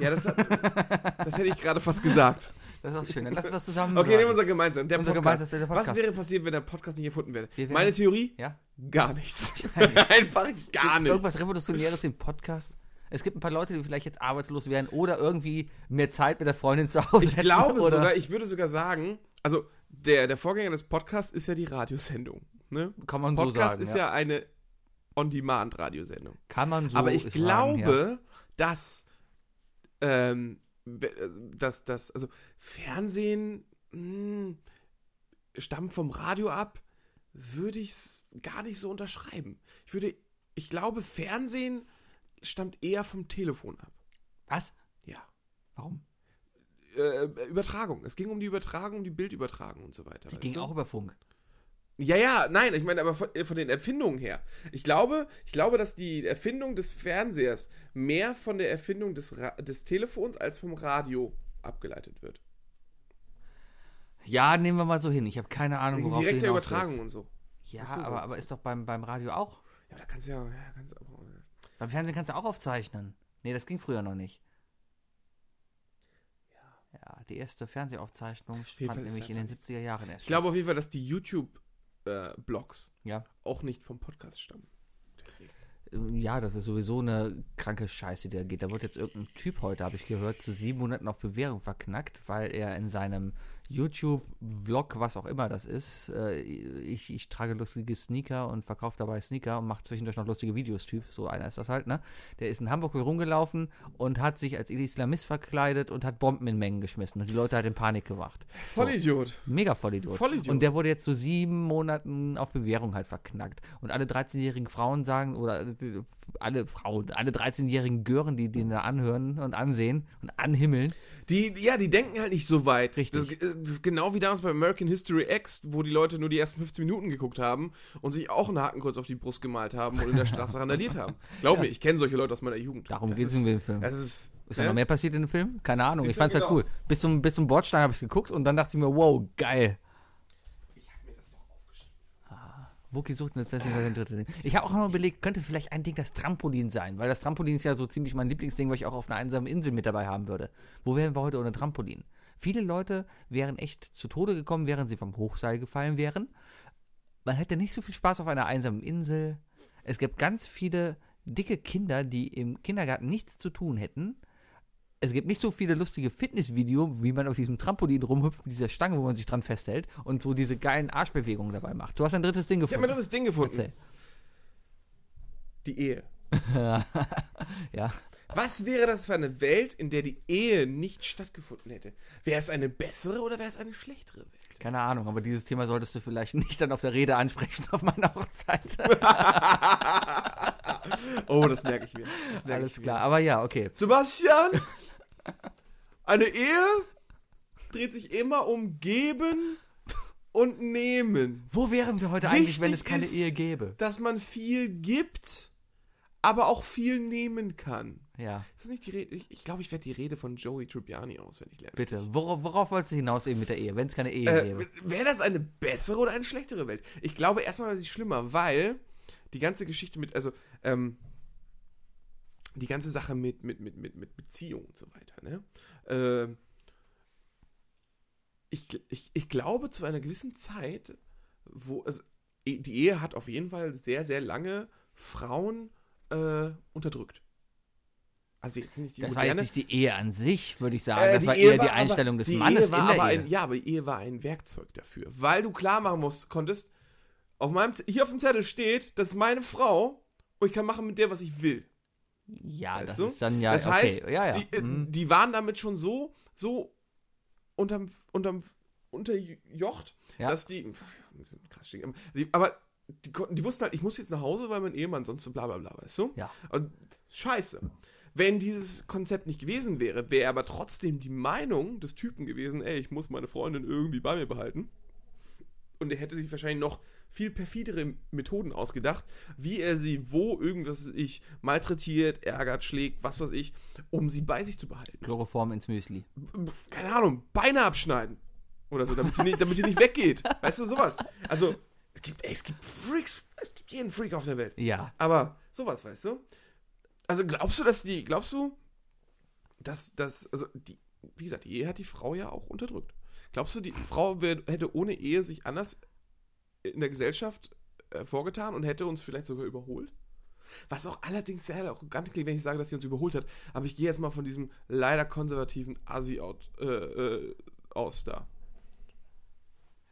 S3: Ja,
S2: *laughs*
S3: das, hat, das hätte ich gerade fast gesagt.
S2: Das ist auch
S3: *laughs*
S2: schön. Dann lass uns das zusammen
S3: Okay,
S2: sagen.
S3: nehmen wir unser gemeinsam. Der
S2: Unser
S3: Podcast.
S2: gemeinsames- der
S3: Was
S2: Podcast.
S3: wäre passiert, wenn der Podcast nicht erfunden wäre?
S2: Wir wären-
S3: Meine Theorie?
S2: Ja?
S3: Gar
S2: *laughs*
S3: nichts. *laughs* einfach gar nichts.
S2: Irgendwas Revolutionäres im Podcast? Es gibt ein paar Leute, die vielleicht jetzt arbeitslos wären oder irgendwie mehr Zeit mit der Freundin zu Hause
S3: Ich
S2: hätten
S3: glaube
S2: oder
S3: sogar, ich würde sogar sagen, also der, der Vorgänger des Podcasts ist ja die Radiosendung. Ne?
S2: Kann man so
S3: Podcast
S2: sagen.
S3: ist ja, eine On-Demand-Radiosendung.
S2: Kann man so
S3: Aber ich
S2: sagen, ja.
S3: glaube, dass, ähm, be- dass, dass, also Fernsehen mh, stammt vom Radio ab, würde ich gar nicht so unterschreiben. Ich würde, ich glaube, Fernsehen stammt eher vom Telefon ab.
S2: Was?
S3: Ja.
S2: Warum?
S3: äh, Übertragung. Es ging um die Übertragung, um die Bildübertragung und so weiter.
S2: Die
S3: weißt
S2: ging
S3: du?
S2: auch über Funk.
S3: Ja, ja, nein, ich meine aber von, äh, von den Erfindungen her. Ich glaube, ich glaube, dass die Erfindung des Fernsehers mehr von der Erfindung des, Ra des Telefons als vom Radio abgeleitet wird.
S2: Ja, nehmen wir mal so hin. Ich habe keine Ahnung,
S3: Wegen
S2: worauf du
S3: direkter
S2: hinaus
S3: Übertragung
S2: willst.
S3: und so.
S2: Ja,
S3: Weißt du so?
S2: aber, aber ist doch beim, beim Radio auch.
S3: Ja, aber da kannst du ja, ja kannst du auch. äh,
S2: Beim Fernsehen kannst du auch aufzeichnen. Nee, das ging früher noch nicht. Ja, die erste Fernsehaufzeichnung
S3: jeden Fall
S2: fand
S3: ist
S2: nämlich
S3: es
S2: in den
S3: einfach nicht
S2: 70er Jahren erst.
S3: Ich glaube auf jeden Fall, dass die YouTube-Blogs
S2: statt. Ja. Ähm,
S3: auch nicht vom Podcast stammen. Deswegen.
S2: Ja, das ist sowieso eine kranke Scheiße, die da geht. Da wird jetzt irgendein Typ heute, habe ich gehört, zu sieben Monaten auf Bewährung verknackt, weil er in seinem YouTube-Vlog, was auch immer das ist, äh, ich, ich trage lustige Sneaker und verkaufe dabei Sneaker und mache zwischendurch noch lustige Videos, Typ. So einer ist das halt, ne? Der ist in Hamburg rumgelaufen und hat sich als Islamist verkleidet und hat Bomben in Mengen geschmissen und die Leute hat in Panik gemacht. So.
S3: Vollidiot.
S2: Mega Vollidiot.
S3: Vollidiot.
S2: Und der wurde jetzt zu so sieben Monaten auf Bewährung halt verknackt. Und alle 13-jährigen Frauen sagen, oder äh, alle Frauen, alle 13-jährigen Gören, die den da anhören und ansehen und anhimmeln.
S3: Die, ja, die denken halt nicht so weit.
S2: Richtig.
S3: Das, das ist genau wie damals bei American History X, wo die Leute nur die ersten 15 Minuten geguckt haben und sich auch einen Haken kurz auf die Brust gemalt haben und in
S2: *laughs*
S3: der Straße randaliert haben. Glaub mir, ich kenne solche Leute aus meiner Jugend.
S2: Darum
S3: Das
S2: geht es
S3: ist-
S2: in dem Film.
S3: Das ist.
S2: Ist
S3: ne?
S2: da noch mehr passiert in dem Film? Keine Ahnung,
S3: Siehst
S2: ich
S3: du,
S2: fand's ja
S3: genau.
S2: cool. Bis zum, bis zum Bordstein habe ich geguckt und dann dachte ich mir, wow, geil. Ah, Wookie sucht jetzt deswegen sein drittes Ding. Ich habe auch mal überlegt, könnte vielleicht ein Ding das Trampolin sein, weil das Trampolin ist ja so ziemlich mein Lieblingsding, weil ich auch auf einer einsamen Insel mit dabei haben würde. Wo wären wir heute ohne Trampolin? Viele Leute wären echt zu Tode gekommen, während sie vom Hochseil gefallen wären. Man hätte nicht so viel Spaß auf einer einsamen Insel. Es gibt ganz viele dicke Kinder, die im Kindergarten nichts zu tun hätten. Es gibt nicht so viele lustige Fitnessvideos, wie man auf diesem Trampolin rumhüpft, mit dieser Stange, wo man sich dran festhält und so diese geilen Arschbewegungen dabei macht. Du hast ein drittes Ding
S3: Ich habe
S2: gefunden.
S3: mein drittes Ding gefunden.
S2: Erzähl.
S3: Die Ehe.
S2: ja.
S3: Was wäre das für eine Welt, in der die Ehe nicht stattgefunden hätte? Wäre es eine bessere oder wäre es eine schlechtere Welt?
S2: Keine Ahnung, aber dieses Thema solltest du vielleicht nicht dann auf der Rede ansprechen, auf meiner
S3: *laughs*
S2: Hochzeit.
S3: Oh, das merke ich mir. Das merke
S2: Alles
S3: ich mir.
S2: klar, aber ja, okay.
S3: Sebastian, eine Ehe dreht sich immer um Geben und Nehmen.
S2: Wo wären wir heute eigentlich, wenn es keine
S3: ist,
S2: Ehe gäbe?
S3: Dass man viel gibt, aber auch viel nehmen kann.
S2: Ja,
S3: Ist das nicht die Rede? Ich, ich glaube, ich werde die Rede von Joey Tribbiani auswendig lernen.
S2: bitte. Worauf, worauf wolltest du hinaus eben mit der Ehe, wenn es keine Ehe
S3: Äh,
S2: gäbe?
S3: Wäre das eine bessere oder eine schlechtere Welt? Ich glaube, erstmal wäre sie schlimmer, weil die ganze Geschichte mit, also, ähm, die ganze Sache mit, mit, mit, mit, mit Beziehung und so weiter, ne? Ähm, ich, gl- ich, ich glaube, zu einer gewissen Zeit, wo, also, eh, die Ehe hat auf jeden Fall sehr, sehr lange Frauen äh, unterdrückt. Also jetzt nicht die
S2: Das war
S3: moderne,
S2: jetzt nicht die Ehe an sich, würde ich sagen.
S3: äh,
S2: das
S3: die
S2: war
S3: Ehe
S2: eher die
S3: aber-
S2: Einstellung des
S3: die
S2: Mannes
S3: Ehe war
S2: in der
S3: aber
S2: Ehe.
S3: Ein, ja, aber die Ehe war ein Werkzeug dafür, weil du klar machen musst, konntest, auf meinem, Z- hier auf dem Zettel steht, das ist meine Frau und ich kann machen mit der, was ich will.
S2: ja,
S3: Weißt
S2: das
S3: du?
S2: ist dann ja,
S3: das
S2: okay.
S3: heißt,
S2: ja, ja.
S3: Die, äh,
S2: mhm.
S3: die waren damit schon so, so unterm, unterm, unterjocht,
S2: Ja.
S3: dass die, das ist krass, stinkt, aber die, aber die, konnten- die wussten halt, ich muss jetzt nach Hause, weil mein Ehemann sonst so bla bla bla, weißt du?
S2: Ja.
S3: Und scheiße. Wenn dieses Konzept nicht gewesen wäre, wäre aber trotzdem die Meinung des Typen gewesen, ey, ich muss meine Freundin irgendwie bei mir behalten. und er hätte sich wahrscheinlich noch viel perfidere Methoden ausgedacht, wie er sie wo irgendwas weiß ich malträtiert, ärgert, schlägt, was weiß ich, um sie bei sich zu behalten.
S2: Chloroform ins Müsli.
S3: Pff, Keine Ahnung, Beine abschneiden oder so, damit die nicht, damit die nicht weggeht. Weißt du sowas? Also es gibt, ey, es gibt Freaks, es gibt jeden Freak auf der Welt.
S2: Ja.
S3: Aber sowas, weißt du? Also glaubst du, dass die, glaubst du, dass, dass, also die, wie gesagt, die Ehe hat die Frau ja auch unterdrückt. Glaubst du, die Frau wär, hätte ohne Ehe sich anders in der Gesellschaft äh, vorgetan und hätte uns vielleicht sogar überholt? Was auch allerdings sehr arrogant klingt, wenn ich sage, dass sie uns überholt hat. Aber ich gehe jetzt mal von diesem leider konservativen Asi out, äh, äh, aus da.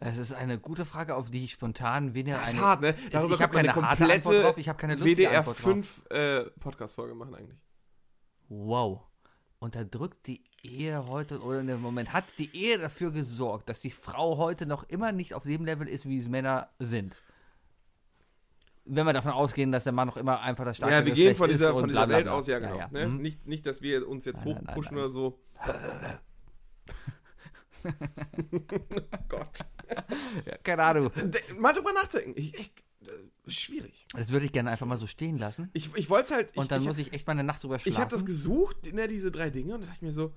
S2: Es ist eine gute Frage, auf die ich spontan weniger
S3: Das
S2: eine.
S3: ist hart, ne?
S2: ich
S3: Darüber
S2: hab
S3: könnte man eine
S2: keine harte
S3: komplette
S2: Antwort drauf, ich hab keine lustige
S3: WDR
S2: Antwort drauf.
S3: 5 äh, Podcast-Folge machen eigentlich.
S2: Wow. Unterdrückt die Ehe heute oder in dem Moment hat die Ehe dafür gesorgt, dass die Frau heute noch immer nicht auf dem Level ist, wie es Männer sind. Wenn wir davon ausgehen, dass der Mann noch immer einfach das starke
S3: Ja, wir
S2: Geschlecht
S3: gehen von dieser,
S2: ist und
S3: von dieser
S2: bla, bla,
S3: Welt
S2: bla.
S3: aus, ja genau. Ne?
S2: Mhm.
S3: Nicht, nicht, dass wir uns jetzt
S2: Nein, nein,
S3: hochpushen
S2: nein,
S3: oder so. *laughs*
S2: *laughs*
S3: Gott.
S2: Ja, keine Ahnung.
S3: De mal drüber nachdenken. Ich, ich, äh, schwierig.
S2: Das würde ich gerne einfach mal so stehen lassen.
S3: Ich, ich wollte es halt. Ich,
S2: Und dann
S3: ich,
S2: muss ich echt mal eine Nacht drüber schlafen.
S3: Ich habe das gesucht, ne, diese drei Dinge, und dann dachte ich mir so,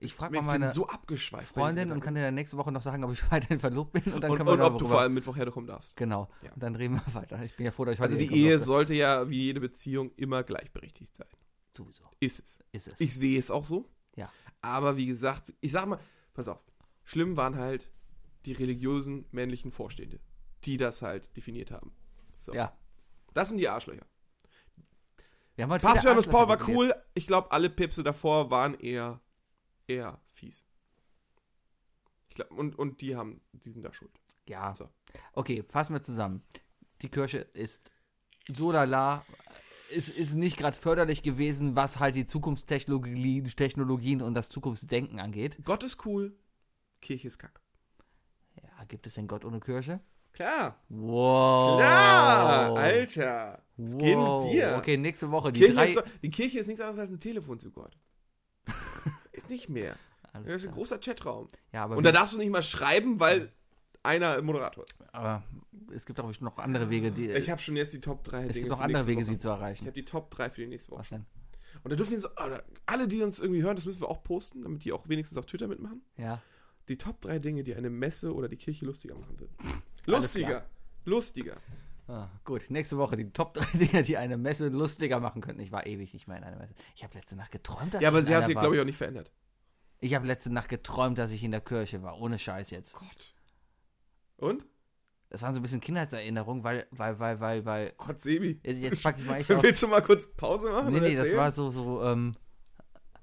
S2: Ich frage
S3: ich
S2: mal meine
S3: bin so abgeschweift. bei
S2: Freundin
S3: diesen
S2: und kann
S3: Gedanken.
S2: dir dann nächste Woche noch sagen, ob ich *laughs* weiterhin verlobt bin. Und dann
S3: und,
S2: können wir
S3: und ob du
S2: darüber-
S3: vor allem Mittwoch herkommen darfst.
S2: Genau.
S3: Ja.
S2: Und dann reden wir weiter. Ich bin ja froh, dass ich
S3: Also
S2: heute
S3: die
S2: hier
S3: Ehe
S2: kommen
S3: sollte ja wie jede Beziehung immer gleichberechtigt sein.
S2: durfte. Sowieso.
S3: Ist es.
S2: Ist es.
S3: Ich sehe es auch so.
S2: Ja.
S3: Aber wie gesagt, ich sag mal, pass auf, schlimm waren halt die religiösen männlichen Vorstehende, die das halt definiert haben. So.
S2: ja.
S3: Das sind die Arschlöcher.
S2: Wir haben heute
S3: Papst
S2: wieder
S3: Johannes Paul war
S2: Arschlöcher
S3: cool. Ich glaube, alle Pipse davor waren eher, eher fies. Ich glaub, und, und die haben, die sind da schuld.
S2: gewählt. Ja.
S3: So.
S2: Okay, fassen wir zusammen. Die Kirche ist so lala. Es ist nicht gerade förderlich gewesen, was halt die Zukunftstechnologien Technologien und das Zukunftsdenken angeht.
S3: Gott ist cool, Kirche ist kack.
S2: Ja, gibt es denn Gott ohne Kirche?
S3: Klar,
S2: Wow.
S3: klar, Alter. Es geht
S2: Oh. Wow.
S3: mit dir.
S2: Okay, nächste Woche. Die
S3: Kirche
S2: drei.
S3: ist, doch- die Kirche ist nichts anderes als ein Telefon
S2: *laughs*
S3: zu Gott. ist nicht mehr.
S2: Alles
S3: Das ist ein
S2: klar.
S3: großer Chatraum.
S2: ja, aber
S3: Und da darfst du nicht mal schreiben, weil einer Moderator ist.
S2: Aber es gibt auch bestimmt noch andere Wege, die.
S3: Ich habe schon jetzt die Top 3
S2: es gibt
S3: für
S2: noch andere
S3: nächste
S2: Wege,
S3: Woche.
S2: sie zu
S3: Ich
S2: erreichen.
S3: habe die Top 3 für die nächste Woche.
S2: Was denn?
S3: Und da dürfen wir uns, oder alle, die uns irgendwie hören, das müssen wir auch posten, damit die auch wenigstens auf Twitter mitmachen.
S2: Ja.
S3: Die Top 3 Dinge, die eine Messe oder die Kirche lustiger machen würden.
S2: Alles klar.
S3: Lustiger. Lustiger.
S2: Ah, gut, nächste Woche die Top *laughs* 3 Dinge, die eine Messe lustiger machen könnten. Ich war ewig nicht mehr in einer Messe. Ich habe letzte Nacht geträumt, dass
S3: Ja, aber
S2: ich in
S3: sie hat
S2: einer
S3: sich,
S2: war.
S3: glaube ich, auch nicht verändert.
S2: Ich habe letzte Nacht geträumt, dass ich in der Kirche war. Ohne Scheiß jetzt.
S3: Gott. Und?
S2: Das waren so ein bisschen Kindheitserinnerungen, weil, weil, weil, weil, weil.
S3: Gott, Sebi.
S2: Jetzt, jetzt pack
S3: *laughs*
S2: ich mal echt auf.
S3: Willst du mal kurz Pause machen?
S2: Nee,
S3: und
S2: nee, das
S3: erzählen?
S2: war so, so, ähm,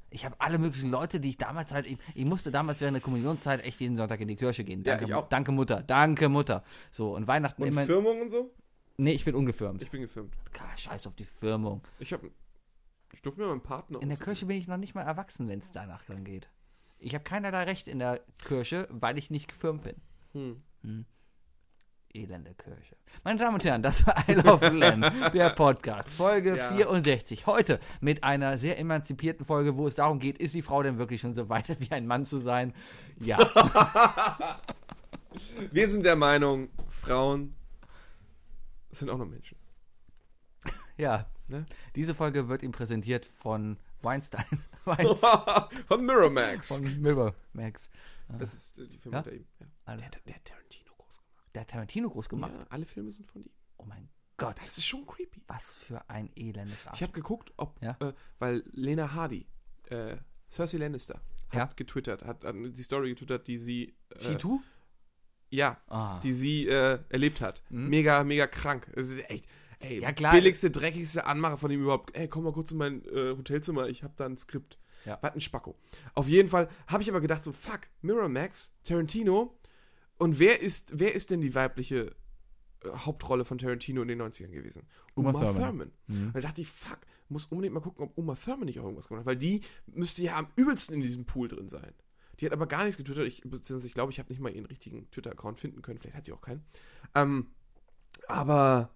S2: ich habe alle möglichen Leute, die ich damals halt, ich, ich musste damals während der Kommunionszeit echt jeden Sonntag in die Kirche gehen.
S3: Ja,
S2: Danke,
S3: ich auch.
S2: danke Mutter, danke Mutter. So, und Weihnachten
S3: Und
S2: immer.
S3: Firmung und so?
S2: Nee, ich bin ungefirmt.
S3: Ich bin gefilmt.
S2: Gah, scheiß auf die Firmung.
S3: Ich habe. Ich durfte mir meinen Partner
S2: In der
S3: aussuchen.
S2: Kirche bin ich noch nicht mal erwachsen, wenn es danach dann geht. Ich habe keinerlei Recht in der Kirche, weil ich nicht gefirmt bin.
S3: Hm.
S2: Hm. Elende Kirche. Meine Damen und Herren, das war I Love Lamb, der Podcast. Folge
S3: Ja.
S2: 64. Heute mit einer sehr emanzipierten Folge, wo es darum geht, ist die Frau denn wirklich schon so weit, wie ein Mann zu sein?
S3: *laughs*
S2: Ja.
S3: Wir sind der Meinung, Frauen sind auch noch Menschen.
S2: ja.
S3: Ne?
S2: Diese Folge wird ihm präsentiert von Weinstein. *laughs* Weinstein
S3: *laughs* Von Miramax.
S2: von Mirror Max.
S3: Das ist äh, die Firma
S2: Ja?
S3: hinter ihm. Ja.
S2: Alter,
S3: Der, der hat Tarantino groß gemacht.
S2: der hat Tarantino groß gemacht.
S3: Ja, alle Filme sind von ihm.
S2: Oh mein Gott.
S3: Das ist schon creepy.
S2: Was für ein elendes
S3: Ich habe geguckt, ob,
S2: Ja?
S3: äh, weil Lena Hardy, äh, Cersei Lannister, hat
S2: Ja?
S3: getwittert, hat, hat die Story getwittert, die sie, äh,
S2: Shitu?
S3: ja,
S2: Ah.
S3: die sie äh, erlebt hat.
S2: Mhm.
S3: Mega, mega krank. Also echt. Ey,
S2: Ja, klar.
S3: billigste, dreckigste Anmache von ihm überhaupt. Ey, komm mal kurz in mein äh, Hotelzimmer, ich hab da ein Skript.
S2: Ja.
S3: Was ein Spacko. Auf jeden Fall habe ich aber gedacht, so, fuck, Miramax, Tarantino. Und wer ist, wer ist denn die weibliche äh, Hauptrolle von Tarantino in den 90ern gewesen?
S2: Uma Thurman. hm,
S3: Und da dachte ich, fuck, muss unbedingt mal gucken, ob Uma Thurman nicht auch irgendwas gemacht hat, weil die müsste ja am übelsten in diesem Pool drin sein. Die hat aber gar nichts getwittert. Ich, beziehungsweise ich glaube, ich habe nicht mal ihren richtigen Twitter-Account finden können. Vielleicht hat sie auch keinen. Ähm, aber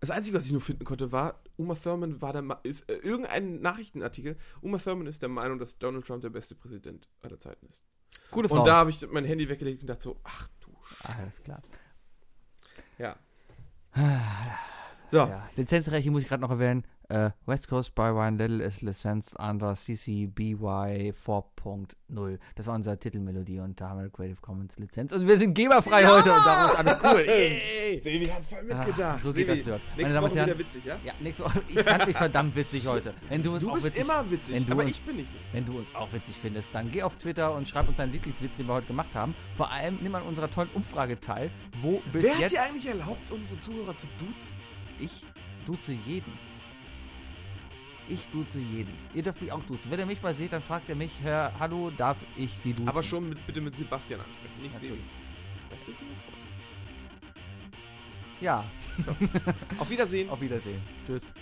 S3: das Einzige, was ich nur finden konnte, war, Uma Thurman war der Ma ist äh, irgendein Nachrichtenartikel. Uma Thurman ist der Meinung, dass Donald Trump der beste Präsident aller Zeiten ist.
S2: Gute Frau.
S3: Und da habe ich mein Handy weggelegt und dachte so, ach du
S2: Alles klar. *sighs*
S3: Ja. So,
S2: Ja. Lizenzrechte muss ich gerade noch erwähnen. Äh, West Coast by Wine Little ist Lizenz under CC BY 4.0. Das war unsere Titelmelodie und da haben wir eine Creative Commons Lizenz. Und wir sind geberfrei heute und darum ist alles
S3: *laughs*
S2: cool. Yay!
S3: Sebi hat voll mitgedacht.
S2: Ah, so geht
S3: Sebi,
S2: das, Dirk. Meine
S3: Nächste
S2: Damen
S3: Woche
S2: und Herren.
S3: wieder witzig, ja?
S2: Ja, nächste Woche. Ich fand mich verdammt witzig heute. Wenn du uns
S3: Du
S2: auch
S3: bist
S2: witzig,
S3: immer witzig,
S2: wenn du
S3: aber
S2: uns-
S3: ich bin nicht witzig.
S2: Wenn du uns auch witzig findest, dann geh auf Twitter und schreib uns deinen Lieblingswitz, den wir heute gemacht haben. Vor allem nimm an unserer tollen Umfrage teil, wo bis
S3: Wer hat
S2: jetzt
S3: dir eigentlich erlaubt, unsere Zuhörer zu duzen?
S2: ich duze jeden. Ich duze jeden. Ihr dürft mich auch duzen. Wenn ihr mich mal seht, dann fragt ihr mich, Herr, hallo, darf ich Sie duzen?
S3: Aber schon mit, bitte mit Sebastian ansprechen, nicht
S2: Natürlich.
S3: Sebi. Das dürfen wir nicht.
S2: Ja,
S3: Auf Wiedersehen.
S2: auf Wiedersehen. Tschüss.